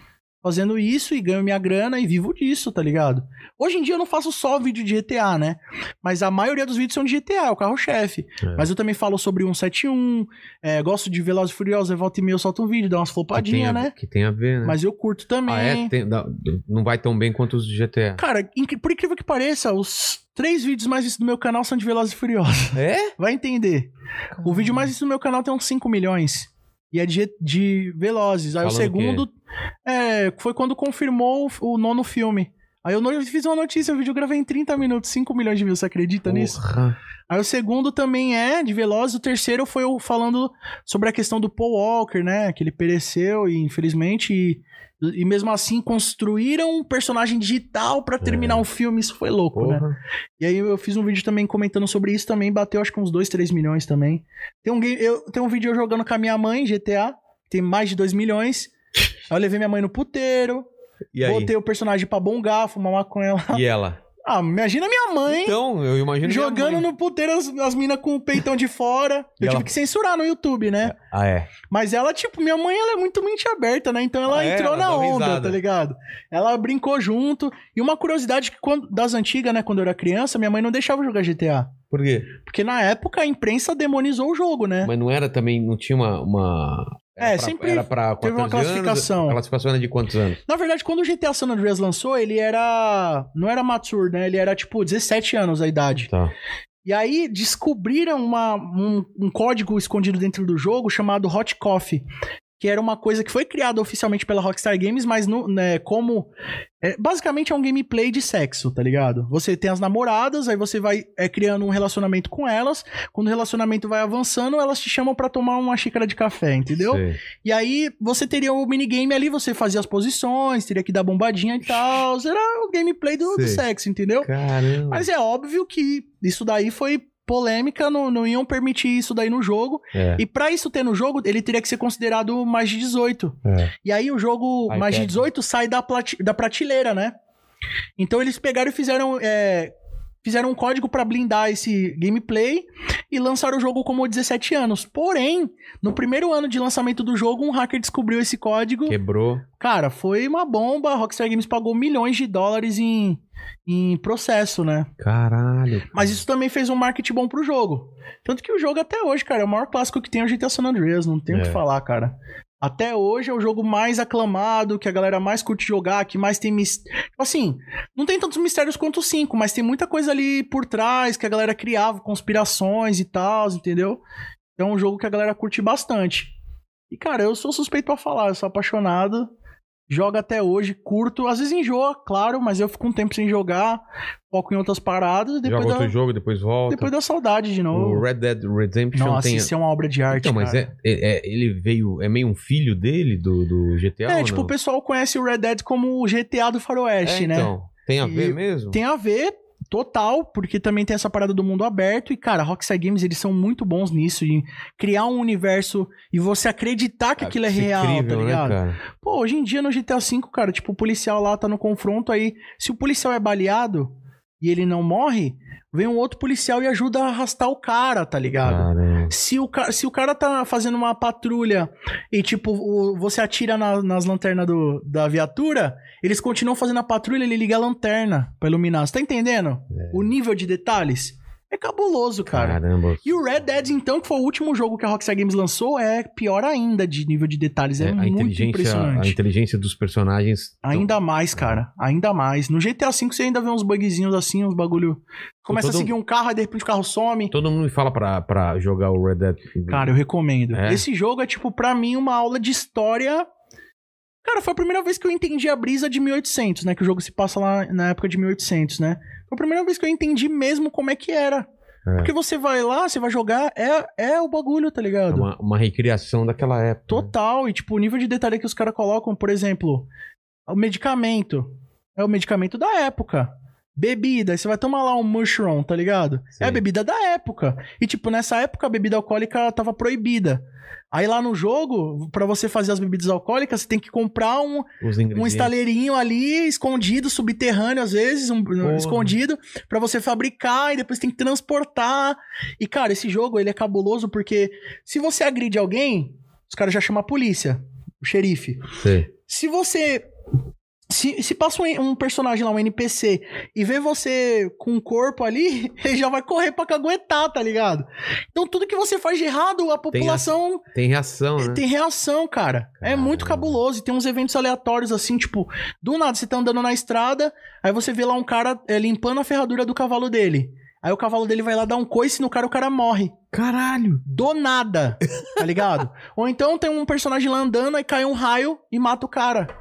fazendo isso e ganho minha grana e vivo disso, tá ligado? Hoje em dia eu não faço só vídeo de GTA, né? Mas a maioria dos vídeos são de GTA, é o carro-chefe. É. Mas eu também falo sobre 171, é, gosto de Velozes e Furiosos, é volta e meia eu solto um vídeo, dá umas É. que tem, flopadinhas, a, né? que tem a ver, né? Mas eu curto também. ah, é? Tem- dá- não vai tão bem quanto os de GTA. Cara, inc- por incrível que pareça, os três vídeos mais vistos do meu canal são de Velozes e Furiosos. É? Vai entender. O vídeo mais visto do meu canal tem uns 5 milhões. E é de, de Velozes. Aí Falando o segundo é, foi quando confirmou o, o nono filme. Aí eu no- fiz uma notícia, um vídeo eu gravei em 30 minutos, 5 milhões de views, você acredita nisso? Porra. Aí o segundo também é de Veloz, o terceiro foi eu falando sobre a questão do Paul Walker, né? Que ele pereceu e infelizmente e, e mesmo assim construíram um personagem digital pra terminar um filme, isso foi louco, né? É. Porra. E aí eu fiz um vídeo também comentando sobre isso também, bateu acho que uns 2, 3 milhões também. Tem um game, eu tem um vídeo eu jogando com a minha mãe GTA, tem mais de 2 milhões. Aí eu levei minha mãe no puteiro, E aí? botei o personagem pra bongar, fumar maconha lá. E ela? Ah, imagina minha mãe Então, eu imagino. minha jogando mãe. no puteiro as, as minas com o peitão de fora. E Eu ela- tive que censurar no YouTube, né? Ah, é. Mas ela, tipo, minha mãe, ela é muito mente aberta, né? Então ela Ah, é? entrou Ela na deu onda, risada. tá ligado? Ela brincou junto. E uma curiosidade que quando- das antigas, né? Quando eu era criança, minha mãe não deixava eu jogar GTA. Por quê? Porque na época a imprensa demonizou o jogo, né? Mas não era também, não tinha uma. uma- É, era pra- sempre era pra teve uma 14 anos? classificação. A classificação era de quantos anos? Na verdade, quando o GTA San Andreas lançou, ele era. Não era mature, né? Ele era, tipo, 17 anos a idade. Tá. E aí descobriram uma- um, um código escondido dentro do jogo chamado Hot Coffee. Que era uma coisa que foi criada oficialmente pela Rockstar Games, mas no- né, como. é, basicamente é um gameplay de sexo, tá ligado? Você tem as namoradas, aí você vai é, criando um relacionamento com elas. Quando o relacionamento vai avançando, elas te chamam pra tomar uma xícara de café, entendeu? Sei. E aí você teria o minigame ali, você fazia as posições, teria que dar bombadinha e tal. Era o gameplay do- do Sei. sexo, entendeu? Caramba. Mas é óbvio que isso daí foi polêmica, não, não iam permitir isso daí no jogo. É, E pra isso ter no jogo, ele teria que ser considerado mais de 18. é. E aí o jogo Aí mais de pega. 18 sai da, plati- da prateleira, né? Então eles pegaram e fizeram. é, Fizeram um código pra blindar esse gameplay e lançaram o jogo como 17 anos. Porém, no primeiro ano de lançamento do jogo, um hacker descobriu esse código. Quebrou. Cara, foi uma bomba. A Rockstar Games pagou milhões de dólares em, em processo, né? Caralho. Mas isso também fez um marketing bom pro jogo. Tanto que o jogo até hoje, cara, é o maior clássico que tem é o GTA San Andreas, não tem o que É. falar, cara. Até hoje é o jogo mais aclamado, que a galera mais curte jogar, que mais tem mis... Tipo Assim, não tem tantos mistérios quanto o 5, mas tem muita coisa ali por trás que a galera criava, conspirações e tal, entendeu? Então é um jogo que a galera curte bastante. E, cara, eu sou suspeito pra falar, eu sou apaixonado. Jogo até hoje, curto. Às vezes enjoa, claro, mas eu fico um tempo sem jogar, foco em outras paradas e depois Joga da- outro jogo, depois volta. depois da saudade de é O novo. Red Dead Redemption Nossa, tem. isso é uma obra de arte, então, mas cara. é, é- é- ele veio. É meio um filho dele do, do GTA? É, ou tipo, não? o pessoal conhece o Red Dead como o GTA do faroeste, É, né? então, Tem a ver E mesmo? Tem a ver total, porque também tem essa parada do mundo aberto e, cara, Rockstar Games, eles são muito bons nisso, de criar um universo e você acreditar que aquilo é Isso real, incrível, tá ligado? Né, cara? Pô, hoje em dia no GTA V, cara, tipo, o policial lá tá no confronto, aí se o policial é baleado e ele não morre, vem um outro policial e ajuda a arrastar o cara, tá ligado? Caramba. Se o, ca- se o cara tá fazendo uma patrulha e, tipo, o- você atira na- nas lanternas do- da viatura, eles continuam fazendo a patrulha, ele liga a lanterna pra iluminar. Você tá entendendo? É. O nível de detalhes é cabuloso, cara. Caramba. E o Red Dead, então, que foi o último jogo que a Rockstar Games lançou, é pior ainda de nível de detalhes. É, É, a, muito inteligência, a impressionante. inteligência dos personagens. então, Ainda mais, cara. Ainda mais. No GTA V você ainda vê uns bugzinhos assim, uns bagulho. Começa todo- a seguir um carro, aí de repente o carro some. Todo mundo me fala pra, pra jogar o Red Dead. Cara, eu recomendo. É? Esse jogo é, tipo, pra mim, uma aula de história. Cara, foi a primeira vez que eu entendi a brisa de 1800, né? Que o jogo se passa lá na época de 1800, né? Foi a primeira vez que eu entendi mesmo como é que era. É. Porque você vai lá, você vai jogar, é, é o bagulho, tá É ligado? uma, uma recriação daquela época. É, né? Total. E, tipo, o nível de detalhe que os caras colocam, por exemplo, o medicamento. É o medicamento da época. Bebida, aí você vai tomar lá um mushroom, tá ligado? Sim. É a bebida da época. E, tipo, nessa época a bebida alcoólica tava proibida. Aí lá no jogo, pra você fazer as bebidas alcoólicas, você tem que comprar um, né? Os um ingredientes. estaleirinho ali, escondido, subterrâneo às vezes, um, Porra. escondido, pra você fabricar e depois tem que transportar. E cara, esse jogo ele é cabuloso porque se você agride alguém, os caras já chamam a polícia, o xerife. Sei. Se você se, se passa um, um personagem lá, um NPC, e vê você com um corpo ali, ele já vai correr pra caguetar, tá ligado? Então tudo que você faz de errado, a população Tem reação, né? É, tem reação, cara. É Caramba. muito cabuloso. E tem uns eventos aleatórios, assim, tipo, do nada, você tá andando na estrada, aí você vê lá um cara é, limpando a ferradura do cavalo dele. Aí o cavalo dele vai lá dar um coice no cara, o cara morre. Caralho! Do nada, tá ligado? Ou então tem um personagem lá andando, aí cai um raio e mata o cara.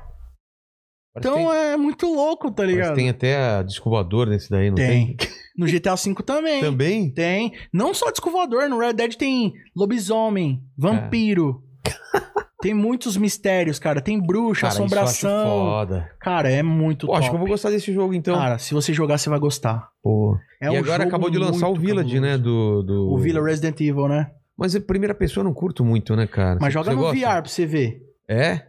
Parece que Então tem, é muito louco, tá parece que ligado? tem até a descobadora nesse daí, não tem? Tem. No GTA V também. Também? Tem. Não só disco voador, no Red Dead tem lobisomem, vampiro. tem muitos mistérios, cara. Tem bruxa, Cara, isso eu acho assombração. foda. Cara, é muito Pô, acho que eu top. vou gostar desse jogo então. Cara, se você jogar, você vai gostar. Pô. É e um agora jogo acabou de lançar o muito Village, cabuloso. né? Do, do... O Village Resident Evil, né? Mas a primeira pessoa eu não curto muito, né, cara? Mas Você- joga você no gosta? VR pra você ver. É?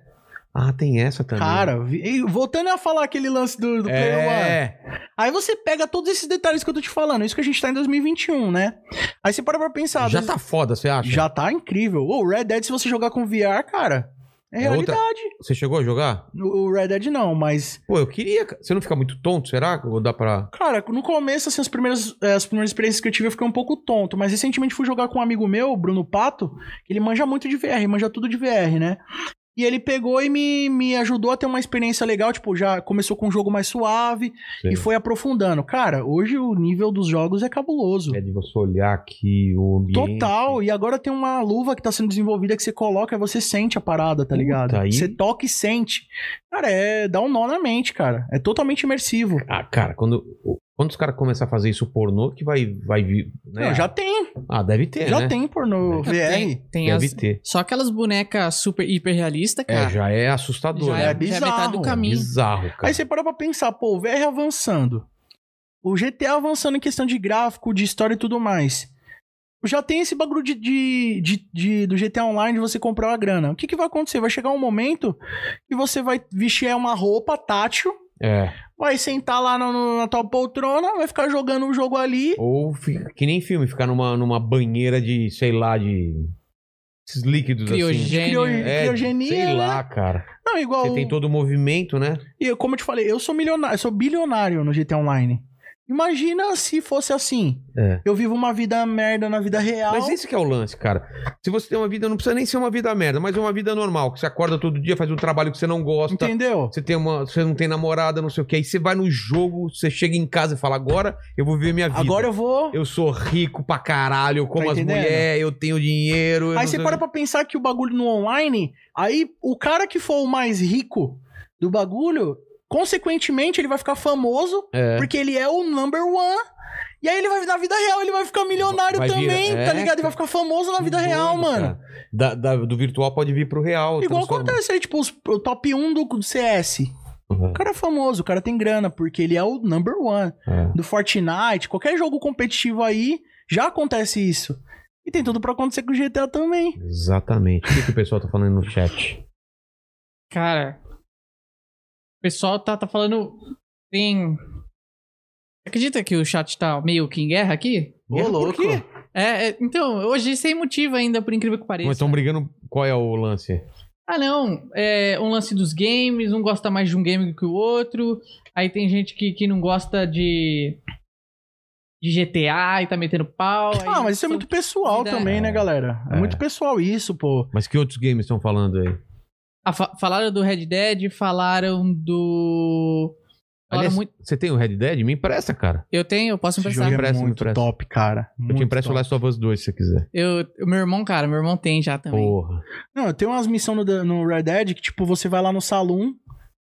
Ah, tem essa também. Cara, vi- e voltando a falar aquele lance do, do Player One. é. Aí você pega todos esses detalhes que eu tô te falando. Isso que a gente tá em 2021, né? Aí você para pra pensar. Já às vezes- tá foda, você acha? já tá incrível. Ô, O Red Dead, se você jogar com VR, cara, é, É outra- realidade. Você chegou a jogar? O o Red Dead não, mas, Pô, eu queria. ca- Você não fica muito tonto, será? Ou dá pra. cara, no começo, assim, as primeiras, eh, as primeiras experiências que eu tive eu fiquei um pouco tonto, mas recentemente fui jogar com um amigo meu, Bruno Pato, que ele manja muito de VR, manja tudo de VR, né? E ele pegou e me, me ajudou a ter uma experiência legal, tipo, já começou com um jogo mais suave Sei. e foi aprofundando. Cara, hoje o nível dos jogos é cabuloso. É de você olhar aqui o ambiente. Total, e agora tem uma luva que tá sendo desenvolvida que você coloca e você sente a parada, tá ligado? aí- Você toca e sente. Cara, é dá um nó na mente, cara. É totalmente imersivo. Ah, cara, quando, quando os caras começarem a fazer isso pornô, que vai, vai vir. Né? Não, já tem, Ah, deve ter. já né? tem pornô VR. Tem, tem Deve as- ter. só aquelas bonecas super hiper realista, É, cara. já é assustador. já, né? é, é já é metade do bizarro, caminho. Bizarro, cara. Aí você para pra pensar, pô, o VR avançando. O GTA avançando em questão de gráfico, de história e tudo mais. Já tem esse bagulho de, de- de- de- do GTA Online de você comprar uma grana. O que, que vai acontecer? Vai chegar um momento que você vai vestir uma roupa tátil É. Vai sentar lá no- no- na tua poltrona, vai ficar jogando um jogo ali. Ou fica- que nem filme, ficar numa, numa banheira de, sei lá, de. Esses líquidos assim. Criogênio. Crio- É, criogenia, Sei né? Então- lá, cara. Não, igual. Você tem todo o movimento, né? E eu- como eu te falei, eu sou milionário, eu sou bilionário no GTA Online. Imagina se fosse assim. É. Eu vivo uma vida merda na vida real. Mas esse que é o lance, cara. Se você tem uma vida, não precisa nem ser uma vida merda, mas uma vida normal, que você acorda todo dia, faz um trabalho que você não gosta, entendeu? você tem uma, você não tem namorada, não sei o que, aí você vai no jogo, você chega em casa e fala: "Agora eu vou viver minha vida. Agora eu vou. eu sou rico pra caralho, eu como Tá as entendendo? mulheres, eu tenho dinheiro". eu Aí não você sei- para pra pensar que o bagulho no online, aí o cara que for o mais rico do bagulho, consequentemente ele vai ficar famoso, É. porque ele é o number one. E aí ele vai na vida real, ele vai ficar milionário Vai virar- também, é, tá ligado? E vai ficar famoso na vida Que real, doido, mano. cara. Da- da- do virtual pode vir pro real. tá Igual transforma. acontece aí, tipo, os, o top 1 do, do CS. O cara é famoso, o cara tem grana, porque ele é o number one. É. Do Fortnite, qualquer jogo competitivo aí, já acontece isso. E tem tudo pra acontecer com o GTA também. Exatamente. O que, que o pessoal tá falando no chat? Cara, o pessoal tá, tá falando. Tem. Acredita que o chat tá meio que em guerra aqui? Ô, louco. É, é, então, hoje sem motivo ainda, por incrível que pareça. Mas estão brigando qual é o lance? Ah, não. É um lance dos games, um gosta mais de um game que o outro. Aí tem gente que, que não gosta de. de GTA e tá metendo pau. aí Ah, mas isso é são- muito pessoal vida- também, né, galera? É, É. muito pessoal isso, pô. Mas que outros games estão falando aí? Ah, fa- falaram do Red Dead, falaram do. Falaram Aliás, muito... Você tem o Red Dead? Me empresta, cara. Eu tenho, eu posso Esse emprestar. jogo é Empresta, me muito empresta. top, cara. Eu te Muito empresto o top. Last of Us 2 se você quiser. Eu, o meu irmão, cara, meu irmão tem já também. Porra. Não, tem umas missões no, no Red Dead que, tipo, você vai lá no salão,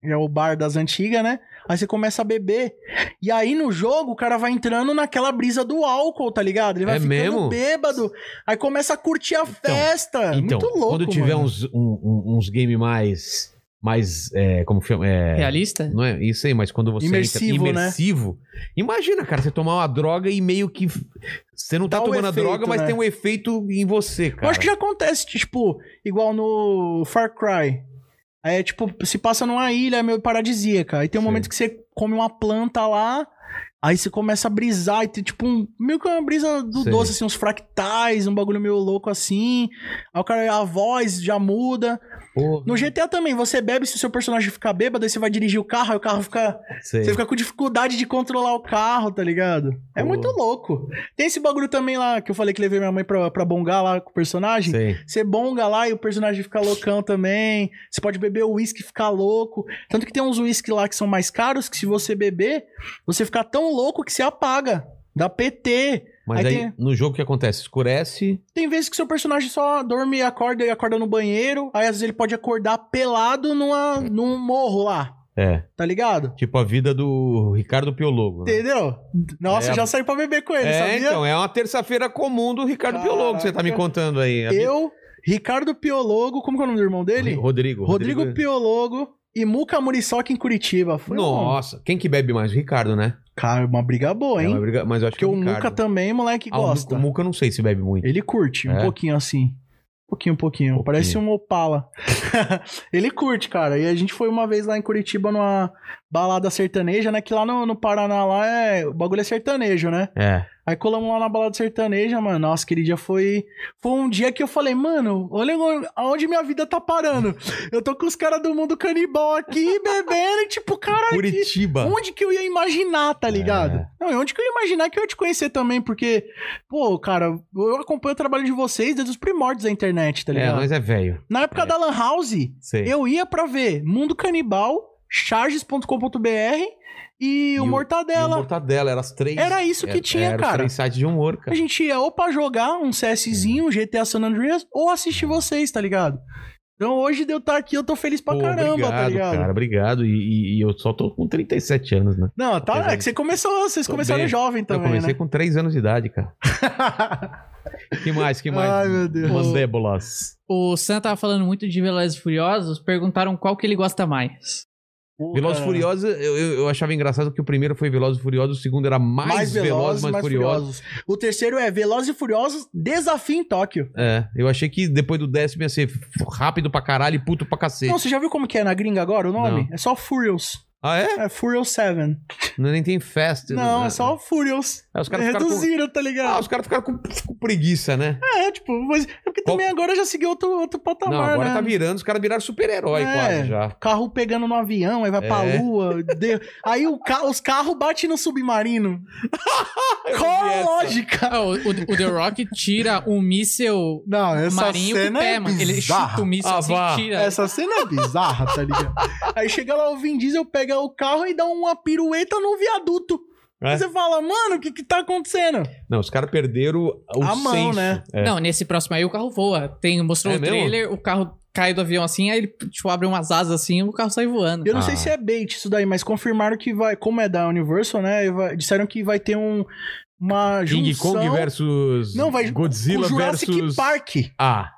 que é o bar das antigas, né? Aí você começa a beber. E aí no jogo o cara vai entrando naquela brisa do álcool, tá ligado? Ele vai É ficando mesmo? bêbado. Aí começa a curtir a festa. então, É, Muito louco, quando tiver mano. uns, um- um- uns games mais. Mais. é, como chama? É, Realista? Não é isso aí, mas quando você Imersivo, entra né? imersivo. Imagina, cara, você tomar uma droga e meio que. Você não tá Dá um tomando a efeito, droga, mas né? tem um efeito em você, cara. Eu acho que já acontece, tipo, igual no Far Cry. Aí É tipo, se passa numa ilha é meio paradisíaca. Aí tem um Sim. momento que você come uma planta lá, aí você começa a brisar e tem tipo um, meio que uma brisa do Sei. doce, assim, uns fractais, um bagulho meio louco assim. Aí o cara, a voz já muda. Porra, No GTA também, você bebe, se o seu personagem ficar bêbado, aí você vai dirigir o carro, aí o carro fica. sei. Você fica com dificuldade de controlar o carro, tá ligado? É Pô. muito louco. Tem esse bagulho também lá que eu falei que levei minha mãe pra, pra bongar lá com o personagem. sei. Você bonga lá e o personagem fica loucão também. Você pode beber o uísque e ficar louco. Tanto que tem uns uísque lá que são mais caros que se você beber, você fica tão louco que você apaga. Dá PT. Mas Aí aí, tem- no jogo o que acontece? Escurece. Tem vezes que seu personagem só dorme e acorda e acorda no banheiro. Aí às vezes ele pode acordar pelado numa, num morro lá. É. tá ligado? Tipo a vida do Ricardo Piologo. né? Entendeu? Nossa, É. já saí pra beber com ele, é, sabia? então, é uma terça-feira comum do Ricardo Piologo que você tá me Caraca. contando aí. A vida- Eu, Ricardo Piologo, como que é o nome do irmão dele? Rodrigo. Rodrigo, Piologo e Muca Muriçoca em Curitiba. Foi um- Nossa, quem que bebe mais? O Ricardo, né? Cara, uma briga boa, É hein? uma briga- mas eu acho Porque que o é Ricardo. Muca também, moleque, Ah, o gosta. Muca- o Muca eu não sei se bebe muito. Ele curte, É? um pouquinho assim. Um pouquinho, um pouquinho. Pouquinho. Parece um Opala. ele curte, cara. E a gente foi uma vez lá em Curitiba numa balada sertaneja, né? Que lá no, no Paraná, lá é... o bagulho é sertanejo, né? É. Aí colamos lá na balada sertaneja, mano. Nossa, aquele dia foi. Foi um dia que eu falei, mano, olha o- aonde minha vida tá parando. Eu tô com os caras do mundo canibal aqui bebendo, e tipo, cara, que- Curitiba. onde que eu ia imaginar, tá ligado? É. Não, e onde que eu ia imaginar que eu ia te conhecer também, porque, pô, cara, eu acompanho o trabalho de vocês desde os primórdios da internet, tá é, ligado? nós é velho. Na época é. da Lan House, Sei. eu ia pra ver Mundo Canibal, charges.com.br e, E o o- E o Mortadela. Mortadela, era as três. Era isso que É, tinha, era cara. Os três sites de um humor, A cara. gente ia ou pra jogar um Uhum. CSzinho, um GTA San Andreas, ou assistir vocês, tá ligado? Então hoje de eu estar aqui, eu tô feliz pra Pô, caramba, obrigado, tá ligado? cara. Obrigado. E, e- e eu só tô com 37 anos, né? Não, tá, é que você começou, vocês Tô começaram bem. jovem eu também, comecei né? com 3 anos de idade, cara. Que mais, que mais? Ai, meu Deus. Mandébolas. O Sam tava falando muito de Velozes e Furiosos, perguntaram qual que ele gosta mais. Pô, Velozes e cara, Furiosos, eu, eu- eu achava engraçado que o primeiro foi Velozes e Furiosos, o segundo era mais, Velozes, mais, Furiosos. O terceiro é Velozes e Furiosos, Desafio em Tóquio. É, eu achei que depois do décimo ia ser f- rápido pra caralho e puto pra cacete. Não, você já viu como que é na gringa agora o nome? É só Furious. Ah, é? É Furious 7. Não, nem tem festa. Não, é só Furious. Aí os caras ficaram com... Reduziram, tá Ah, ligado? os caras ficaram com, com preguiça, né? É, tipo, mas... é porque Qual- também agora já seguiu outro, outro patamar, não, agora né? tá virando, os caras viraram super-herói É. quase já. carro pegando no avião, aí vai pra É. lua. de- Aí o ca- os carros batem no submarino. Qual vi a essa. lógica? Ah, o, o- o The Rock tira um míssel Não, essa marinho com o cena pé, é mano. Ele chuta bizarra. o míssel Ah, assim vá. e tira. Essa cena é bizarra, tá ligado? Aí chega lá o Vin Diesel, pega o carro e dá uma pirueta no viaduto. É. Aí Você fala, mano, o que que tá acontecendo? Não, os caras perderam o A mão, senso. né? É. Não, nesse próximo aí o carro voa. Tem, mostrou É o mesmo? trailer, o carro cai do avião assim, aí ele tipo, abre umas asas assim e o carro sai voando. Eu não Ah. sei se é bait isso daí, mas confirmaram que vai, como é da Universal, né? e vai- disseram que vai ter um, uma King junção Kong versus Não, vai- com Godzilla Jurassic versus... Park. Ah,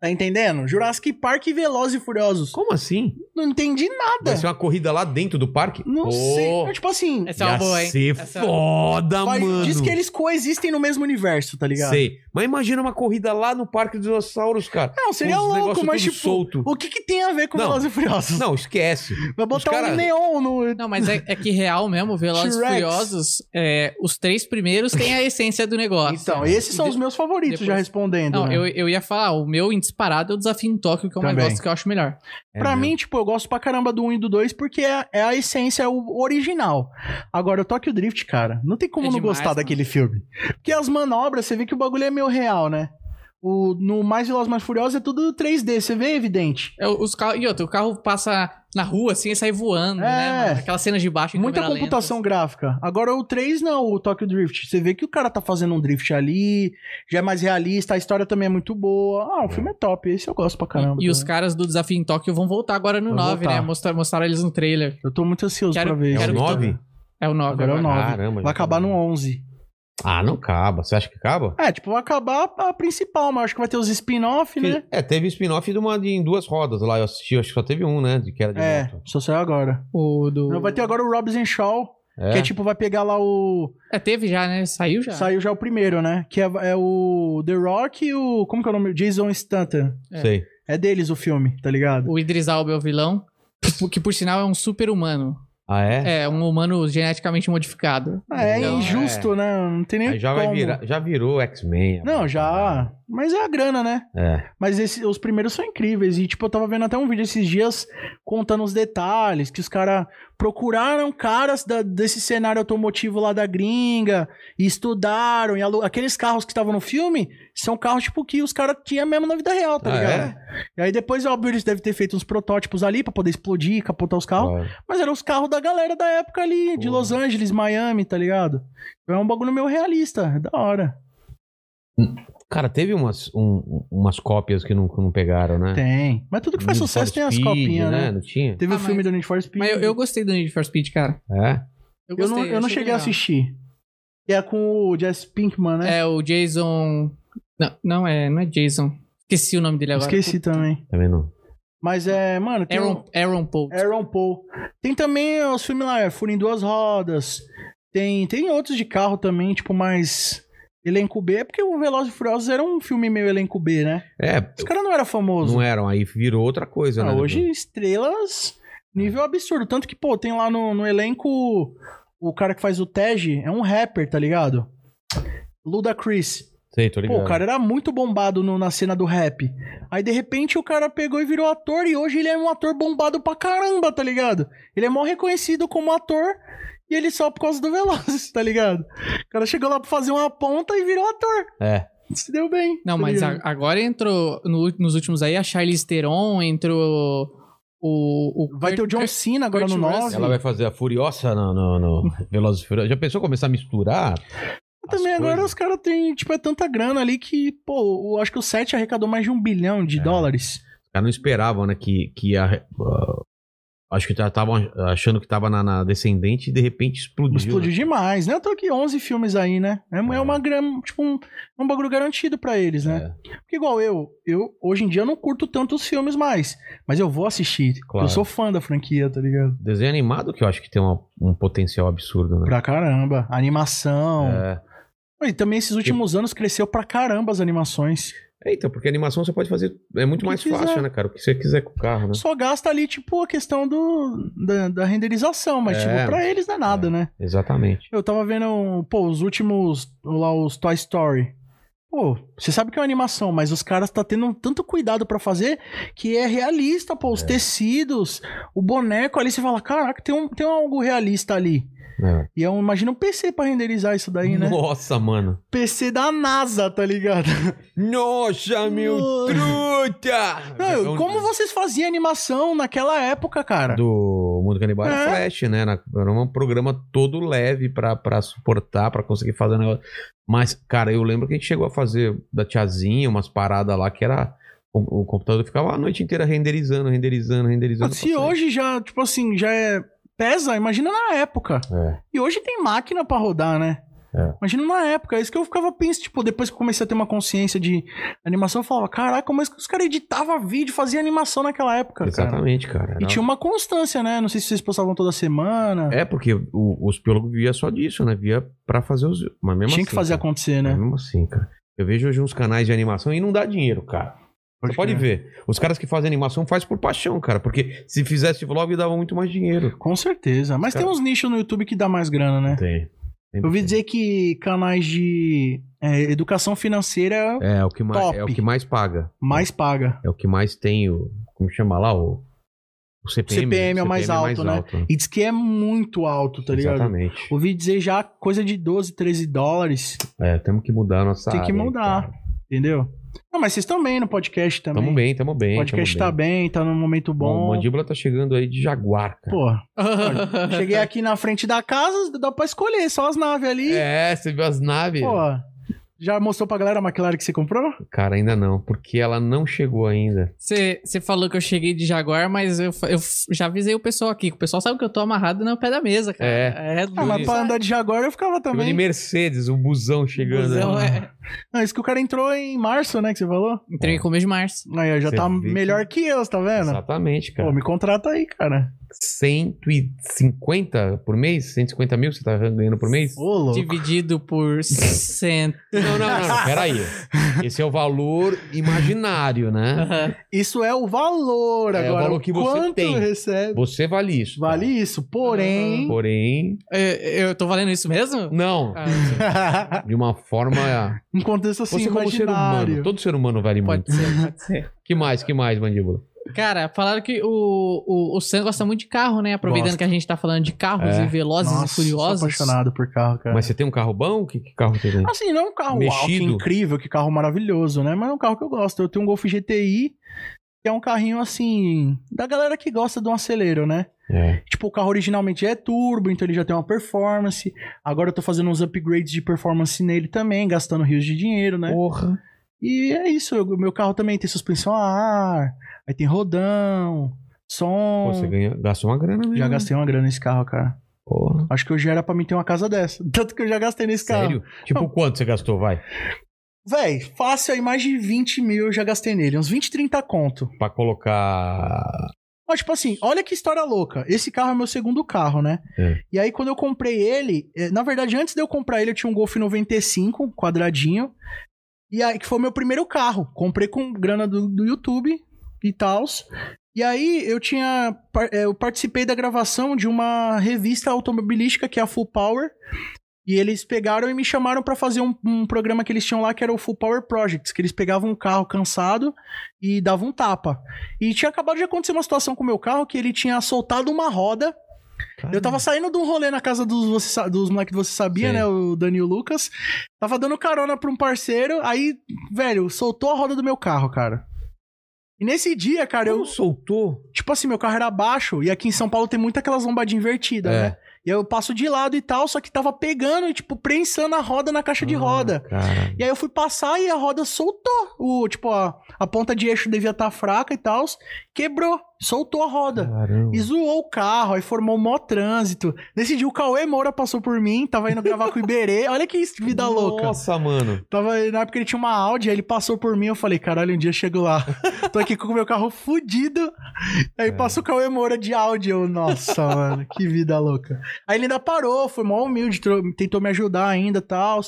Tá entendendo? Jurassic Park e Velozes e Furiosos. como assim? Não entendi nada. Vai ser uma corrida lá dentro do parque? Não Pô, sei. É tipo assim, Essa é uma Ia boa, hein? ser Essa é uma- foda, vai- ah, mano. diz que eles coexistem no mesmo universo, tá ligado? Sei. Mas imagina uma corrida lá no Parque dos Dinossauros, cara. Não, seria Com os louco, negócios mas tudo tipo, solto. o que que tem a ver com Não. Velozes e Furiosos? Não, esquece. Vai botar Os cara- um neon no... Não, mas é, é que real mesmo, Velozes e T-Rex. Furiosos, é, os três primeiros têm a essência do negócio. Então, esses são os meus favoritos, Depois- já respondendo. Não, né? eu, eu ia falar, o meu em disparado é o Desafio em Tóquio, que é um Também. negócio que eu acho melhor. É pra mesmo. mim, tipo, eu gosto pra caramba do 1 e do 2 porque é, é a essência, é o original. Agora, o Tokyo Drift, cara, não tem como É não demais, gostar mano. daquele filme. Porque as manobras, você vê que o bagulho é meio real, né? O, no Mais Veloz, Mais Furioso é tudo 3D, você vê, evidente. É, os carros, e outra, o carro passa na rua assim e sai voando, É. né? Mano? Aquela cena de baixo em Muita câmera lenta, computação gráfica. Agora, o 3 não, o Tokyo Drift. Você vê que o cara tá fazendo um drift ali, já é mais realista, a história também é muito boa. Ah, o filme é top, esse eu gosto pra caramba. E, e os também. caras do Desafio em Tóquio vão voltar agora no Vão 9, né? voltar. Mostra- mostraram eles no trailer. Eu tô muito ansioso Quero- pra ver. É quero o que tu- 9? É o 9 Agora é o 9. Caramba, já Vai acabar tá no bom. 11. Ah, não acaba. Você acha que acaba? É, tipo, vai acabar a principal, mas acho que vai ter os spin-off, né? É, teve spin-off de uma de, em duas rodas lá. Eu assisti, acho que só teve um, né? De que era de É, moto. só saiu agora. O do... Não, Vai ter agora o Robinson Shaw, É. que é tipo, vai pegar lá o. É, teve já, né? Saiu já. Saiu já o primeiro, né? Que é, é o The Rock e o. Como que é o nome? Jason Stanton. é. Sei. É deles o filme, tá ligado? O Idris Alba é o vilão, que, que por sinal é um super humano. Ah, é? É, um humano geneticamente modificado. Ah, é Então, injusto, né? Não tem nem. Aí já vai como. virar. Já virou X-Men. Não, agora. já. Mas é a grana, né? É. Mas esse- os primeiros são incríveis. E, tipo, eu tava vendo até um vídeo esses dias contando os detalhes, que os caras procuraram caras da- desse cenário automotivo lá da gringa, e estudaram, e alu- aqueles carros que estavam no filme são carros, tipo, que os caras tinham mesmo na vida real, tá Ah, ligado? E aí depois, óbvio, eles devem ter feito uns protótipos ali pra poder explodir, capotar os carros, Claro. mas eram os carros da galera da época ali, de Porra. Los Angeles, Miami, tá ligado? Então é um bagulho meio realista, é da hora. Cara, teve umas, um- umas cópias que não, que não pegaram, né? Tem. Mas tudo que faz Need sucesso for tem as Speed, copinhas, né? Não tinha? Teve Ah, o filme mas- do Need for Speed. Mas eu, eu gostei do Need for Speed, cara. É? Eu, Eu gostei, não, eu não achei cheguei legal. a assistir. E é com o Jess Pinkman, né? É, o Jason. Não, não é, não é Jason. Esqueci o nome dele agora. Esqueci também. Também não. Mas é, mano, tem Aaron, Aaron Paul. o Aaron Paul. Tem também os filmes lá, é, Fúria em Duas Rodas. Tem, tem outros de carro também, tipo, mais elenco B. É porque o Velozes e Furiosos era um filme meio elenco B, né? É, Os caras não eram famosos. não eram. Aí virou outra coisa, Ah, né? hoje, estrelas, nível absurdo. Tanto que, pô, tem lá no, no elenco o cara que faz o Tej, é um rapper, tá ligado? Ludacris. Sei, tô ligado. Pô, o cara era muito bombado no- na cena do rap. Aí, de repente, o cara pegou e virou ator, e hoje ele é um ator bombado pra caramba, tá ligado? Ele é mó reconhecido como ator, e ele só por causa do Velozes, tá ligado? O cara chegou lá pra fazer uma ponta e virou ator. É. Se deu bem. Não, tá mas ligado? a- agora entrou. no- nos últimos aí, a Charlize Theron entrou. O, o Vai ter o John Kurt- Cena agora Kurt no Russell. 9. Ela vai fazer a Furiosa no, no, no Velozes e Furiosos. Já pensou começar a misturar? as Também agora coisas? os caras têm, tipo, é tanta grana ali que, pô, eu acho que o 7 arrecadou mais de um bilhão de É. dólares. caras não esperavam, né? Que, que a. ah, acho que estavam achando que tava na, na descendente e de repente explodiu. Explodiu demais, né? Eu tô aqui 11 filmes aí, né? É, é uma grana, tipo, um, um bagulho garantido pra eles, né? né? Porque igual eu, eu hoje em dia eu não curto tanto os filmes mais, mas eu vou assistir. Claro. Eu sou fã da franquia, tá ligado? É. Desenho animado que eu acho que tem uma- um potencial absurdo, né? Pra caramba, a animação. É. E também esses últimos anos cresceu pra caramba as animações. É, então, porque animação você pode fazer. É muito que mais quiser. fácil, né, cara? O que você quiser com o carro, né? Só gasta ali, tipo, a questão do, da, da renderização, mas, É, tipo, pra mas- eles não é nada, é. né? Exatamente. Eu tava vendo, pô, os últimos, lá, os Toy Story. Pô, você sabe que é uma animação, mas os caras tá tendo tanto cuidado pra fazer que é realista, pô, os tecidos, o boneco ali, você fala, caraca, tem, um, tem algo realista ali. É. E eu imagino um PC pra renderizar isso daí, né? Nossa, mano. PC da NASA, tá ligado? Nossa, meu truta! É um Não, eu- como vocês faziam animação naquela época, cara? do Mundo Canibal era É. Flash, né? Era era um programa todo leve pra, pra suportar, pra conseguir fazer o negócio. Mas, cara, eu lembro que a gente chegou a fazer da tiazinha umas paradas lá que era. O, o computador ficava a noite inteira renderizando, renderizando, renderizando. Se hoje já, tipo assim, já é pesa, imagina na época. É. E hoje tem máquina pra rodar, né? É. Imagina na época, é isso que eu ficava pensando, tipo, depois que eu comecei a ter uma consciência de animação, eu falava, caraca, como é que os caras editavam vídeo, faziam animação naquela época, cara. Exatamente, cara. E Era- tinha uma constância, né? Não sei se vocês postavam toda semana. É, porque o, os biólogos via só disso, né? Via pra fazer os. Mas mesmo tinha assim, que fazer cara, acontecer, mas né? Mesmo assim, cara. Eu vejo hoje uns canais de animação e não dá dinheiro, cara. Você pode ver. Os caras que fazem animação fazem por paixão, cara. Porque se fizesse vlog, dava muito mais dinheiro. Com certeza. Mas Cara- tem uns nichos no YouTube que dá mais grana, né? Tem. Eu ouvi dizer que canais de é, educação financeira é o É, o que mais, Top. é o que mais paga. mais paga. É o que mais tem o. Como chama lá? O, o CPM. CPM é o mais alto, né? E diz que é muito alto, tá ligado? Exatamente. Ouvi dizer já coisa de 12, 13 dólares. É, temos que mudar a nossa. Tem que área aí, mudar. cara. Entendeu? Não, mas vocês estão bem no podcast também. Tamo bem, tamo bem. O podcast tamo tá bem, tá num momento O bom. mandíbula tá chegando aí de jaguar, cara. Pô, cheguei aqui na frente da casa, dá pra escolher só as naves ali. É, você viu as naves? Pô, já mostrou pra galera a McLaren que você comprou? Cara, ainda não, porque ela não chegou ainda. Você falou que eu cheguei de Jaguar, mas eu, fa- eu f- já avisei o pessoal aqui. que O pessoal sabe que eu tô amarrado no pé da mesa, cara. É. é Ah, duro. mas pra andar de Jaguar eu ficava Chegou de também. Mercedes, o busão chegando. Busão, né? é. Não, isso que o cara entrou em março, né, que você falou? Entrei com o mês de março. Aí, ó, já Você tá vê que- melhor que eu, você tá vendo? Exatamente, cara. Pô, me contrata aí, cara. 150 por mês? 150 mil que você tá ganhando por mês? Ô, louco. Dividido por cento. Não, não, não, não, peraí. Esse é o valor imaginário, né? Isso é o valor É, o agora. valor que você Quanto tem. recebe. Você vale isso. tá? Vale isso, porém... Porém, eu, eu tô valendo isso mesmo? não. Ah, De uma forma. um contexto assim, Você, como ser humano, imaginário. todo ser humano vale muito. pode ser, pode ser. Que mais, que mais, mandíbula? Cara, falaram que o, o, o Sam gosta muito de carro, né? Aproveitando Gosta. que a gente tá falando de carros É. e velozes Nossa, e sou furiosos. apaixonado por carro, cara. Mas você tem um carro bom? Que, que carro você tem? Assim, não é um carro uau, que Mexido. incrível, que carro maravilhoso, né? Mas é um carro que eu gosto. Eu tenho um Golf GTI, que é um carrinho assim, da galera que gosta de um acelero, né? É. Tipo, o carro originalmente é turbo, então ele já tem uma performance. Agora eu tô fazendo uns upgrades de performance nele também, gastando rios de dinheiro, né? Porra. E é isso. eu- O meu carro também tem suspensão a ar, aí tem rodão, som. Pô, você ganha, gastou uma grana mesmo. né? Já gastei uma grana nesse carro, cara. Porra. Acho que hoje era pra mim ter uma casa dessa. Tanto que eu já gastei nesse carro. Sério? Tipo, Não. quanto você gastou, vai? Véi, fácil aí, mais de 20 mil eu já gastei nele. Uns 20, 30 conto. Pra colocar... Mas, tipo assim, olha que história louca. Esse carro é meu segundo carro, né? É. E aí, quando eu comprei ele, eh, na verdade, antes de eu comprar ele, eu tinha um Golf 95, quadradinho. E aí, que foi meu primeiro carro. Comprei com grana do, do YouTube e tal. E aí, eu tinha. par- eh, Eu participei da gravação de uma revista automobilística que é a Full Power. E eles pegaram e me chamaram pra fazer um, um programa que eles tinham lá que era o Full Power Projects, que eles pegavam um carro cansado e davam um tapa. E tinha acabado de acontecer uma situação com o meu carro que ele tinha soltado uma roda. Eu tava saindo de um rolê na casa dos, você, Sa- dos moleques do Você Sabia, Ah. Sim. né? O Dani e o Lucas. Tava dando carona pra um parceiro. Aí, velho, soltou a roda do meu carro, cara. E nesse dia, cara, Como eu. soltou? Tipo assim, meu carro era baixo. E aqui em São Paulo tem muito aquelas lombadas invertidas, É. né? E aí eu passo de lado e tal. Só que tava pegando e, tipo, prensando a roda na caixa de Ah, roda. Cara. E aí eu fui passar e a roda soltou. O, tipo, a, a ponta de eixo devia estar fraca e tal. Quebrou, soltou a roda. Caramba. E zoou o carro, aí formou um mó trânsito. Nesse dia o Cauê Moura passou por mim, tava indo gravar com o Iberê. Olha que vida louca. Nossa, mano. Tava, na época ele tinha uma Audi, aí ele passou por mim, eu falei, caralho, um dia eu chego lá. Tô aqui com o meu carro fudido. Aí É. passa o Cauê Moura de Audi, eu, nossa, mano, que vida louca. Aí ele ainda parou, foi mó humilde, tro- tentou me ajudar ainda e tal.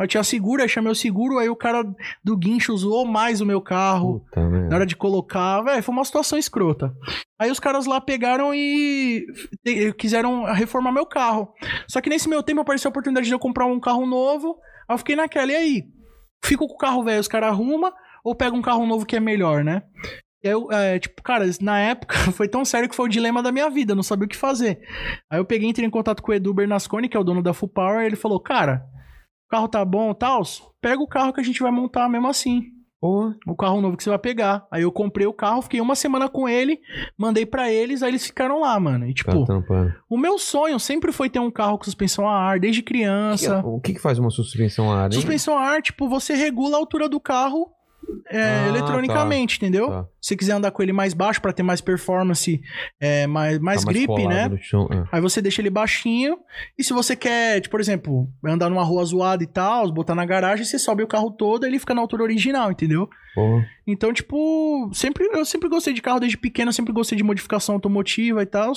Eu tinha seguro, aí chamei o seguro, aí o cara do guincho zoou mais o meu carro. Puta merda. Na hora de colocar, velho, foi uma situação escrota. Aí os caras lá pegaram e te- quiseram reformar meu carro. Só que nesse meu tempo apareceu a oportunidade de eu comprar um carro novo. Aí eu fiquei naquela, e aí? Fico com o carro velho, os caras arrumam, ou pego um carro novo que é melhor, né? E aí eu, é, tipo, cara, na época foi tão sério que foi o dilema da minha vida, eu não sabia o que fazer. Aí eu peguei, entrei em contato com o Edu Bernasconi, que é o dono da Full Power, e ele falou, cara, o carro tá bom e tal, pega o carro que a gente vai montar mesmo assim Porra. o carro novo que você vai pegar. Aí eu comprei o carro, fiquei uma semana com ele, mandei pra eles, aí eles ficaram lá, mano. E tipo, Tá tampando. o meu sonho sempre foi ter um carro com suspensão a ar desde criança. O que que faz uma suspensão a ar, hein? Suspensão a ar, tipo, você regula a altura do carro é, Ah, eletronicamente, entendeu? Tá. Se você quiser andar com ele mais baixo pra ter mais performance, é, mais, mais Tá grip, colado né? no chão, é. Aí você deixa ele baixinho. E se você quer, tipo, por exemplo, andar numa rua zoada e tal, botar na garagem, você sobe o carro todo, ele fica na altura original, entendeu? Porra. Então, tipo, sempre eu sempre gostei de carro desde pequeno, eu sempre gostei de modificação automotiva e tal.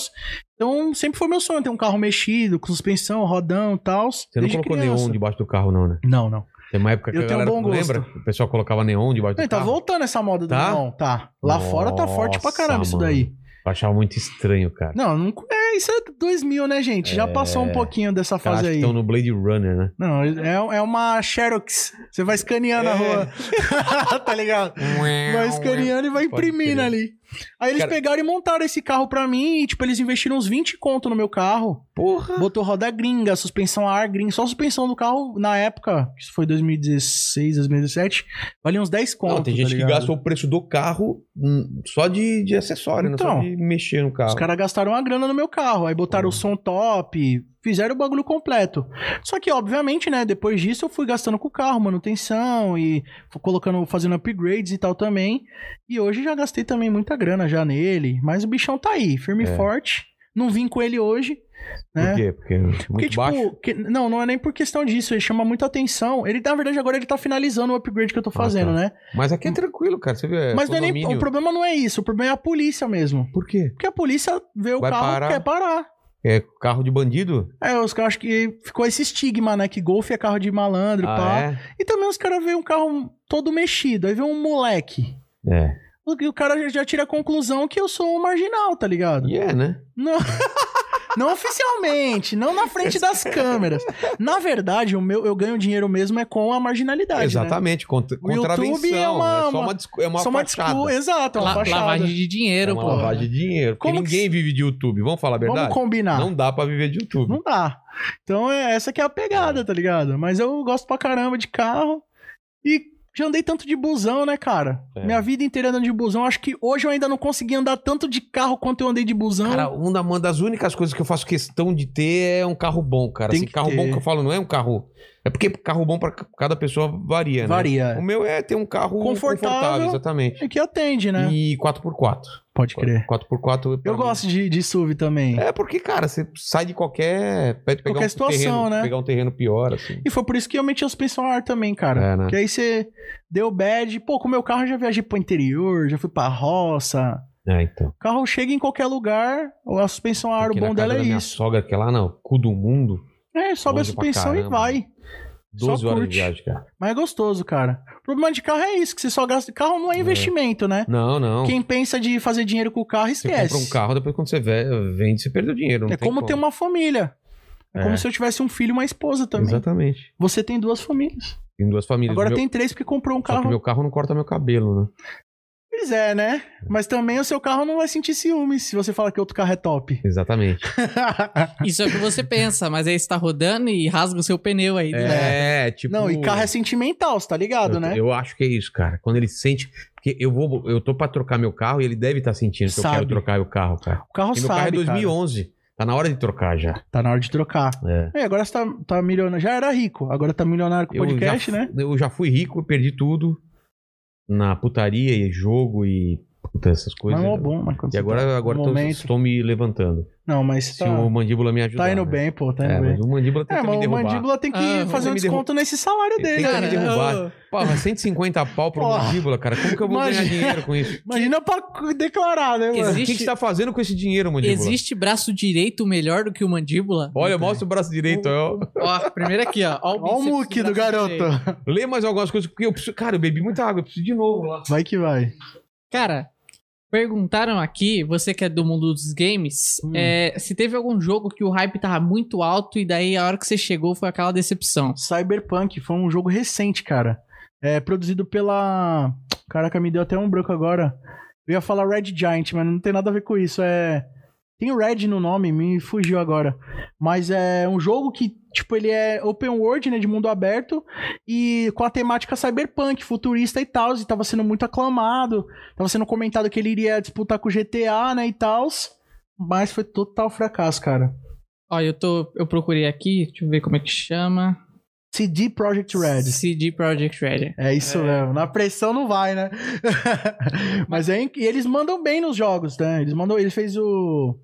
Então, sempre foi meu sonho ter um carro mexido, com suspensão, rodão e tal. Você não colocou neon debaixo do carro, não, né? Não, não. Tem uma época que Eu a tenho um galera, bom não gosto. lembra? O pessoal colocava neon debaixo do Não, tá carro. voltando essa moda do Tá? não, tá. Lá fora tá forte pra caramba isso daí. Eu achava muito estranho, cara. Não, não é, isso é 2000, né, gente? Já passou um pouquinho dessa Caras fase É. que aí. estão no Blade Runner, né? Não, é, é uma Xerox. Você vai escaneando a É. rua. tá ligado? Vai escaneando e vai Pode imprimindo crer. ali. Aí eles Cara- pegaram e montaram esse carro pra mim e, tipo, eles investiram uns 20 conto no meu carro. Porra! Botou roda gringa, suspensão a ar gringa. Só a suspensão do carro, na época, isso foi 2016, 2017, valia uns 10 conto. Não, tem tá gente que ligado? gastou o preço do carro hum, só de, de acessório, né? Só Então. de mexer no carro. Os caras gastaram uma grana no meu carro. Aí botaram Hum. o som top, fizeram o bagulho completo. Só que, obviamente, né, depois disso eu fui gastando com o carro, manutenção e fui colocando, fazendo upgrades e tal também. E hoje já gastei também muita grana já nele. Mas o bichão tá aí, firme e É. forte. Não vim com ele hoje, né? Por quê? Porque é muito Porque, tipo, baixo. que- não, não é nem por questão disso, ele chama muita atenção. Ele, na verdade, agora ele tá finalizando o upgrade que eu tô fazendo, tá. né? Mas aqui é tranquilo, cara. Você vê. é Mas não é nem, condomínio. o problema não é isso, o problema é a polícia mesmo. Por quê? Porque a polícia vê o Vai carro parar. e quer parar. É carro de bandido? É, os caras acho que ficou esse estigma, né? Que golfe é carro de malandro e pá. Ah, E também os caras veem um carro todo mexido, aí vê um moleque. é? É. O o cara já- já tira a conclusão que eu sou um marginal, tá ligado? E é, né? Não, não oficialmente, não na frente das câmeras. Na verdade, o meu, eu ganho dinheiro mesmo é com a marginalidade. Né? Exatamente. Contra, O YouTube contravenção. é uma- só uma, uma- discu- é uma Só uma fachada. desculpa, exato, é uma La- fachada. lavagem de É dinheiro, uma pô. lavagem de dinheiro. Porque Como que ninguém vive de YouTube. Vamos falar a verdade? Vamos combinar. Não dá pra viver de YouTube. Não dá. Então é essa que é a pegada, tá ligado? Mas eu gosto pra caramba de carro e Já andei tanto de busão, né, cara? É. Minha vida inteira andando de busão. Acho que hoje eu ainda não consegui andar tanto de carro quanto eu andei de busão. Cara, uma da- uma das únicas coisas que eu faço questão de ter é um carro bom, cara. Tem Assim, que carro ter. bom que eu falo não é um carro. É porque carro bom pra cada pessoa varia, né? Varia. O meu é ter um carro confortável, Confortável. exatamente. É que atende, né? E 4x4. Pode crer. 4x4. é pra Eu mim- gosto de, de SUV também. É porque, cara, você sai de qualquer. Pode pegar Qualquer um situação, terreno, né? Pegar um terreno pior, assim. E foi por isso que eu meti a suspensão a ar também, cara. É, né? Que aí você deu bad. Pô, com o meu carro eu já viajei pro interior, já fui pra roça. É, então. O carro chega em qualquer lugar, a suspensão a ar, o Aqui na bom casa dela da é minha isso. sogra, que é lá no cu do mundo, É, sobe a Longe pra suspensão e caramba. né? vai. 12 Só horas curte. de viagem, cara. Mas é gostoso, cara. O problema de carro é isso, que você só gasta... Carro não é investimento, né? Não, não. Quem pensa de fazer dinheiro com o carro, Você esquece. compra um carro, depois quando você ve- vende, você perdeu dinheiro. não é como, ter uma família. É, É. como se eu tivesse um filho e uma esposa também. Exatamente. Você tem duas famílias. Tem duas famílias. Agora Meu- tem três porque comprou um Só que carro. meu carro não corta meu cabelo, né? Pois é, né? Mas também o seu carro não vai sentir ciúmes se você falar que outro carro é top. Exatamente. Tipo, Isso é o que você pensa, mas aí você tá rodando e rasga o seu pneu aí. né? É, tipo. Não, e carro é sentimental, você tá ligado, eu, né? Eu acho que é isso, cara. Quando ele sente. Porque eu vou, eu tô pra trocar meu carro e ele deve estar sentindo que eu Sabe. quero trocar o carro, cara. O carro E meu sabe, carro é cara. 2011. Tá na hora de trocar já. Tá na hora de trocar. É. É, agora você tá, tá milionário. Já era rico, agora tá milionário com o podcast, eu já, né? Eu já fui rico, eu perdi tudo na putaria e jogo e puta, essas coisas. Mas é bom, mas quando né? e você tá agora, agora no tô- momento... estou me levantando. Não, mas Se tá, o mandíbula me ajudar. tá indo né? bem, pô, tá indo É, bem. mas o mandíbula É, tenta me mas o derrubar. mandíbula tem que Ah, fazer você um me derru- desconto nesse salário dele, Tenta né? me derrubar. eu- Porra, 150 pau pro Porra. mandíbula, cara. Como que eu vou ganhar Imagina. dinheiro com isso? Imagina pra declarar, né, mano? O que, que Existe- você tá fazendo com esse dinheiro, mandíbula? Existe braço direito melhor do que o mandíbula? Olha, mostra o né? braço direito. ó. Ó, primeiro aqui, ó. Ó o, Olha o bíceps muque do braço garoto. direito. Lê mais algumas coisas, porque eu preciso. Cara, eu bebi muita água, eu preciso de novo lá. Vai que vai. Cara, perguntaram aqui, você que é do mundo dos games, Hum. é, se teve algum jogo que o hype tava muito alto e daí a hora que você chegou foi aquela decepção. Cyberpunk foi um jogo recente, cara. É produzido pela. Caraca, me deu até um branco agora. Eu ia falar Red Giant, mas não tem nada a ver com isso. É. Tem Red no nome, me fugiu agora. Mas é um jogo que, tipo, ele é open world, né? De mundo aberto. E com a temática cyberpunk, futurista e tal. E tava sendo muito aclamado. Tava sendo comentado que ele iria disputar com o GTA, né? E tal. Mas foi total fracasso, cara. Ó, eu tô. Eu procurei aqui, deixa eu ver como é que chama. CD Projekt Red. CD Projekt Red. É isso mesmo. Na pressão não vai, né? Mas é, inc- e eles mandam bem nos jogos, né? Eles mandam. Ele fez o.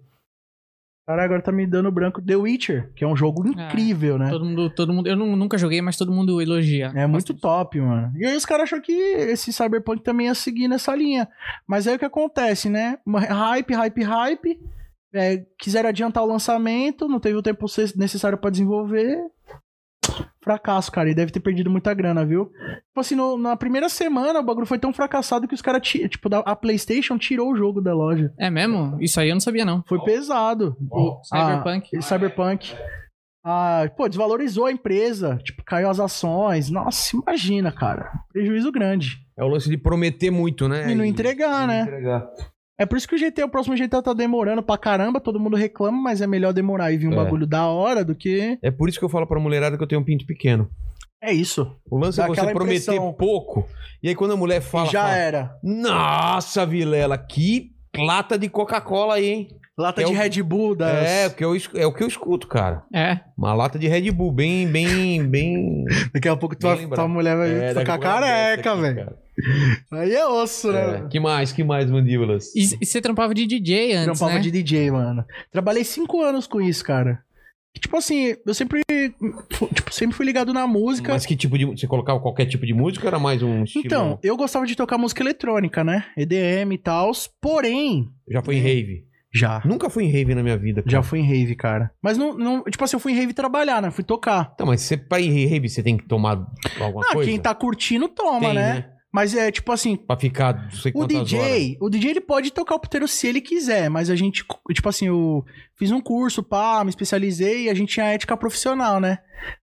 Caralho, agora tá me dando branco. The Witcher, que é um jogo incrível, né? Todo mundo, todo mundo. Eu nu- nunca joguei, mas todo mundo elogia. É muito top, mano. E aí os caras achou que esse Cyberpunk também ia seguir nessa linha. Mas aí o que acontece, né? Uma hype, hype, hype. É, quiseram adiantar o lançamento, não teve o tempo ce- necessário pra desenvolver. Fracasso, cara. E deve ter perdido muita grana, viu? Tipo assim, no- na primeira semana o bagulho foi tão fracassado que os caras, ti- tipo, da- a PlayStation tirou o jogo da loja. É mesmo? Isso aí eu não sabia, não. Foi pesado. O Cyberpunk. Ah, Cyberpunk. Ah, pô, desvalorizou a empresa. Tipo, caiu as ações. Nossa, imagina, cara. Prejuízo grande. É o lance de prometer muito, né? E não entregar, né? É por isso que o GTA, o próximo GTA tá demorando pra caramba. Todo mundo reclama, mas é melhor demorar e vir um É. bagulho da hora do que. É por isso que eu falo pra mulherada que eu tenho um pinto pequeno. É isso. O lance Dá é você aquela prometer impressão. pouco. E aí quando a mulher fala. e já é. fala, era. Nossa, Vilela, que lata de Coca-Cola aí, hein? Lata É de o- Red Bull das. É, o que eu, escu- é o que eu escuto, cara. É. Uma lata de Red Bull, bem, bem, bem. Daqui a pouco tua, Bem lembrado. tua mulher vai É, daqui a ficar pouco ela desce careca, aqui, velho. cara. Aí é osso, né? É, Que mais, que mais, mandíbulas? E, e você trampava de DJ antes, Trampava né? de DJ, mano. Trabalhei cinco anos com isso, cara. Tipo assim, eu sempre. Tipo, sempre fui ligado na música. Mas que tipo de. Você colocava qualquer tipo de música ou era mais um estilo? Então, eu gostava de tocar música eletrônica, né? EDM e tal. Porém, Já foi em rave. já. Nunca fui em rave na minha vida. Cara. é. Já fui em rave, cara. Mas não, não. Tipo assim, eu fui em rave trabalhar, né? Fui tocar. Então, mas você, pra ir em rave, você tem que tomar alguma Ah, coisa? quem tá curtindo toma, Tem, né? Mas é tipo assim. Pra ficar não sei O quantas horas. DJ, o DJ ele pode tocar o puteiro se ele quiser, mas a gente, tipo assim, eu fiz um curso, pá, me especializei e a gente tinha a ética profissional, né?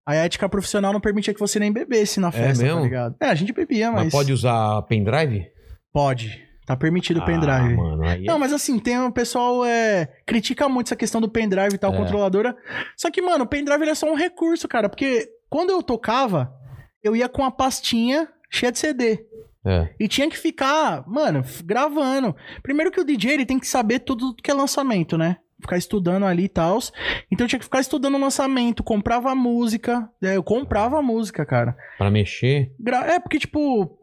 A ética profissional não permitia que você nem bebesse na festa, mesmo? tá ligado? É, a gente bebia, mas. Mas pode usar pendrive? Pode. Tá permitido o Ah, pendrive. mano, aí é- Não, mas assim, tem o pessoal é, critica muito essa questão do pendrive e tal, É. controladora. Só que, mano, o pendrive ele é só um recurso, cara, porque quando eu tocava, eu ia com a pastinha cheia de CD. É. E tinha que ficar, mano, f- gravando. Primeiro que o DJ ele tem que saber tudo que é lançamento, né? Ficar estudando ali e tal. Então eu tinha que ficar estudando o lançamento, comprava a música. né? eu comprava a música, cara. Pra mexer. Gra- é, porque, tipo.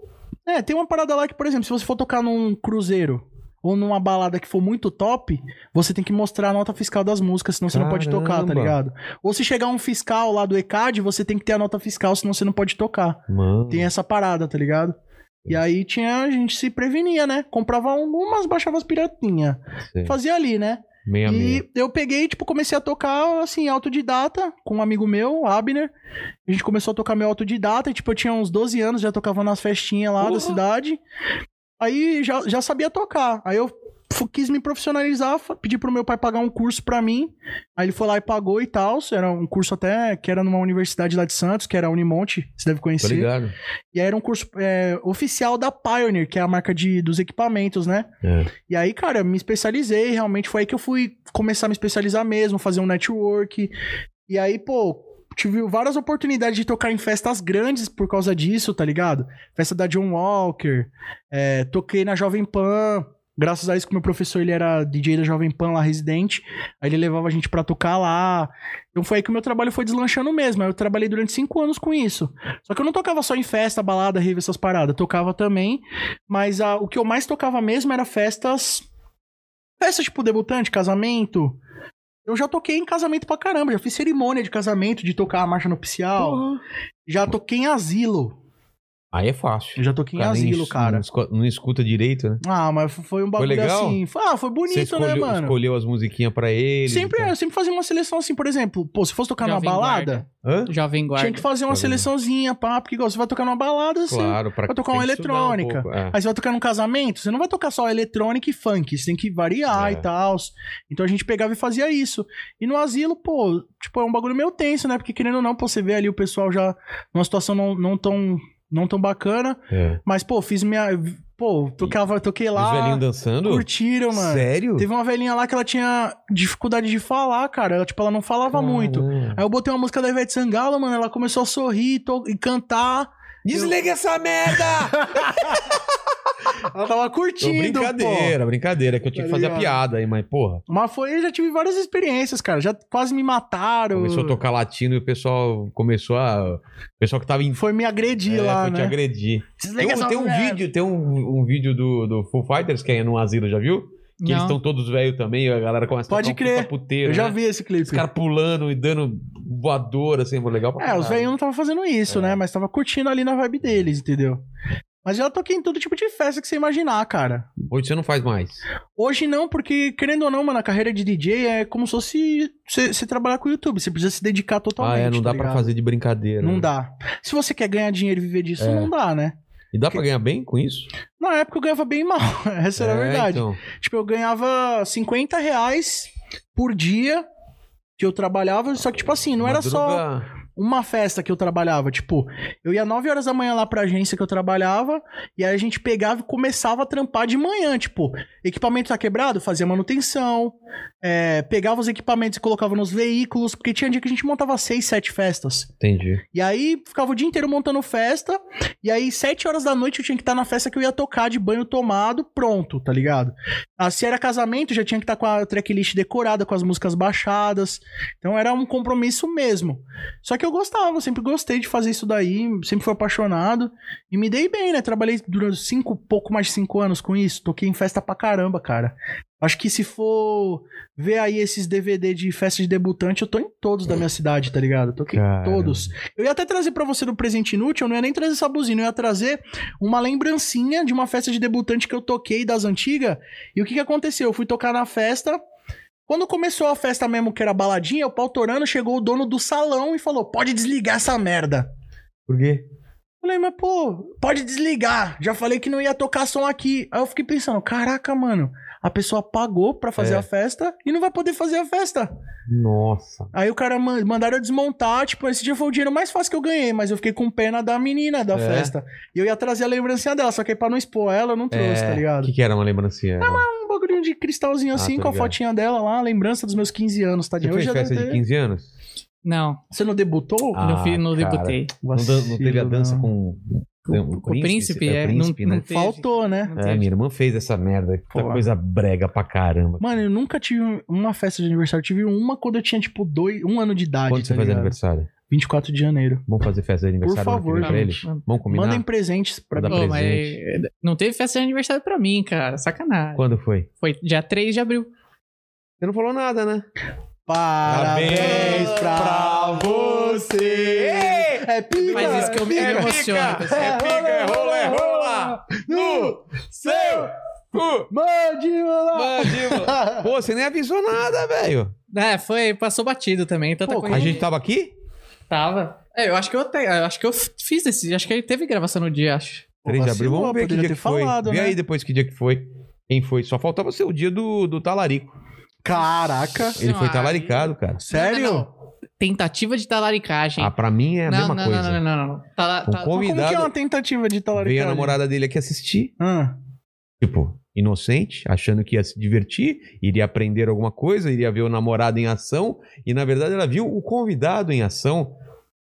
É, tem uma parada lá que, por exemplo, se você for tocar num cruzeiro ou numa balada que for muito top, você tem que mostrar a nota fiscal das músicas, senão você não pode tocar, tá Caramba. ligado? Ou se chegar um fiscal lá do ECAD, você tem que ter a nota fiscal, senão você não pode tocar. Mano. Tem essa parada, tá ligado? E aí tinha, a gente se prevenia, né? Comprava algumas, baixava as piratinhas. sei. Fazia ali, né? Meia meia. E eu peguei, tipo, comecei a tocar, assim, autodidata, com um amigo meu, o Abner. A gente começou a tocar meu autodidata, e, tipo, eu tinha uns 12 anos, já tocava nas festinhas lá da cidade. Aí já, já sabia tocar. Aí eu fu- quis me profissionalizar, fa- pedi pro meu pai pagar um curso pra mim. Aí ele foi lá e pagou e tal. Era um curso até que era numa universidade lá de Santos, que era a Unimonte, você deve Tô conhecer. ligado. E aí era um curso é, oficial da Pioneer, que é a marca de, dos equipamentos, né? É. E aí, cara, eu me especializei, realmente foi aí que eu fui começar a me especializar mesmo, fazer um network. E aí, pô, tive várias oportunidades de tocar em festas grandes por causa disso, tá ligado? Festa da John Walker, é, toquei na Jovem Pan. Graças a isso que meu professor, ele era DJ da Jovem Pan lá, residente. Aí ele levava a gente pra tocar lá. Então foi aí que o meu trabalho foi deslanchando mesmo. Aí eu trabalhei durante cinco anos com isso. Só que eu não tocava só em festa, balada, rave, essas paradas. Eu tocava também, mas ah, o que eu mais tocava mesmo era festas... Festas tipo debutante, casamento. Eu já toquei em casamento pra caramba. Já fiz cerimônia de casamento, de tocar a marcha nupcial. Uhum. Já toquei em asilo. Aí é fácil. Eu já toquei em Cara, nem asilo, es- cara. Não, esco- não escuta direito, né? Ah, mas foi um bagulho legal? assim. foi- Ah, foi bonito, Você escolheu, né, mano? escolheu as musiquinhas pra ele. então. Sempre, é eu sempre fazia uma seleção assim, por exemplo, pô, se fosse tocar numa Jovem balada, Guarda. Hã? Jovem Guarda. tinha que fazer uma Jovem Guarda. seleçãozinha, pá, porque igual, você vai tocar numa balada, assim. Claro, pra Vai tocar tem uma que estudar um eletrônica. pouco, é. Aí você vai tocar num casamento, você não vai tocar só eletrônica e funk, você tem que variar É. e tal. Então a gente pegava e fazia isso. E no asilo, pô, tipo, é um bagulho meio tenso, né? Porque querendo ou não, pô, você vê ali o pessoal já numa situação não, não tão não tão bacana, É. mas pô, fiz minha, pô, tocava, toquei Os velhinhos lá, dançando? curtiram, mano. Sério? Teve uma velhinha lá que ela tinha dificuldade de falar, cara. Ela, tipo, ela não falava muito. Aí eu botei uma música da Ivete Sangalo, mano. Ela começou a sorrir to- e cantar. Desliga essa merda! Ela tava Tô curtindo, pô. brincadeira, brincadeira, que eu tinha que Tá fazer a ligado? piada aí, mas porra. Mas foi, eu já tive várias experiências, cara. Já quase me mataram. Começou a tocar latino e o pessoal começou a. O pessoal que tava em. Foi me agredir é, lá, foi te né? agredir. Tem Desliga um, essa tem um merda. vídeo, tem um, um vídeo do, do Full Fighters, que é num asilo, já viu? Que eles Não. estão todos velhos também, a galera começa Pode a tocar crer. um puta puteiro, Eu já né? vi esse clipe. Os caras pulando e dando voador, assim, mano, legal pra É, os caralho. velhinhos não estavam fazendo isso, É. né? Mas tava curtindo ali na vibe deles, entendeu? Mas já toquei em todo tipo de festa que você imaginar, cara. Hoje você não faz mais. Ah, Hoje não, porque, querendo ou não, mano, a carreira de DJ é como se fosse você você trabalhar com o YouTube. Você precisa se dedicar totalmente. ah, é, não dá tá pra ligado? fazer de brincadeira. Não né? dá. Se você quer ganhar dinheiro e viver disso, É. não dá, né? E dá pra ganhar bem com isso? Na época eu ganhava bem mal. Essa era a É, verdade. então. Tipo, eu ganhava 50 reais por dia que eu trabalhava. Só que, tipo assim, não era só Madruga- uma festa que eu trabalhava. Tipo, eu ia 9 horas da manhã lá pra agência que eu trabalhava, e aí a gente pegava e começava a trampar de manhã. Tipo, equipamento tá quebrado, fazia manutenção, é, pegava os equipamentos e colocava nos veículos, porque tinha dia que a gente montava 6, 7 festas. Entendi. E aí ficava o dia inteiro montando festa, e aí 7 horas da noite eu tinha que estar na festa que eu ia tocar de banho tomado, pronto, tá ligado? Ah, se era casamento, já tinha que estar com a tracklist decorada, com as músicas baixadas. Então era um compromisso mesmo. Só que eu gostava, eu sempre gostei de fazer isso daí, sempre fui apaixonado. E me dei bem, né? Trabalhei durante cinco, pouco mais de cinco anos com isso. Toquei em festa pra caramba, cara. Acho que se for ver aí esses DVD de festa de debutante, eu tô em todos da minha cidade, tá ligado? Toquei Caramba. em todos. Eu ia até trazer pra você no presente inútil, eu não ia nem trazer essa buzina, eu ia trazer uma lembrancinha de uma festa de debutante que eu toquei das antigas. E o que que aconteceu? Eu fui tocar na festa. Quando começou a festa mesmo, que era baladinha, o pau torando, chegou o dono do salão e falou: pode desligar essa merda. Por quê? Falei, mas pô, pode desligar. Já falei que não ia tocar som aqui. Aí eu fiquei pensando, caraca, mano, a pessoa pagou pra fazer É. a festa e não vai poder fazer a festa. Nossa. Aí o cara man- mandaram eu desmontar, tipo, esse dia foi o dinheiro mais fácil que eu ganhei, mas eu fiquei com pena da menina da É. festa. E eu ia trazer a lembrancinha dela, só que aí pra não expor ela, eu não trouxe, É, tá ligado? O que, que era uma lembrancinha? Um bagulhinho de cristalzinho Ah, assim, tô com a ligado. fotinha dela lá, a lembrança dos meus 15 anos, tá Você ligado? fez já festa deve de ter- 15 anos? Não, Você não debutou? Ah, não, fi- não cara. debutei. Não, dan- não teve a dança Vacilo, com, Tem um o príncipe, é, não- príncipe, não né? teve. Faltou, né? Não É, teve. minha irmã fez essa merda. Puta Pô. coisa brega pra caramba. Mano, eu nunca tive um, uma festa de aniversário. Eu tive uma quando eu tinha, tipo, dois, um ano de idade. Quando tá você faz ligado? aniversário? 24 de janeiro. Vamos fazer festa de aniversário ano que favor, vem pra gente. eles? Vamos combinar? Mandem presentes pra Manda mim. pra- Pô, mas presente. não teve festa de aniversário pra mim, cara. Sacanagem. Quando foi? Foi dia 3 de abril. Você não falou nada, né? Parabéns pra Ei! É pica! Mas isso que eu me É emociono. pica, é pica, é rola, é rola! No seu cu! Mandíbula! mandíbula. Pô, você nem avisou nada, velho. É, foi, passou batido também. Tanta Pô, coisa. A gente tava aqui? tava. É, eu acho que eu até, eu acho que eu fiz esse, acho que ele teve gravação no dia, acho. 3 de abril, vacilou, vamos ver que poderia dia ter que foi. falado, Vê né? aí depois que dia que foi. Quem foi? Só faltava ser o dia do, do talarico. Caraca! Ele foi Ai. talaricado, cara. Sério? Não, não, não. Tentativa de talaricagem. Ah, pra mim é a não, mesma não, coisa. não, não, não, não, não. Tala- Com tala- como- Mas Como que é Convidado. uma tentativa de talaricagem? Veio a namorada dele aqui assistir. Ah, Tipo, inocente, achando que ia se divertir, iria aprender alguma coisa, iria ver o namorado em ação. E na verdade ela viu o convidado em ação,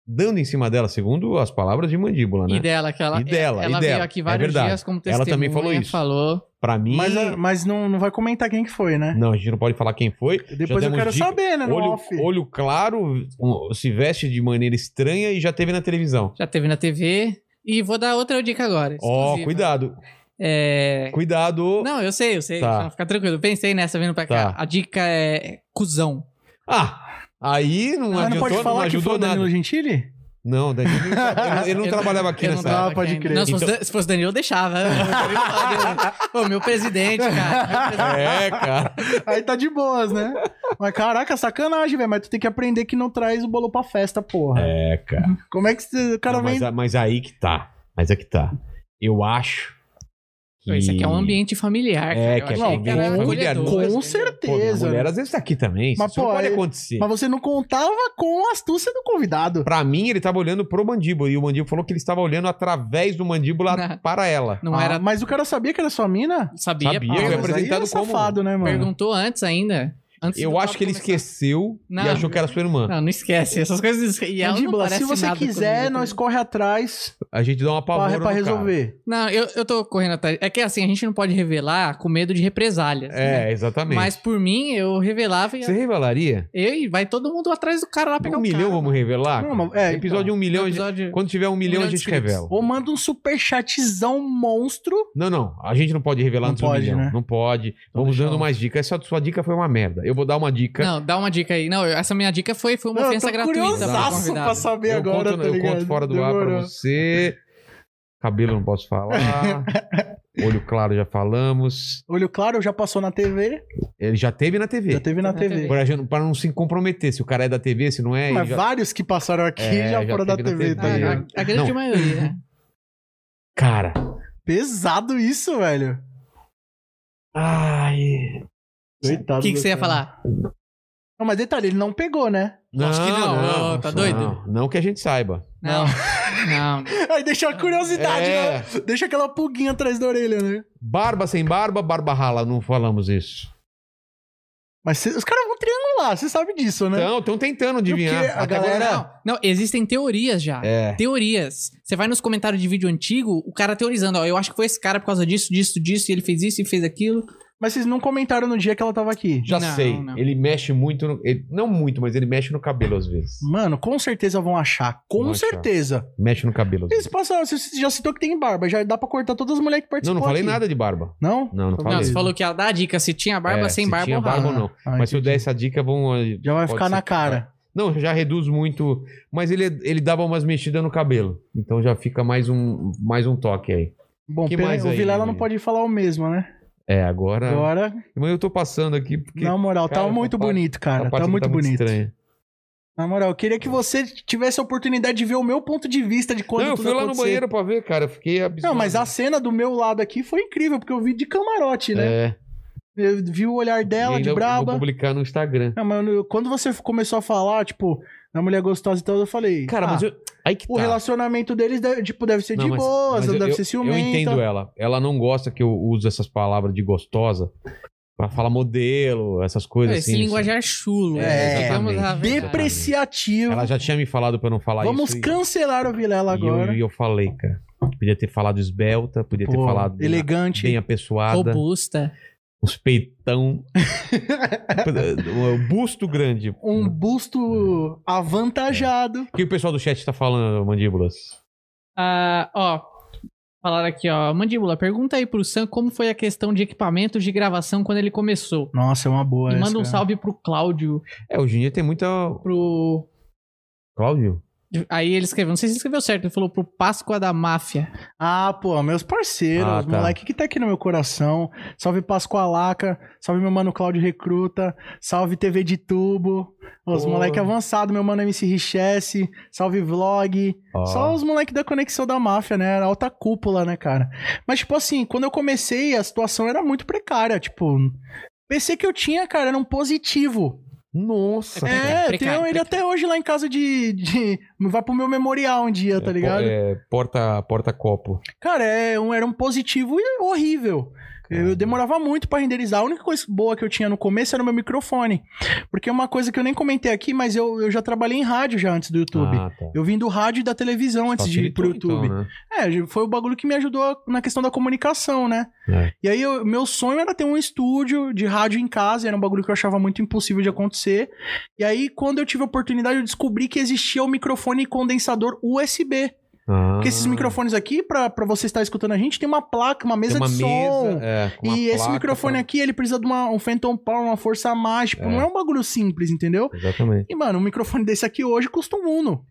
dando em cima dela, segundo as palavras de mandíbula, né? E dela, que ela, E dela, ela e veio dela. aqui É vários verdade. dias como Ela testemunha. também falou isso. falou. Pra mim. mas mas não, não vai comentar quem que foi, né? Não, a gente não pode falar quem foi. Depois Já eu demos quero dica. saber, né? No Olho, off. olho claro, um, se veste de maneira estranha e já teve na televisão. Já teve na TV. E vou dar outra dica agora. Ó, exclusiva. cuidado. É... Cuidado. Não, eu sei, eu sei. Tá. Tá. Fica tranquilo. Pensei nessa vindo pra cá. Tá. A dica é cuzão. Ah, aí não Ah, não adiantou, pode não, falar que foi ajudou o nada. Danilo Gentili? Não, Danilo, ele não tra- ele, ele não Eu trabalhava aqui eu não nessa Então- trabalhava Ah, pode aqui crer. ainda. Não, se, fosse, Dan- se fosse Danilo, eu deixava. Eu deixava. Pô, meu presidente, cara. Meu presidente. É, cara. Aí tá de boas, né? Mas caraca, sacanagem, velho. Mas tu tem que aprender que não traz o bolo pra festa, porra. É, cara. Como é que cê- o cara Não, vem. mas, a- mas aí que tá. Mas é que tá. Eu acho. Pô, Isso aqui é um ambiente familiar, cara. É, Eu que é achei um era ambiente acolhedor, familiar. assim. Com Pô, minha certeza. é mulher assim. às vezes tá aqui também. Mas, isso pô, não pode aí- acontecer. mas você não contava com a astúcia do convidado. Pra mim, ele tava olhando pro mandíbula. E o mandíbula falou que ele estava olhando através do mandíbula Não. para ela. Não Ah, era... Mas o cara sabia que era sua mina? Sabia, Sabia, Paulo. foi mas aí apresentado é como- safado, né, mano? Perguntou antes ainda. Antes do Eu acho papo que ele começar. esqueceu Não. e achou que era sua irmã. Não, não esquece. Essas coisas... E ela não Mandíbula, parece se você nada quiser, né? comigo, nós corre atrás A gente dá uma pra, palavra pra resolver. Não, eu, eu tô correndo atrás. É que assim, a gente não pode revelar com medo de represálias. né? É, exatamente. Mas por mim, eu revelava e Você revelaria? eu, e vai todo mundo atrás do cara lá pegar Um o milhão cara, vamos revelar? Não, mas- é, episódio um milhão. a No gente- episódio- Quando tiver um milhão, a milhão de gente inscritos. revela. Ou manda um superchatzão monstro. Não, não. A gente não pode revelar Não antes do pode, milhão. né? Não pode. Vamos Então deixa dando eu- mais dicas. Essa sua dica foi uma merda. Eu vou dar uma dica. Não, dá uma dica aí. Não, eu- essa minha dica foi, foi uma Não, eu ofensa tô gratuita. pro curiosaço convidado. pra saber um eu agora, conto, né? tá eu ligado? conto fora do ar pra Demorou. você. Cabelo não posso falar. Olho claro já falamos. Olho claro, já passou na TV. Ele já teve na TV. Já teve na Na TV. TV. Pra, gente- pra não se comprometer. Se o cara é da TV, se não é. Mas ele já- vários que passaram aqui É, já já foram da teve na TV, tá TV. Ah, ligado? a, a grande Não. maioria. né? Cara. Pesado isso, velho. Ai. Coitado. O que, que do você ia cara. falar? Não, mas detalhe, ele não pegou, né? Acho que não, ô, tá doido? Não, não que a gente saiba. Não. Não. Aí deixa a curiosidade, É. né? Deixa aquela pulguinha atrás da orelha, né? Barba sem barba, barba rala, não falamos isso. Mas cê- os caras vão triangular, você sabe disso, né? Então, estão tentando adivinhar. Porque a Até galera- agora- Não, não, existem teorias já. É. Teorias. Você vai nos comentários de vídeo antigo, o cara teorizando, ó, eu acho que foi esse cara por causa disso, disso, disso, e ele fez isso e fez aquilo. Mas vocês não comentaram no dia que ela tava aqui. Já Não, sei. não. Ele mexe muito. no- ele- não muito, mas ele mexe no cabelo às vezes. Mano, com certeza vão achar. Com Vão achar. certeza. Mexe no cabelo. às Eles vezes. passaram, você já citou que tem barba, já dá pra cortar todas as mulheres que Não, participam. não falei aqui. nada de barba. Não, não Não? Então falei. Não, você beleza. falou que ia dar a dica se tinha barba, É, sem se barba tinha ou barba rala. ou não. Ah, Mas se eu entendi. der essa dica, vão. eh, Já vai pode ficar ser na que- cara. Não, já reduz muito. Mas ele, ele dava umas mexidas no cabelo. Então já fica mais um, mais um toque aí. Bom, Que pena- mais o aí, Vilela né? não pode falar o mesmo, né? É, agora. Agora, Mas eu tô passando aqui porque. na moral, cara, tá essa muito parte- bonito, cara. a parte Tá aqui muito bonito. estranha. Na moral, eu queria que você tivesse a oportunidade de ver o meu ponto de vista de quando Não, eu tudo fui lá no acontecer. banheiro pra ver, cara. Eu fiquei Não, abismado. mas assim, a cena do meu lado aqui foi incrível, porque eu vi de camarote, né? É. Eu vi o olhar E dela, ainda de eu braba. Vou publicar no Instagram. Não, mas eu- quando você começou a falar, tipo, da mulher gostosa e tal, eu falei. Cara, ah, mas eu. Aí que O tá. relacionamento deles deve, tipo, deve ser Não, de mas- boas, mas eu- deve eu- ser Eu ciumenta. entendo ela. Ela não gosta que eu use essas palavras de gostosa pra falar modelo, essas coisas É, Esse assim. linguajar chulo. É, né? exatamente. Vamos lá ver. Depreci- Depreciativo. Ela já tinha me falado pra eu não falar Vamos isso. e- cancelar o Vilela e eu- agora. E eu, falei, cara. Podia ter falado esbelta, podia ter Pô, falado bem- elegante. bem apessoada, Robusta. os peitão, o busto grande. Um busto É. avantajado. O que o pessoal do chat tá falando, mandíbulas? Ah, ó. Falaram aqui, ó. Mandíbula, pergunta aí pro Sam como foi a questão de equipamentos de gravação quando ele começou. Nossa, é uma boa. e essa, manda um cara. salve pro Cláudio, É, hoje em dia tem muita. pro. Cláudio? Aí ele escreveu, não sei se ele escreveu certo, ele falou pro Páscoa da Máfia. Ah, pô, meus parceiros, Ah, tá. moleque que tá aqui no meu coração. Salve Pascoalaca, salve meu mano Cláudio Recruta, salve TV de Tubo, os Pô. moleque avançado, meu mano MC Richesse, salve Vlog, Ó. só os moleque da conexão da máfia, né? Era alta cúpula, né, cara? Mas, tipo assim, quando eu comecei, a situação era muito precária, tipo... PC que eu tinha, cara, era um positivo. Nossa, cara. É, Precário, tenho ele precário. até hoje lá em casa de, de. Vai pro meu memorial um dia, tá ligado? É, porta, porta copo. Cara, é um- era um positivo e horrível. Eu demorava muito pra renderizar. A única coisa boa que eu tinha no começo era o meu microfone. Porque é uma coisa que eu nem comentei aqui, mas eu, eu já trabalhei em rádio já antes do YouTube. Ah, tá. Eu vim do rádio e da televisão antes de ir pro Facilitou, YouTube. então, né? É, foi o bagulho que me ajudou na questão da comunicação, né? É. E aí, eu- meu sonho era ter um estúdio de rádio em casa, era um bagulho que eu achava muito impossível de acontecer. E aí, quando eu tive a oportunidade, eu descobri que existia o microfone condensador USB. Ah. Porque esses microfones aqui, pra, pra você estar escutando a gente, tem uma placa, uma mesa Tem uma de som. mesa, é, com E uma esse placa, microfone tá? aqui, ele precisa de uma, um Phantom Power, uma força a mais. Tipo, É. não é um bagulho simples, entendeu? Exatamente. E, mano, um microfone desse aqui hoje custa um Uno.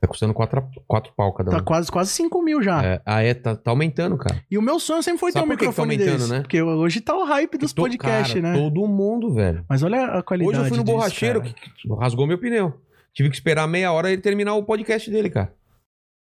Tá custando 4 quatro pau cada um. Tá quase, quase 5 mil já. É, ah, é, tá, tá aumentando, cara. E o meu sonho sempre foi Sabe ter um por que que tá microfone aumentando, desse. né? Porque hoje tá o hype dos Tô- podcasts, cara, né? Todo mundo, velho. Mas olha a qualidade Hoje eu fui no disso, borracheiro cara. que que rasgou meu pneu. Tive que esperar meia hora ele terminar o podcast dele, cara.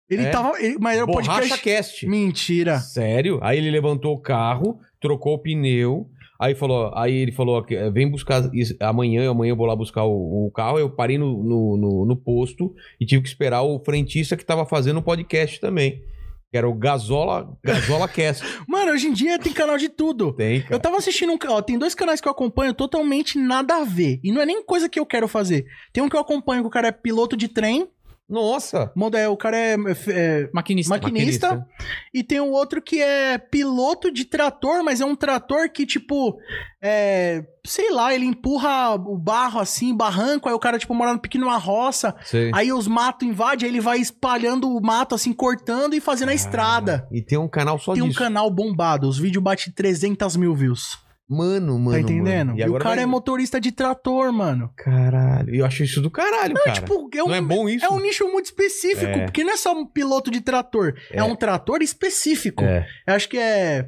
Ele É. tava... ele- mas era o Borracha podcast... Cast. Mentira. Sério? Aí ele levantou o carro, trocou o pneu. Aí falou, aí ele falou, que, eh, vem buscar isso- amanhã, amanhã eu vou lá buscar o, o carro. Eu parei no, no, no- no posto e tive que esperar o frentista que tava fazendo o podcast também. Que era o Gasola, Gasola Cast. Mano, hoje em dia tem canal de tudo. Tem, Eu cara. tava assistindo um. ca- Ó, tem dois canais que eu acompanho totalmente nada a ver. E não é nem coisa que eu quero fazer. Tem um que eu acompanho que o cara é piloto de trem, Nossa! moda- é, o cara é, é, é, Maquinista. Maqui- Maquinista. E tem um outro que é piloto de trator, mas é um trator que, tipo, é. Sei lá, ele empurra o barro assim, barranco, aí o cara, tipo, mora no pequeno uma roça, Sei. aí os matos invadem, aí ele vai espalhando o mato, assim, cortando e Ah, fazendo a estrada. E tem um canal só Tem um disso. canal bombado, os vídeos batem 300 mil views. Mano, mano. tá entendendo? mano. E, o cara vai- é motorista de trator, mano. Caralho. Eu acho isso do caralho, cara. Tipo, é um, Não é bom isso? é um nicho muito específico, É. porque não é só um piloto de trator, é, É. um trator específico. É. Eu acho que é.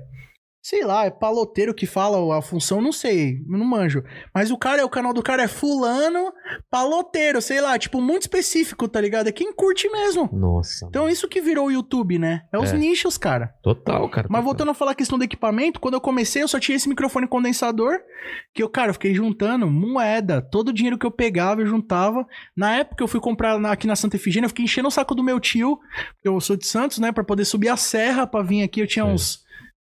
Sei lá, é paloteiro que fala a função, não sei, eu não manjo. Mas o cara, o canal do cara é fulano, paloteiro, sei lá, tipo, muito específico, tá ligado? É quem curte mesmo. Nossa. Então isso que virou o YouTube, né? É os É. nichos, cara. Total, cara. Mas total. voltando a falar a questão do equipamento, quando eu comecei, eu só tinha esse microfone condensador, que eu, cara, eu fiquei juntando moeda, todo o dinheiro que eu pegava, eu juntava. Na época eu fui comprar na- aqui na Santa Efigênia, eu fiquei enchendo o saco do meu tio, eu sou de Santos, né, Pra poder subir a serra pra vir aqui, eu tinha É. uns,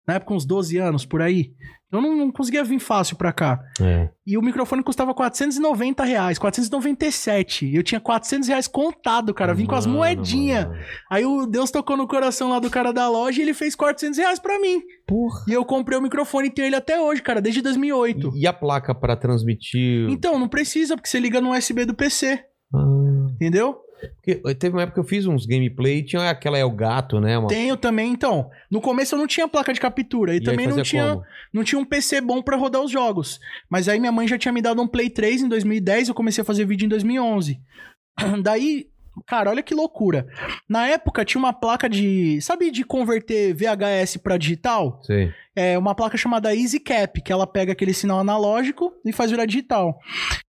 na época uns 12 anos, por aí. Eu não, não conseguia vir fácil pra cá. É. E o microfone custava 490 reais, 497. E eu tinha 400 reais contado, cara, vim com as Mano, moedinhas. mano. Aí o Deus tocou no coração lá do cara da loja e ele fez 400 reais pra mim. Porra. E eu comprei o microfone e tenho ele até hoje, cara, desde 2008. E, e a placa pra transmitir. Então, não precisa, porque você liga no USB do PC, Ah, entendeu? porque eh, teve uma época que eu fiz uns gameplay, tinha aquela El Gato, né? Uma... Tenho também, então. No começo eu não tinha placa de captura e, aí também não fazia tinha, como? não tinha um PC bom pra rodar os jogos. Mas aí minha mãe já tinha me dado um Play 3 em 2010, eu comecei a fazer vídeo em 2011. Daí, cara, olha que loucura. Na época tinha uma placa de, sabe, de converter VHS pra digital? Sei. é uma placa chamada EasyCap, que ela pega aquele sinal analógico e faz virar digital.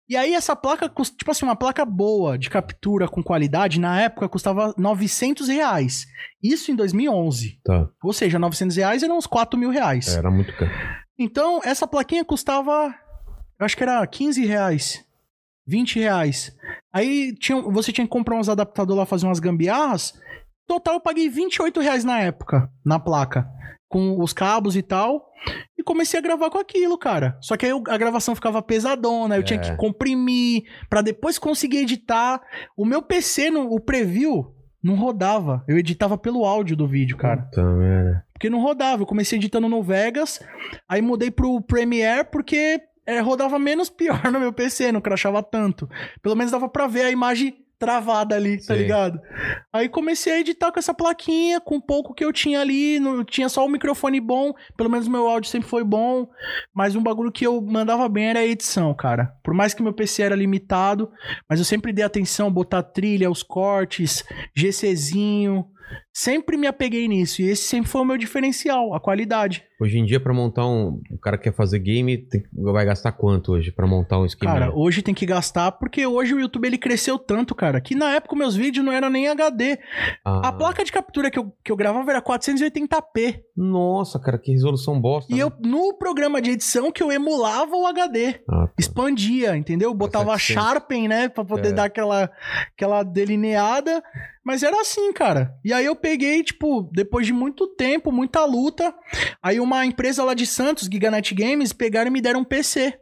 E aí essa placa, cust- tipo assim, uma placa boa de captura com qualidade, na época custava 900 reais. Isso em 2011. Tá. Ou seja, 900 reais eram uns 4 mil reais. Era muito caro. Então, essa plaquinha custava, eu acho que era 15 reais, 20 reais. Aí tinha, um, você tinha que comprar uns adaptadores lá, fazer umas gambiarras. Total, eu paguei 28 reais na época, na placa. Com os cabos e tal. E comecei a gravar com aquilo, cara. Só que aí eu- a gravação ficava pesadona, eu tinha É. que comprimir, pra depois conseguir editar. O meu PC, no, o preview, Não rodava. Eu editava pelo áudio do vídeo, cara. Puta merda. Porque não rodava. Eu comecei editando no Vegas, aí mudei pro Premiere porque é, rodava menos pior no meu PC, não crashava tanto. Pelo menos dava pra ver a imagem travada ali, tá Sim. ligado? Aí comecei a editar com essa plaquinha, com o pouco que eu tinha ali, não, tinha só o microfone bom, pelo menos meu áudio sempre foi bom, mas um bagulho que eu mandava bem era a edição, cara. Por mais que meu PC era limitado, mas eu sempre dei atenção, botar trilha, os cortes, GCzinho, sempre me apeguei nisso, e esse sempre foi o meu diferencial, a qualidade. Hoje em dia, pra montar um. O cara quer fazer game, tem- vai gastar quanto hoje pra montar um esquema? Cara, hoje tem que gastar, porque hoje o YouTube ele cresceu tanto, cara, que na época meus vídeos não eram nem HD. Ah, A placa de captura que eu, que eu gravava era 480p. Nossa, cara, que resolução bosta. E né? eu, no programa de edição, que eu emulava o HD. Ah, tá. Expandia, entendeu? Botava 700. Sharpen, né? Pra poder É. dar aquela, aquela delineada. Mas era assim, cara. E aí eu peguei, tipo, depois de muito tempo, muita luta. Aí uma empresa lá de Santos, Giganet Games, pegaram e me deram um PC.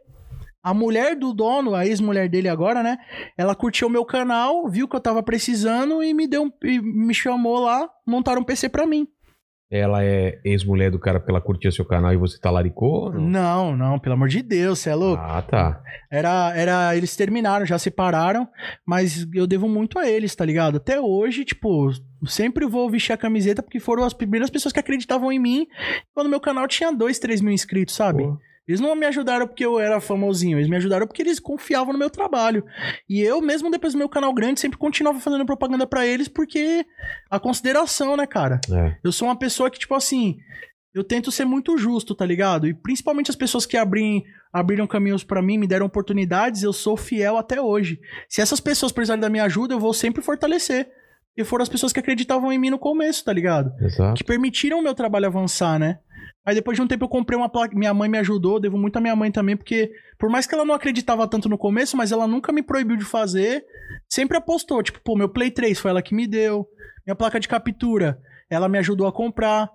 A mulher do dono, a ex-mulher dele agora, né? Ela curtiu o meu canal, viu que eu tava precisando e me deu um, e me chamou lá, montaram um PC pra mim. Ela é ex-mulher do cara porque ela curtia seu canal e você talaricou? ou não? Não, não, pelo amor de Deus, você é louco. Ah, tá. Era, era, eles terminaram, já separaram, mas eu devo muito a eles, tá ligado? Até hoje, tipo, sempre vou vestir a camiseta porque foram as primeiras pessoas que acreditavam em mim quando meu canal tinha 2, 3 mil inscritos, sabe? Pô. Eles não me ajudaram porque eu era famosinho, eles me ajudaram porque eles confiavam no meu trabalho. E eu, mesmo depois do meu canal grande, sempre continuava fazendo propaganda pra eles porque a consideração, né, cara? É. Eu sou uma pessoa que, tipo assim, eu tento ser muito justo, tá ligado? E principalmente as pessoas que abrem, abriram caminhos pra mim, me deram oportunidades, eu sou fiel até hoje. Se essas pessoas precisarem da minha ajuda, eu vou sempre fortalecer. Porque foram as pessoas que acreditavam em mim no começo, tá ligado? Exato. Que permitiram o meu trabalho avançar, né? Aí depois de um tempo eu comprei uma placa. Minha mãe me ajudou, devo muito à minha mãe também, porque por mais que ela não acreditava tanto no começo, mas ela nunca me proibiu de fazer. Sempre apostou. Tipo, pô, meu Play 3 foi ela que me deu. Minha placa de captura, ela me ajudou a comprar.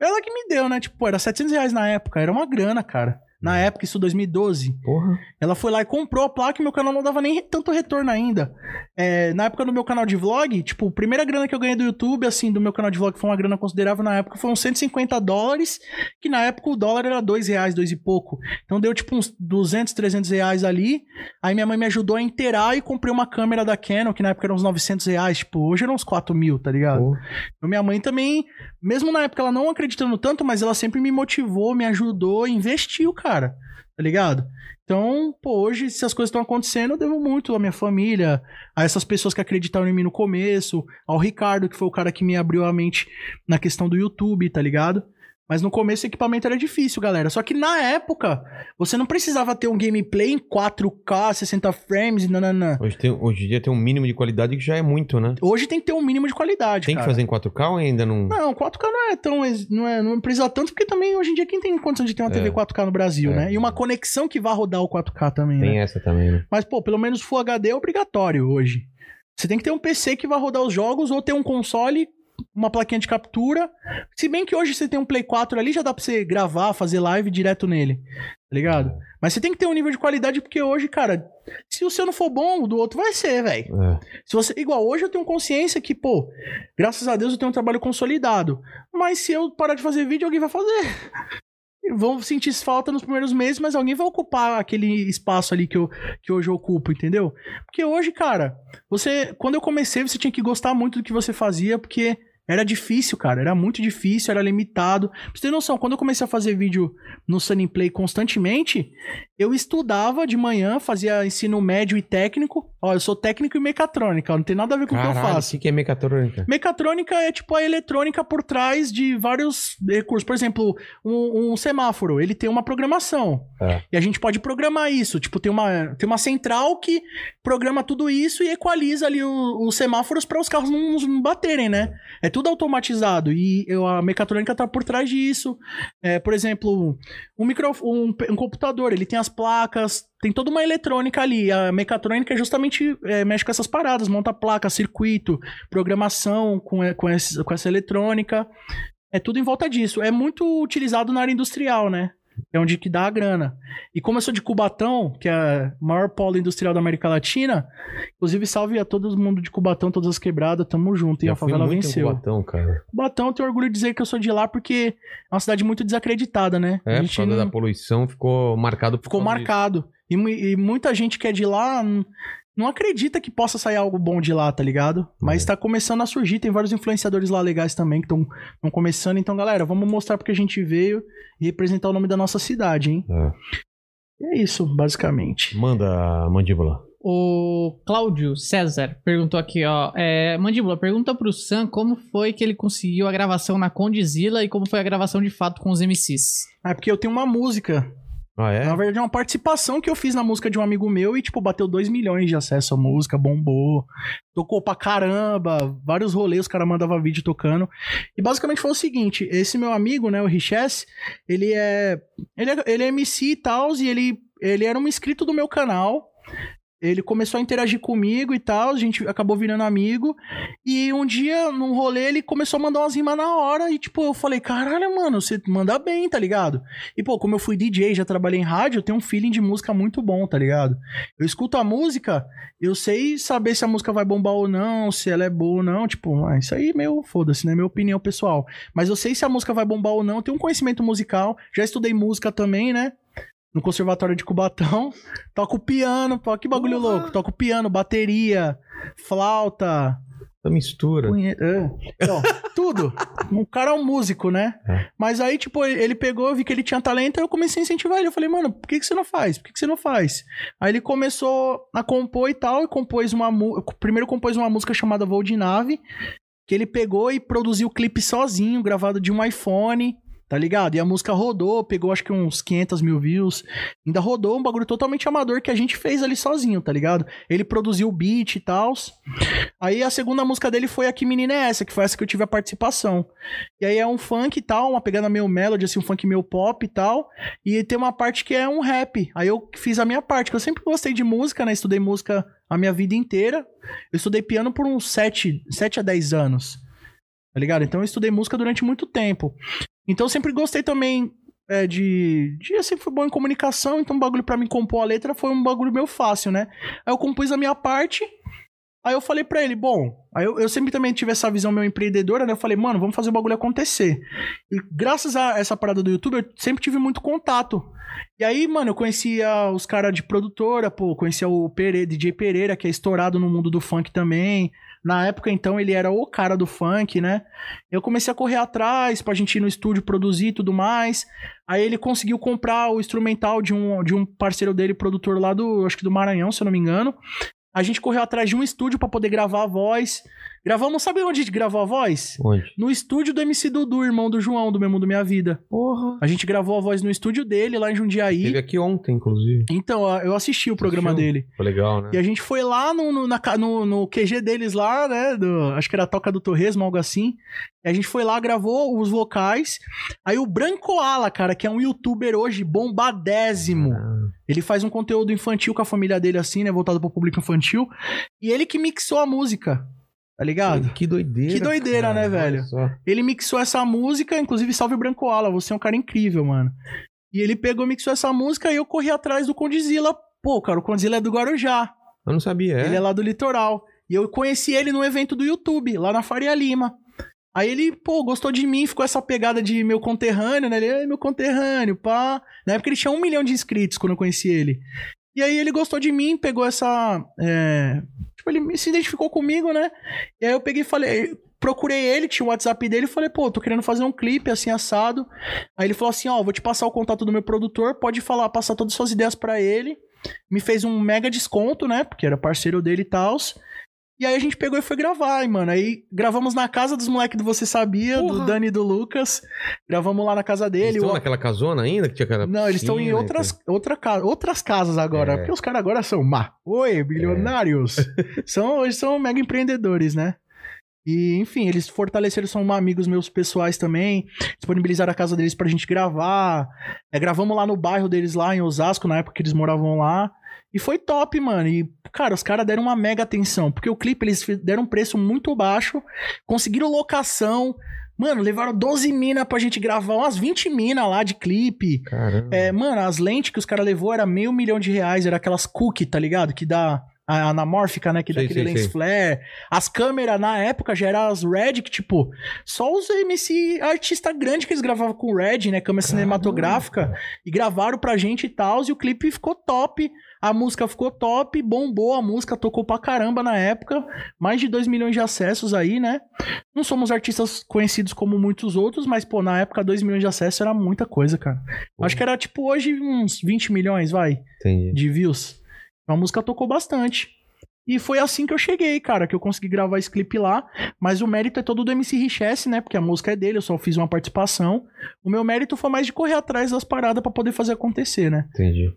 Ela que me deu, né? Tipo, pô, era 700 reais na época. Era uma grana, cara. Na época, isso 2012. Porra. Ela foi lá e comprou a placa e meu canal não dava nem tanto retorno ainda. É, na época do meu canal de vlog, tipo, a primeira grana que eu ganhei do YouTube, assim, do meu canal de vlog, que foi uma grana considerável na época, foi uns 150 dólares, que na época o dólar era 2 reais, 2 e pouco. Então deu tipo uns 200, 300 reais ali. Aí minha mãe me ajudou a inteirar e comprei uma câmera da Canon, que na época era uns 900 reais, tipo, hoje era uns 4 mil, tá ligado? Pô. Então, Minha mãe também, mesmo na época ela não acreditando tanto, mas ela sempre me motivou, me ajudou, investiu, cara. Tá ligado? Então, pô, hoje, se as coisas estão acontecendo, eu devo muito à minha família, a essas pessoas que acreditaram em mim no começo, ao Ricardo, que foi o cara que me abriu a mente na questão do YouTube, tá ligado? Mas no começo o equipamento era difícil, galera. Só que na época, você não precisava ter um gameplay em 4K, 60 frames, nananã. Hoje, tem, hoje em dia tem um mínimo de qualidade que já é muito, né? Hoje tem que ter um mínimo de qualidade, Tem que cara. fazer em 4K ou ainda não. Não, 4K não é tão. ex- Não, é, não precisa tanto, porque também hoje em dia quem tem condição de ter uma É. TV 4K no Brasil, É. né? E uma conexão que vá rodar o 4K também, né? Tem essa também, né? Mas, pô, pelo menos Full HD é obrigatório hoje. Você tem que ter um PC que vai rodar os jogos ou ter um console, uma plaquinha de captura. Se bem que hoje você tem um Play 4 ali, já dá pra você gravar, fazer live direto nele. Tá ligado? Mas você tem que ter um nível de qualidade, porque hoje, cara, se o seu não for bom, o do outro vai ser, velho. É. Se você, igual hoje eu tenho consciência que, pô, graças a Deus eu tenho um trabalho consolidado. Mas se eu parar de fazer vídeo, alguém vai fazer. E Vão sentir falta nos primeiros meses, mas alguém vai ocupar aquele espaço ali que, eu, que hoje eu ocupo, entendeu? Porque hoje, cara, você. Quando eu comecei, você tinha que gostar muito do que você fazia, porque era difícil, cara. Era muito difícil, era limitado. Pra você ter noção, quando eu comecei a fazer vídeo no Sunny Play constantemente, eu estudava de manhã, fazia ensino médio e técnico. Ó, eu sou técnico em mecatrônica, ó, não tem nada a ver com o que eu Caralho, o faço. que, que é mecatrônica? Mecatrônica é tipo a eletrônica por trás de vários recursos. Por exemplo, um, um semáforo, ele tem uma programação. É. E a gente pode programar isso. Tipo, tem uma, tem uma central que programa tudo isso e equaliza ali o- os semáforos para os carros não, não baterem, né? É tudo automatizado. E eu- a mecatrônica tá por trás disso. É, por exemplo, um, micro, um, pe- um computador, ele tem as placas, tem toda uma eletrônica ali. A mecatrônica é justamente é, mexe com essas paradas, monta placa, circuito, programação com, e- com, esse- com essa eletrônica. É tudo em volta disso. É muito utilizado na área industrial, né? é onde que dá a grana. E como eu sou de Cubatão, que é a maior polo industrial da América Latina, inclusive salve a todo mundo de Cubatão, todas as quebradas, tamo junto, e a fui favela muito em venceu. Cubatão, cara. Cubatão, eu tenho orgulho de dizer que eu sou de lá porque é uma cidade muito desacreditada, né? É, a por gente causa não- da poluição ficou marcado. por ficou causa disso. marcado. E, mu- e muita gente que é de lá hum, não acredita que possa sair algo bom de lá, tá ligado? Mas É. tá começando a surgir, tem vários influenciadores lá legais também que estão começando. Então, galera, vamos mostrar porque a gente veio e representar o nome da nossa cidade, hein? É. E é isso, basicamente. Manda, mandíbula. O Cláudio César perguntou aqui, ó. É, Mandíbula, pergunta pro Sam como foi que ele conseguiu a gravação na Condizila e como foi a gravação de fato com os MCs. Ah, É porque eu tenho uma música. Ah, é? Na verdade, é uma participação que eu fiz na música de um amigo meu e, tipo, bateu 2 milhões de acesso à música, bombou. Tocou pra caramba, vários rolês, os caras mandavam vídeo tocando. E basicamente foi o seguinte: esse meu amigo, né, o Richess, ele é. Ele é, ele é MC e tal, e ele, ele era um inscrito do meu canal. Ele começou a interagir comigo e tal, a gente acabou virando amigo. E um dia, num rolê, ele começou a mandar umas rimas na hora. E, tipo, eu falei, caralho, mano, você manda bem, tá ligado? E, pô, como eu fui DJ, já trabalhei em rádio, eu tenho um feeling de música muito bom, tá ligado? Eu escuto a música, eu sei saber se a música vai bombar ou não, se ela é boa ou não. Tipo, ah, isso aí, meu, foda-se, né? Minha opinião pessoal. Mas eu sei se a música vai bombar ou não, eu tenho um conhecimento musical. Já estudei música também, né? No Conservatório de Cubatão. Toco piano, pô, que bagulho Porra! louco. Toco piano, bateria, flauta. Essa mistura. Conhe- é. Então, tudo. O cara é um músico, né? É. Mas aí, tipo, ele ele pegou, eu vi que ele tinha talento, aí eu comecei a incentivar ele. Eu falei, mano, por que, que você não faz? Por que, que você não faz? Aí ele começou a compor e tal, e compôs uma música. Primeiro compôs uma música chamada Voo de Nave, que ele pegou e produziu o clipe sozinho, gravado de um iPhone. Tá ligado? E a música rodou, pegou acho que uns 500 mil views. Ainda rodou um bagulho totalmente amador que a gente fez ali sozinho, tá ligado? Ele produziu o beat e tal. Aí a segunda música dele foi a Que Menina é Essa, que foi essa que eu tive a participação. E aí é um funk e tal, uma pegada meio melody, assim, um funk meio pop e tal. E tem uma parte que é um rap. Aí eu fiz a minha parte, que eu sempre gostei de música, né? Estudei música a minha vida inteira. Eu estudei piano por uns 7, 7 a 10 anos. Tá ligado? Então eu estudei música durante muito tempo. Então eu sempre gostei também é, de, de. Eu sempre fui bom em comunicação, então o bagulho pra mim compor a letra foi um bagulho meio fácil, né? Aí eu compus a minha parte. Aí eu falei pra ele, bom, aí eu, eu sempre também tive essa visão meio empreendedora, né? Eu falei, mano, vamos fazer o bagulho acontecer. E graças a essa parada do YouTube, eu sempre tive muito contato. E aí, mano, eu conhecia os caras de produtora, pô, conhecia o Pere, DJ Pereira, que é estourado no mundo do funk também. Na época, então, ele era o cara do funk, né? Eu comecei a correr atrás pra gente ir no estúdio produzir e tudo mais. Aí ele conseguiu comprar o instrumental de um, de um parceiro dele, produtor lá do, acho que do Maranhão, se eu não me engano. A gente correu atrás de um estúdio pra poder gravar a voz. Gravamos, sabe onde a gente gravou a voz? Onde? No estúdio do MC Dudu, irmão do João, do mesmo do Minha Vida. Porra. A gente gravou a voz no estúdio dele, lá em Jundiaí. Teve aqui ontem, inclusive. Então, ó, eu assisti o programa Assistiu? dele. Foi legal, né? E a gente foi lá no, no, na ca- no- no QG deles lá, né? do- acho que era a Toca do Torresmo, algo assim. E a gente foi lá, gravou os vocais. Aí o Branco Ala, cara, que é um youtuber hoje bombadésimo. Ah, Ele faz um conteúdo infantil com a família dele, assim, né? Voltado pro público infantil. E ele que mixou a música, tá ligado? que doideira. Que doideira, cara. né, velho? Olha só. Ele mixou essa música, inclusive salve Branco Ala, você é um cara incrível, mano. E ele pegou e mixou essa música e eu corri atrás do Condizila. Pô, cara, o Condizila é do Guarujá. Eu não sabia. Ele é lá do litoral. E eu conheci ele num evento do YouTube, lá na Faria Lima. Aí ele, pô, gostou de mim, ficou essa pegada de meu conterrâneo, né? Ele é meu conterrâneo, pá. Na época ele tinha um milhão de inscritos quando eu conheci ele. E aí ele gostou de mim, pegou essa. é, Tipo, ele se identificou comigo, né? E aí eu peguei e falei. Procurei ele, tinha o WhatsApp dele, e falei, pô, tô querendo fazer um clipe assim, assado. Aí ele falou assim: ó, vou te passar o contato do meu produtor, pode falar, passar todas as suas ideias pra ele me fez um mega desconto, né? Porque era parceiro dele e tal. E aí a gente pegou e foi gravar, e, mano. Aí gravamos na casa dos moleques do Você Sabia, Porra. do Dani e do Lucas. Gravamos lá na casa Eles dele. estão o- naquela casona ainda que tinha cara. né, Não, eles estão em piscina, outras, outra ca- outras casas agora. É. Porque os caras agora são má. Oi, bilionários. são, eles são mega empreendedores, né? E, enfim, eles fortaleceram, são amigos meus pessoais também. Disponibilizaram a casa deles pra gente gravar. É, gravamos lá no bairro deles, lá em Osasco, na época que eles moravam lá. E foi top, mano. E, cara, os caras deram uma mega atenção. Porque o clipe eles fi- deram um preço muito baixo, conseguiram locação. Mano, levaram 12 minas pra gente gravar, umas 20 minas lá de clipe. Caramba. É, mano, as lentes que os caras levou era meio milhão de reais, era aquelas cookie, tá ligado? Que dá a anamórfica, né? Que dá Sei, aquele sei, lens sei. flare. As câmeras na época já eram as Red, que tipo, só os MC artista grande que eles gravavam com Red, né? Câmera cinematográfica. E gravaram pra gente e tal, e o clipe ficou top. A música ficou top, bombou a música, tocou pra caramba na época. Mais de 2 milhões de acessos aí, né? Não somos artistas conhecidos como muitos outros, mas, pô, na época 2 milhões de acessos era muita coisa, cara. Pô. Acho que era tipo hoje uns 20 milhões, vai, Entendi. de views. A música tocou bastante. E foi assim que eu cheguei, cara, que eu consegui gravar esse clipe lá. Mas o mérito é todo do MC Richesse, né? Porque a música é dele, eu só fiz uma participação. O meu mérito foi mais de correr atrás das paradas pra poder fazer acontecer, né? Entendi.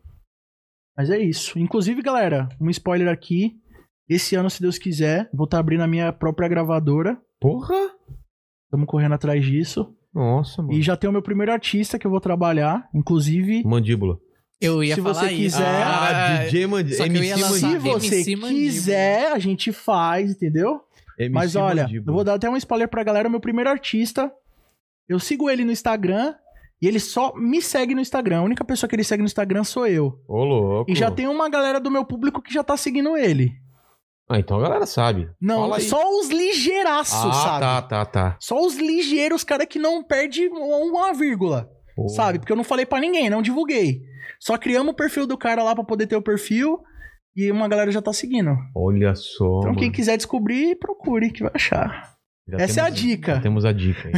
Mas é isso. Inclusive, galera, um spoiler aqui. Esse ano, se Deus quiser, vou estar abrindo a minha própria gravadora. Porra! Estamos correndo atrás disso. Nossa, mano. E já tem o meu primeiro artista que eu vou trabalhar. Hum. Inclusive, Mandíbula. Eu ia Se falar você isso. quiser- Ah, Ah, DJ Mandíbula. só que eu ia lançar- se Mandíbula. você MC Mandíbula. quiser, a gente faz, entendeu? Mas olha, eu vou dar até um spoiler pra galera. O meu primeiro artista, eu sigo ele no Instagram e ele só me segue no Instagram. A única pessoa que ele segue no Instagram sou eu. Ô, louco. E já tem uma galera do meu público que já tá seguindo ele. Ah, então a galera sabe. Não, Fala aí. só os ligeiraços, Ah, sabe? tá, tá, tá. Só os ligeiros, cara que não perde uma vírgula, Pô. sabe? Porque eu não falei pra ninguém, não divulguei. Só criamos o perfil do cara lá pra poder ter o perfil e uma galera já tá seguindo. Olha só. então quem mano. quiser descobrir, procure que vai achar. Já Essa é a temos- um- dica. já Temos a dica. hein?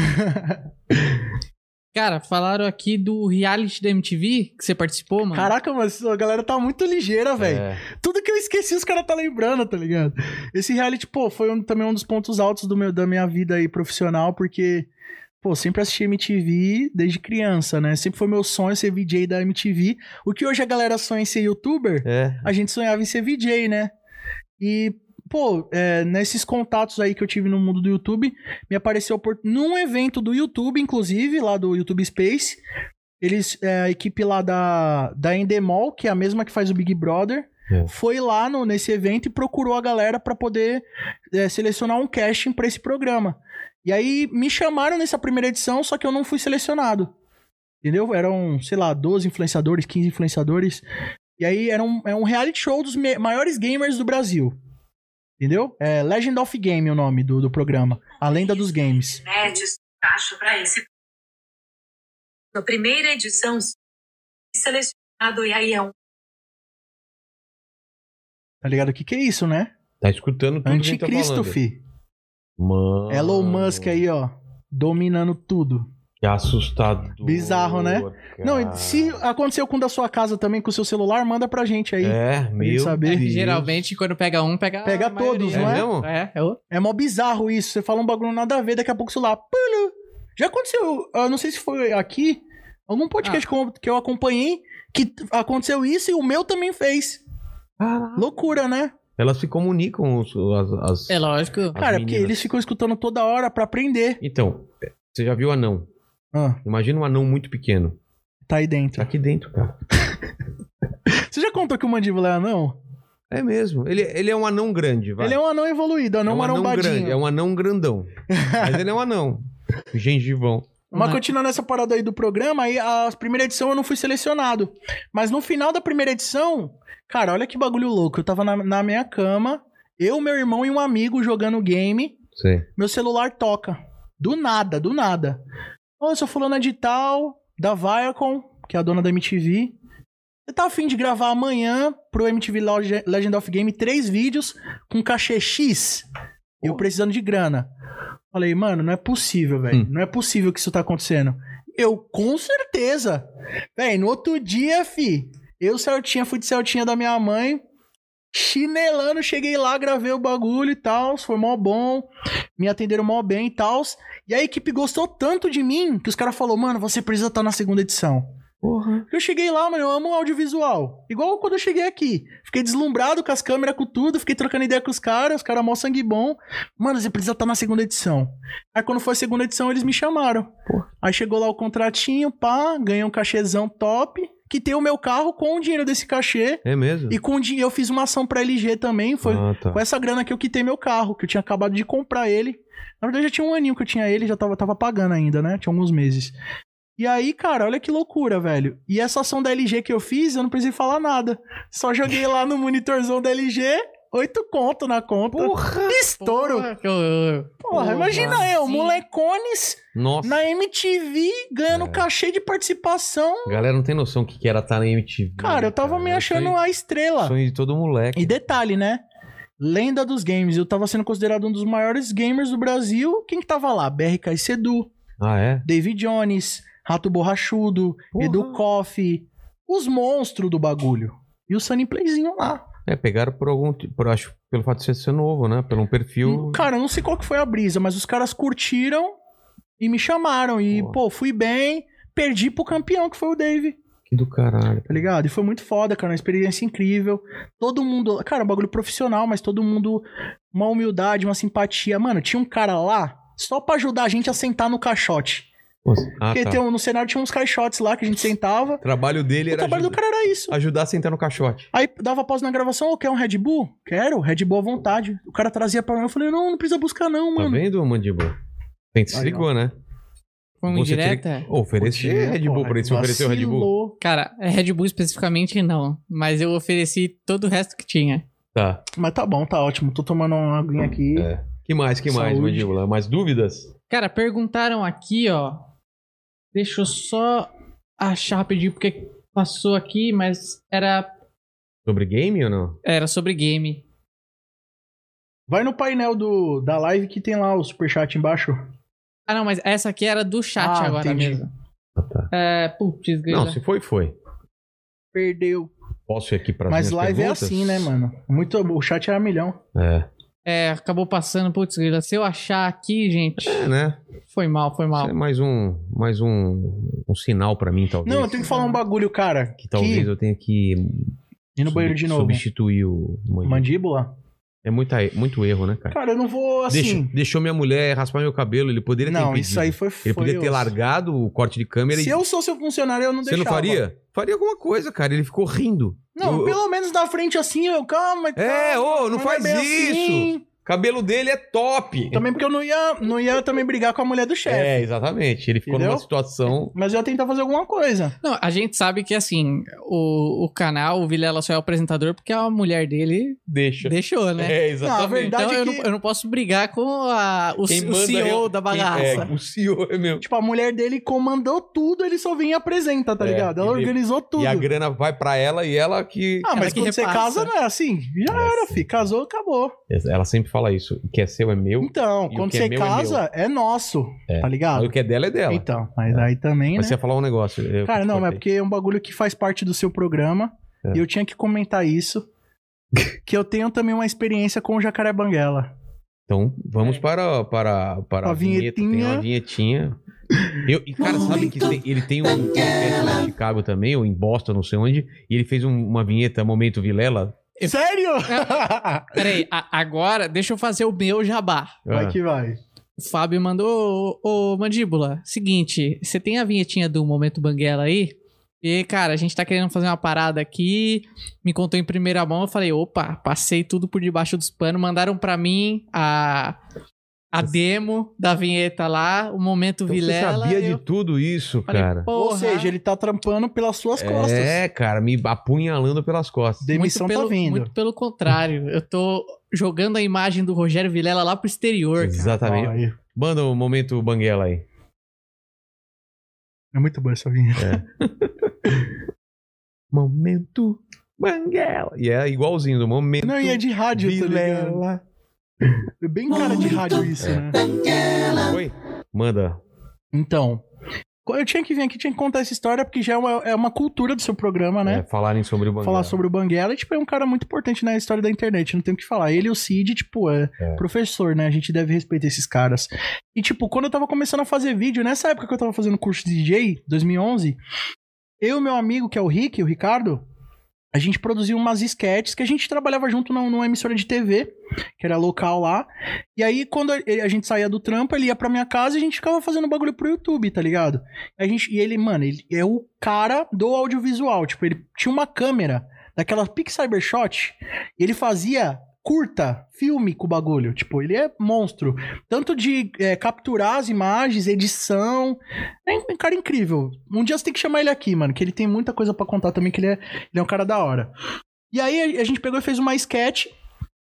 Cara, falaram aqui do reality da MTV que você participou, mano. Caraca, mas a galera tá muito ligeira, velho. É. Tudo que eu esqueci, os caras tá lembrando, tá ligado? Esse reality, pô, foi um- também um dos pontos altos do meu, da minha vida aí profissional, porque, pô, sempre assisti MTV desde criança, né? Sempre foi meu sonho ser VJ da MTV. O que hoje a galera sonha em ser youtuber, É. a gente sonhava em ser VJ, né? E, pô, é, nesses contatos aí que eu tive no mundo do YouTube, me apareceu por... num evento do YouTube, inclusive, lá do YouTube Space. Eles, é, a equipe lá da, da Endemol, que é a mesma que faz o Big Brother, É. foi lá no, nesse evento e procurou a galera pra poder é, selecionar um casting pra esse programa. E aí me chamaram nessa primeira edição, só que eu não fui selecionado. Entendeu? Eram, sei lá, 12 influenciadores, 15 influenciadores. E aí era um, é um reality show dos me- maiores gamers do Brasil. Entendeu? É Legend of Game é o nome do, do programa. A lenda dos games. médios abaixo para esse. Na primeira edição, selecionado e aí é um Tá ligado? O que, que é isso, né? Tá escutando tudo que a gente tá Anticristo, falando. Ah. fi. Mano. Elon Musk aí, ó. Dominando tudo. Que é assustador. Bizarro, né? cara. Não, e se aconteceu com o da sua casa também, com o seu celular, manda pra gente aí. É, Ah. É, meu saber. É Deus. que geralmente quando pega um, pega. a Pega maioria. todos, não é? É, é o. mó bizarro isso. Você fala um bagulho nada a ver, daqui a pouco o celular. pulu. Já aconteceu, eu não sei se foi aqui, algum Ah. podcast que eu- que eu acompanhei, que t- aconteceu isso e o meu também fez. Loucura, né? Elas se comunicam. os- as, as- É lógico. as Cara, porque meninas. eles ficam escutando toda hora pra aprender. Então, você já viu anão. Ah, Imagina um anão muito pequeno. tá aí Tá dentro. aqui dentro, cara. Você já contou que o mandíbula é anão? É mesmo. Ele, ele é um anão grande, vai. Ele é um anão evoluído, anão É um marombadinho. grande, é um anão grandão. Mas ele é um anão. Gengivão. Mas Mas- continuando essa parada aí do programa, aí a primeira edição eu não fui selecionado. Mas no final da primeira edição, cara, olha que bagulho louco. Eu tava na, na minha cama, eu, meu irmão e um amigo jogando game, Sei. meu celular toca. Do nada, do nada. Ô, eu sou fulana de tal, da Viacom, que é a dona da MTV. Você tá afim de gravar amanhã pro MTV Loge- Legend of Game três vídeos com cachê X? Eu precisando de grana. Falei, mano, não é possível, velho. Hum. Não é possível que isso tá acontecendo. Eu, com certeza. Véi, no outro dia, fi, eu, Celtinha, fui de Celtinha da minha mãe, chinelando, cheguei lá, gravei o bagulho e tal, foi mó bom, me atenderam mó bem e tal. E a equipe gostou tanto de mim que os caras falaram, mano, você precisa estar na segunda edição. Porra. Eu cheguei lá, mano, eu amo audiovisual. Igual quando eu cheguei aqui. Fiquei deslumbrado com as câmeras, com tudo. Fiquei trocando ideia com os caras, os caras mó sangue bom. Mano, você precisa estar na segunda edição. Aí quando foi a segunda edição, eles me chamaram. Aí chegou lá o contratinho, pá, ganhei um cachezão top. quitei o meu carro com o dinheiro desse cachê. É mesmo? E com o dinheiro eu fiz uma ação pra LG também. Foi Ah, tá. com essa grana que eu quitei meu carro, que eu tinha acabado de comprar ele. Na verdade, já tinha um aninho que eu tinha ele, já tava, tava pagando ainda, né? Tinha alguns meses. E aí, cara, olha que loucura, velho. E essa ação da LG que eu fiz, eu não precisei falar nada. Só joguei lá no monitorzão da LG, oito conto na conta. Porra! Estouro. Porra, imagina eu, sim. molecones Nossa. na MTV ganhando É. cachê de participação. Galera, não tem noção o que, que era estar na MTV. Cara, eu tava me achando Sonho, a estrela. sonho de todo moleque. E detalhe, né? Lenda dos games. Eu tava sendo considerado um dos maiores gamers do Brasil. Quem que tava lá? BRK Sedu, Ah, é? David Jones, Rato Borrachudo, Porra. Edu Koff. Os monstros do bagulho. E o Sunny Playzinho lá. É, pegaram por algum. Por, acho pelo fato de ser novo, né? Pelo um perfil. Hum, Cara, eu não sei qual que foi a brisa, mas os caras curtiram e me chamaram. E, Boa. pô, fui bem. Perdi pro campeão, que foi o Dave. Que do caralho. Tá ligado? E foi muito foda, cara. Uma experiência incrível. Todo mundo. Cara, um bagulho profissional, mas todo mundo. Uma humildade, uma simpatia. Mano, tinha um cara lá só pra ajudar a gente a sentar no caixote. Nossa, Ah, Porque tá. tem um- no cenário tinha uns caixotes lá que a gente sentava. O trabalho dele O era trabalho do ajuda- cara era isso. ajudar a sentar no caixote. Aí dava pausa na gravação, ô, quer um Red Bull? Quero, Red Bull à vontade. O cara trazia pra mim, eu falei, não, não precisa buscar não, Tá mano. vendo, Mandíbula? Tem que se Hum. Aí, ó. ligou, né? Foi uma Você indireta? teria- Ô, Oferecer Podia, Red Bull porra, pra ele. Você ofereceu Red Bull? vacilou. Cara, é Red Bull especificamente não, mas eu ofereci todo o resto que tinha. Tá. Mas tá bom, tá ótimo. Tô tomando uma aguinha aqui. É. Que mais, que mais, Saúde. Mandíbula? Mais dúvidas? Cara, perguntaram aqui, ó. Deixa eu só achar rapidinho porque passou aqui, mas era Sobre game ou não? era sobre game. Vai no painel do, da live que tem lá o superchat embaixo. Ah, não, mas essa aqui era do chat Ah, agora entendi. mesmo. Ah, tá. É, putz, Não, grila. se foi, foi. Perdeu. Posso ir aqui pra Mas live perguntas? é assim, né, mano? Muito, o chat era milhão. É. É, acabou passando, putz, grila. Se eu achar aqui, gente, É, né? foi mal, foi mal. Isso é mais um, mais um, um sinal pra mim, talvez. Não, eu tenho que falar um bagulho, cara. Que talvez eu tenha que ir no sub- banheiro de novo. substituir o mandíbula. Mandíbula? É muita, muito erro, né, cara? Cara, eu não vou Deixou- assim. deixou minha mulher raspar meu cabelo, ele poderia ter não, impedido. isso aí foi Ele foi poderia ter osso. largado o corte de câmera Se e eu sou seu funcionário, eu não você deixava. não faria? Faria alguma coisa, cara. Ele ficou rindo. Não, Eu- pelo menos na frente assim, eu calma. É, calma, ô, não é faz bem assim. Cabelo dele é top. Também porque eu não ia, não ia também brigar com a mulher do chefe. É, exatamente. Ele ficou Entendeu? numa situação. Mas eu ia tentar fazer alguma coisa. Não, a gente sabe que assim, o, o canal, o Vilela só é o apresentador porque a mulher dele Deixa. deixou, né? É, Não, a exatamente. verdade Então é eu, que... não, eu não posso brigar com a- o, Quem o manda CEO eu- da Quem- bagaça. é, o CEO é meu. Tipo, a mulher dele comandou tudo, ele só vinha e apresenta, tá É, ligado? Ela ele- organizou tudo. E a grana vai pra ela e ela que. Ah, mas que quando você repassa. casa, não é assim. Já É era, assim. fi. Casou, acabou. Ela sempre fala isso. O que é seu é meu, E Então, o quando que é você meu é casa, é, nosso, É. tá mas ligado? o que é dela é dela. Então, mas aí também, mas né? você ia falar um negócio. eu Cara, te não, mas cortei. porque é um bagulho que faz parte do seu programa É. e eu tinha que comentar isso. que eu tenho também uma experiência com o Jacaré Banguela. Então, vamos para, para, para Tem A É. vinhetinha. então. uma vinhetinha. Eu, e, cara, sabe que tem- ele tem um podcast lá em Chicago também, ou em Boston, não sei onde, e ele fez um- uma vinheta Momento Vilela. Eu- Sério? É. Peraí, a- agora deixa eu fazer o meu jabá. vai Ah, que vai. O Fábio mandou, ô, ô, Mandíbula, seguinte, você tem a vinhetinha do Momento Banguela aí? E, cara, a gente tá querendo fazer uma parada aqui, me contou em primeira mão, eu falei, opa, passei tudo por debaixo dos panos, mandaram pra mim a, a demo da vinheta lá, o Momento então Vilela. você sabia eu de tudo né? isso, falei, cara. porra. Ou seja, ele tá trampando pelas suas costas. É, cara, me apunhalando pelas costas. Demissão pelo, tá vindo. Muito pelo contrário. Eu tô jogando a imagem do Rogério Vilela lá pro exterior, cara. Exatamente. Aí. Manda um momento banguela aí. É muito bom essa vinheta. Momento banguela. E é igualzinho do momento. Não, e é de rádio, tá ligado? Vilela. É bem cara de rádio isso, É. né? Oi? Manda. Então, eu tinha que vir aqui, tinha que contar essa história, porque já é uma, é uma cultura do seu programa, né? É, falarem sobre o banguela. falar sobre o Banguela. E, tipo, é um cara muito importante na história da internet, não tem o que falar. Ele e o Cid, tipo, é, É. professor, né? A gente deve respeitar esses caras. E, tipo, quando eu tava começando a fazer vídeo, nessa época que eu tava fazendo curso de DJ, 2011, eu e meu amigo, que é o Rick, o Ricardo, A gente produziu umas esquetes que a gente trabalhava junto num- numa emissora de TV, que era local lá. E aí, quando a a gente saía do trampo, ele ia pra minha casa e a gente ficava fazendo bagulho pro YouTube, tá ligado? A gente, e ele, mano, ele é o cara do audiovisual. Tipo, ele tinha uma câmera daquela Pic Cybershot e ele fazia curta filme com o bagulho. Tipo, ele é monstro. Tanto de é, capturar as imagens, edição. É um cara incrível. Um dia você tem que chamar ele aqui, mano, que ele tem muita coisa pra contar também, que ele é, ele é um cara da hora. E aí a- a gente pegou e fez uma sketch.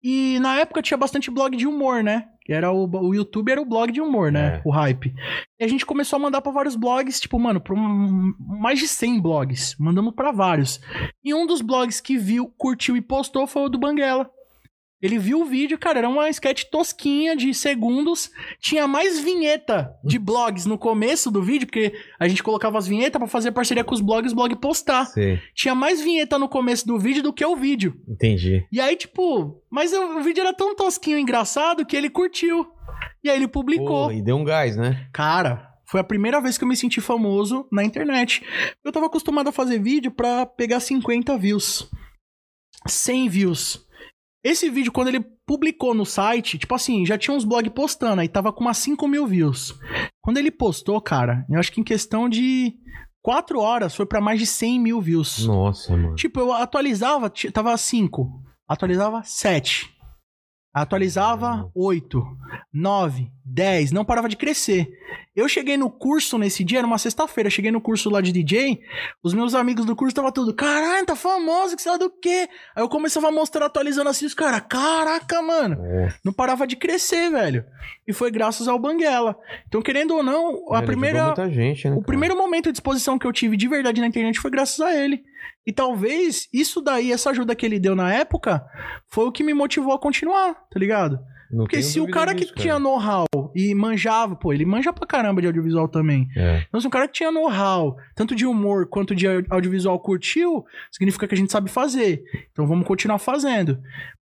E na época tinha bastante blog de humor, né? Era o, o YouTube era o blog de humor, né? É. O hype. E a gente começou a mandar pra vários blogs, tipo, mano, pra um- mais de 100 blogs. Mandamos pra vários. E um dos blogs que viu, curtiu e postou foi o do Banguela. Ele viu o vídeo, cara, era uma sketch tosquinha de segundos. Tinha mais vinheta de blogs no começo do vídeo, porque a gente colocava as vinhetas pra fazer parceria com os blogs, o blog postar. Sei, Tinha mais vinheta no começo do vídeo do que o vídeo. entendi. E aí, tipo, mas o o vídeo era tão tosquinho e engraçado que ele curtiu. E aí ele publicou. Pô, e deu um gás, né? Cara, foi a primeira vez que eu me senti famoso na internet. Eu tava acostumado a fazer vídeo pra pegar 50 views. 100 views. Esse vídeo, quando ele publicou no site, tipo assim, já tinha uns blogs postando, aí tava com umas 5 mil views. Quando ele postou, cara, eu acho que em questão de 4 horas foi pra mais de 100 mil views. Nossa, mano. Tipo, eu atualizava, ti- tava 5. Atualizava 7. Atualizava Caramba. 8, 9, 10, não parava de crescer. Eu cheguei no curso nesse dia, era uma sexta-feira, cheguei no curso lá de DJ, os meus amigos do curso estavam tudo, caralho, tá famoso, que sei lá do quê. Aí eu começava a mostrar atualizando assim, os caras, caraca, mano, É, não parava de crescer, velho. E foi graças ao Banguela. Então, querendo ou não, a ele primeira ajudou muita gente, né, o cara? primeiro momento de exposição que eu tive de verdade na internet foi graças a ele. E talvez isso daí, essa ajuda que ele deu na época, foi o que me motivou a continuar, tá ligado? Não Porque tenho se o dúvida cara disso, que tinha know-how e manjava, pô, ele manja pra caramba de audiovisual também. É. Então, se um cara que tinha know-how, tanto de humor quanto de au- audiovisual curtiu, significa que a gente sabe fazer. Então vamos continuar fazendo.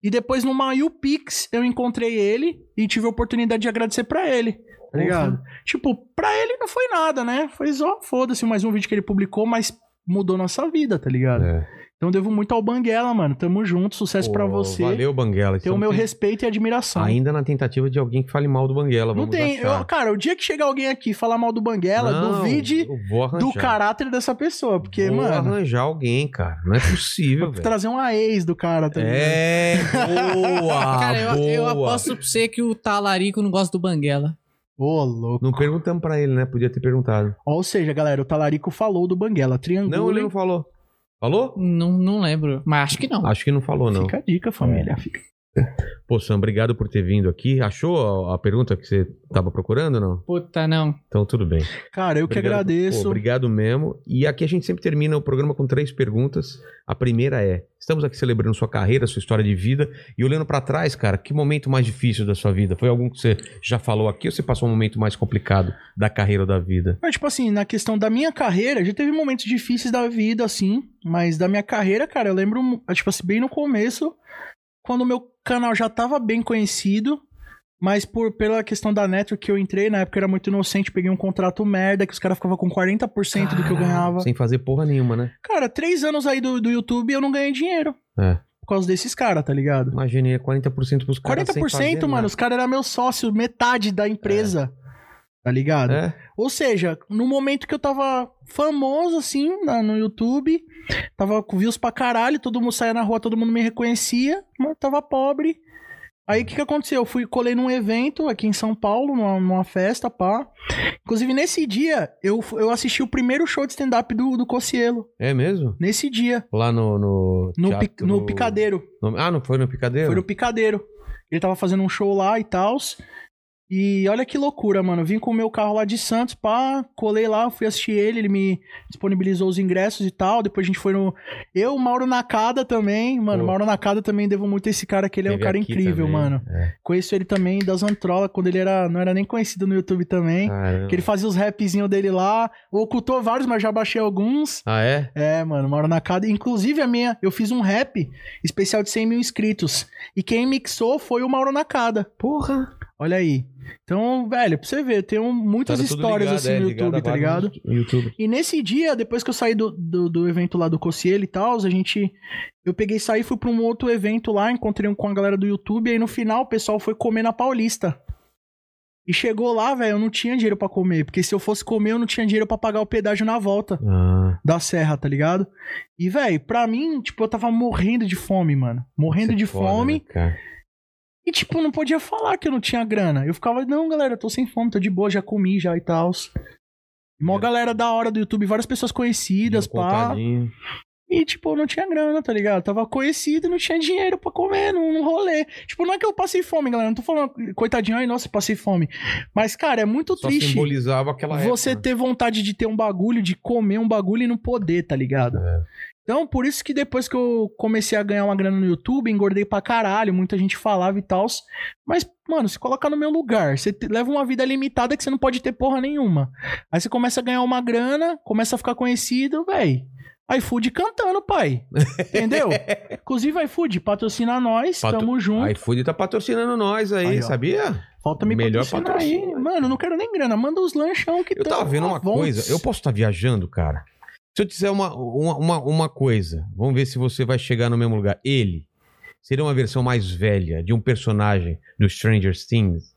E depois numa UPix eu encontrei ele e tive a oportunidade de agradecer pra ele. Tá ligado? Uhum. Tipo, pra ele não foi nada, né? Foi só foda-se mais um vídeo que ele publicou, mas mudou nossa vida, tá ligado? É. Então devo muito ao Banguela, mano. Tamo junto, sucesso pra Pô, você. Valeu, Banguela. Tem o Então meu tem- respeito e admiração. Ainda na tentativa de alguém que fale mal do Banguela. não vamos tem. achar. eu- cara, o dia que chegar alguém aqui e falar mal do Banguela, Não, duvide eu vou arranjar. do caráter dessa pessoa. Porque, vou mano, Tá arranjar alguém, cara. Não é possível, velho. trazer uma ex do cara tá também. né? É, boa, Cara, eu, Ah, boa. eu aposto pra você que o talarico não gosta do Banguela. Ô, louco. Não perguntamos pra ele, né? Podia ter perguntado. Ou seja, galera, o Talarico falou do Banguela. Não, ele Triangulem. não falou. Falou? Não, não lembro, mas acho que não. Acho que não falou, não. É. Fica a dica, família. Fica. Pô, Sam, obrigado por ter vindo aqui. Achou a, a pergunta que você tava procurando, não? Puta, não. Então, tudo bem. Cara, eu que Obrigado. agradeço. Pô, obrigado mesmo. E aqui a gente sempre termina o programa com três perguntas. A primeira é: estamos aqui celebrando sua carreira, sua história de vida. E olhando pra trás, cara, que momento mais difícil da sua vida? Foi algum que você já falou aqui ou você passou um momento mais complicado da carreira ou da vida? Mas, tipo assim, na questão da minha carreira, já teve momentos difíceis da vida, assim. Mas da minha carreira, cara, eu lembro, tipo assim, bem no começo, quando o meu canal já tava bem conhecido. Mas por, pela questão da network que eu entrei, na época eu era muito inocente, peguei um contrato merda, que os caras ficavam com 40% do que eu ganhava. Sem fazer porra nenhuma, né? Cara, três anos aí do, do YouTube eu não ganhei dinheiro. É. Por causa desses caras, tá ligado? Imagina, ia 40% pros caras. sem 40%, fazer mano, nada. os caras eram meu sócio, metade da empresa. Tá ligado? É, Ou seja, no momento que eu tava famoso, assim, na- no YouTube, tava com views pra caralho, todo mundo saía na rua, todo mundo me reconhecia, mas eu tava pobre. Aí o que, que aconteceu? Eu fui colei num evento aqui em São Paulo, numa, numa festa, pá. Inclusive, nesse dia, eu, fu- eu assisti o primeiro show de stand-up do, do Cocielo. é mesmo? Nesse dia. Lá no. No, No, teatro- Pi- no Picadeiro. no- ah, não foi no Picadeiro? Foi no Picadeiro. Ele tava fazendo um show lá e tal. E olha que loucura, mano. Vim com o meu carro lá de Santos, pá, colei lá, fui assistir ele, ele me disponibilizou os ingressos e tal. Depois a gente foi no. Eu, Mauro Nakada também, mano. Pô. Mauro Nakada também devo muito a esse cara, que ele é um Teve cara aqui incrível, também. mano. É. Conheço ele também das Antrola, quando ele era, não era nem conhecido no YouTube também. Caramba. Que ele fazia os rapzinhos dele lá. Ocultou vários, mas já baixei alguns. Ah, é? É, mano, moro na casa. Inclusive a minha, eu fiz um rap especial de 100 mil inscritos. E quem mixou foi o Mauro Nakada. Porra! Olha aí. Então, velho, pra você ver, tem um- muitas Era tudo histórias ligado, assim é, no ligado YouTube, a tá vários ligado? no YouTube. E nesse dia, depois que eu saí do, do, do evento lá do Cossiello e tal, a gente. Eu peguei e saí, fui pra um outro evento lá, encontrei um com a galera do YouTube, e aí no final o pessoal foi comer na Paulista. E chegou lá, velho, eu não tinha dinheiro pra comer, porque se eu fosse comer, eu não tinha dinheiro pra pagar o pedágio na volta Ah, da serra, tá ligado? E, velho, pra mim, tipo, eu tava morrendo de fome, mano. isso Morrendo é de foda, fome. né, cara? E, tipo, não podia falar que eu não tinha grana. Eu ficava, não, galera, eu tô sem fome, tô de boa, já comi já e tal. Mó É. galera da hora do YouTube, várias pessoas conhecidas, Dinheiro pá. contadinho. E, tipo, eu não tinha grana, tá ligado? Eu Tava conhecido, não tinha dinheiro pra comer, não, não rolê. Tipo, não é que eu passei fome, galera. Não tô falando, coitadinho, ai, nossa, passei fome. Mas, cara, é muito Só triste simbolizava aquela você época. né? ter vontade de ter um bagulho, de comer um bagulho e não poder, tá ligado? É. Então, por isso que depois que eu comecei a ganhar uma grana no YouTube, engordei pra caralho, muita gente falava e tal. Mas, mano, se colocar no meu lugar, você te- leva uma vida limitada que você não pode ter porra nenhuma. Aí você começa a ganhar uma grana, começa a ficar conhecido, véi. iFood cantando, pai. Entendeu? Inclusive, iFood, patrocina nós, Patro- tamo junto. iFood tá patrocinando nós aí, Aí, ó. sabia? Falta me Melhor patrocinar aí. Mano, não quero nem grana, manda os lanchão que Eu tão tava vendo à uma vontade. coisa. Eu posso estar viajando, cara? Se eu disser uma, uma, uma, uma coisa, vamos ver se você vai chegar no mesmo lugar. Ele seria uma versão mais velha de um personagem do Stranger Things?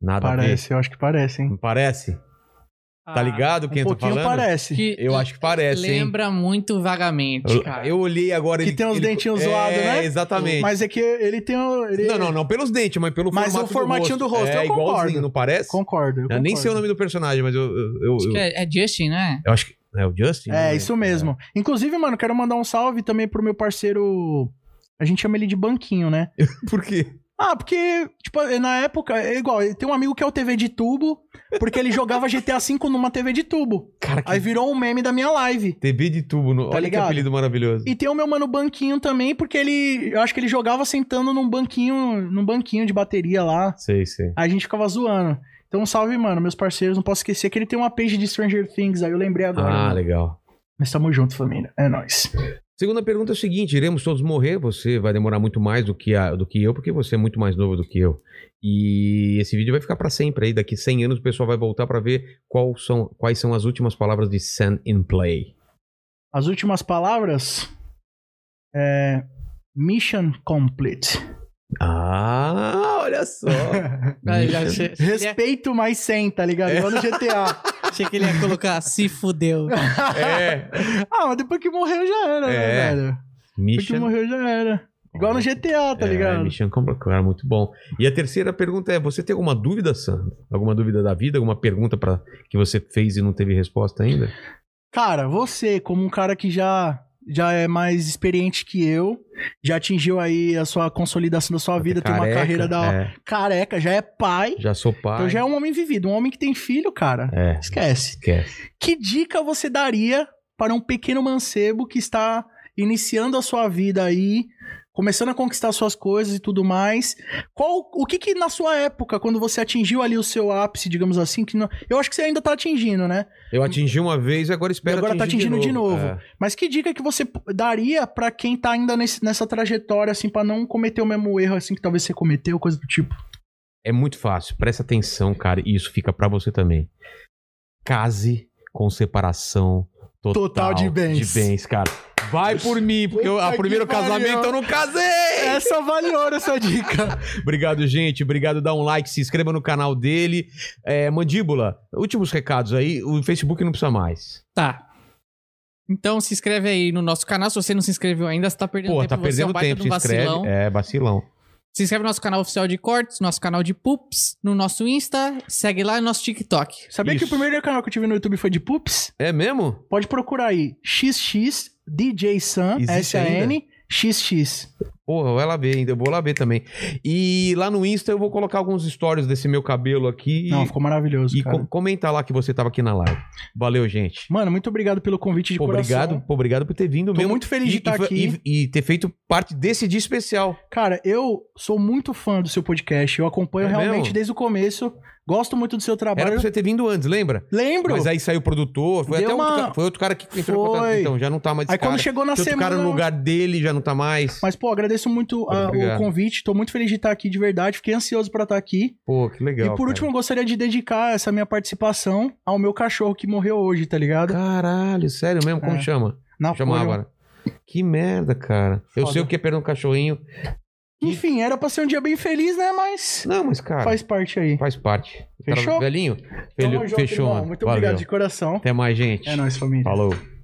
Nada a Parece, eu acho que parece, ver. hein? Não parece? Tá ligado quem um eu tô pouquinho falando? parece. Ah, Que Eu acho que parece, hein? lembra muito vagamente, cara. Eu, eu olhei agora... Que tem uns dentinhos zoados, é, né? exatamente. Mas é que ele tem. o- Ele... Não, não, não pelos dentes, mas pelo Mas o formato formatinho do rosto, É eu igualzinho, concordo. não parece? Concordo. Eu Eu nem concordo. sei o nome do personagem, mas eu... eu, eu- Acho eu- que é, é Justin, né? eu acho que... É o Justin? É, Não, isso mesmo. Inclusive, mano, quero mandar um salve também pro meu parceiro. A gente chama ele de Banquinho, né? É. Por quê? Ah, porque, tipo, na época, é igual, tem um amigo que é o TV de tubo, porque ele jogava GTA V numa TV de tubo. Cara, que Aí virou um meme da minha live. TV de tubo. No... Tá Olha ligado? que apelido maravilhoso. E tem o meu mano Banquinho também, porque ele. Eu acho que ele jogava sentando num banquinho, num banquinho de bateria lá. Sei, sei. Aí a gente ficava zoando. Então, salve, mano, meus parceiros. Não posso esquecer que ele tem uma page de Stranger Things, aí eu lembrei agora. Ah, mano. legal. Mas tamo junto, família. É nóis. Segunda pergunta é o seguinte: iremos todos morrer. Você vai demorar muito mais do que, a- do que eu, porque você é muito mais novo do que eu. E esse vídeo vai ficar pra sempre aí. Daqui 100 anos o pessoal vai voltar pra ver qual são, quais são as últimas palavras de Sand in Play. As últimas palavras. É. Mission complete. Ah, olha só. Aí já achei, achei que Respeito mais 100, tá ligado? Igual no GTA. ele- É. achei que é, ele ia colocar se fudeu. é. ah, mas depois que morreu já era, É. né, velho? Depois que Mission. morreu já era. Igual no GTA, É, tá ligado? Mission Complex, cara, muito bom. E a terceira pergunta é: você tem alguma dúvida, Sandro? Alguma dúvida da vida? Alguma pergunta para que você fez e não teve resposta ainda? Cara, você, como um cara que já já é mais experiente que eu, já atingiu aí a sua consolidação da sua vida, tem uma Careca, carreira da é, careca, já é pai, já sou pai. então já é um homem vivido, um homem que tem filho, cara. É, Esquece. esquece. Que dica você daria para um pequeno mancebo que está iniciando a sua vida aí, começando a conquistar suas coisas e tudo mais? Qual o que que na sua época, quando você atingiu ali o seu ápice, digamos assim, que não- eu acho que você ainda tá atingindo, né? Eu atingi uma vez e agora espero E agora tá atingir atingindo de novo. É. Mas que dica que você p- daria pra quem tá ainda nesse- nessa trajetória, assim, pra não cometer o mesmo erro, assim, que talvez você cometeu, coisa do tipo? É. muito fácil. Presta atenção, cara. E isso fica pra você também. Case com separação total, Total de bens. De bens, cara. Vai por mim, porque eu, a Puta que primeiro pariu. casamento eu não casei. Essa vale ouro, essa dica. Obrigado, gente. Obrigado. Dá um like, se inscreva no canal dele. É, mandíbula, últimos recados aí. O Facebook não precisa mais. Tá. Então se inscreve aí no nosso canal. Se você não se inscreveu ainda, você tá perdendo Pô, tempo. tá você é perdendo um baita tempo. de um Se vacilão. inscreve. É, vacilão. Se inscreve no nosso canal oficial de cortes, nosso canal de pups, no nosso Insta, segue lá no nosso TikTok. Sabia Isso. que o primeiro canal que eu tive no YouTube foi de Pups? É mesmo? Pode procurar aí, xx, DJ Sam, Existe S-A-N, xx. Porra, vai lá ver ainda. Eu vou lá ver também. E lá no Insta eu vou colocar alguns stories desse meu cabelo aqui. Não, ficou maravilhoso, e cara. co- comenta lá que você tava aqui na live. Valeu, gente. Mano, muito obrigado pelo convite de Pô, coração. obrigado, pô, obrigado por ter vindo Tô mesmo. muito feliz de E- estar e fa- aqui. E, e ter feito parte desse dia especial. Cara, eu sou muito fã do seu podcast. Eu acompanho É realmente mesmo? desde o começo. Gosto muito do seu Era trabalho. pra você ter vindo antes, lembra? Ah, Lembro. Mas aí aí saiu o produtor, foi Deu até uma- outro, ca- foi outro cara que entrou em Foi. contato. Então, já não tá mais esse quando cara. chegou na Tem outro semana. cara no lugar dele, já não tá mais. Mas, pô, agradeço muito ah, Obrigado. o convite. Tô muito feliz de estar aqui de verdade. Fiquei ansioso pra estar aqui. Pô, que legal. e por cara. último, eu gostaria de dedicar essa minha participação ao meu cachorro que morreu hoje, tá ligado? Caralho, sério mesmo? Como É. chama? Na Chama Folha. agora. Que merda, cara. Eu Foda. sei o que é perder um cachorrinho. Enfim, era pra ser um dia bem feliz, né? Mas Não, mas, cara, faz, faz parte aí. parte. O cara Fechou? Velhinho? Tamo velho- junto, fechou, irmão. mano. Muito Valeu. obrigado de coração. Até mais, gente. É nóis, família. Falou.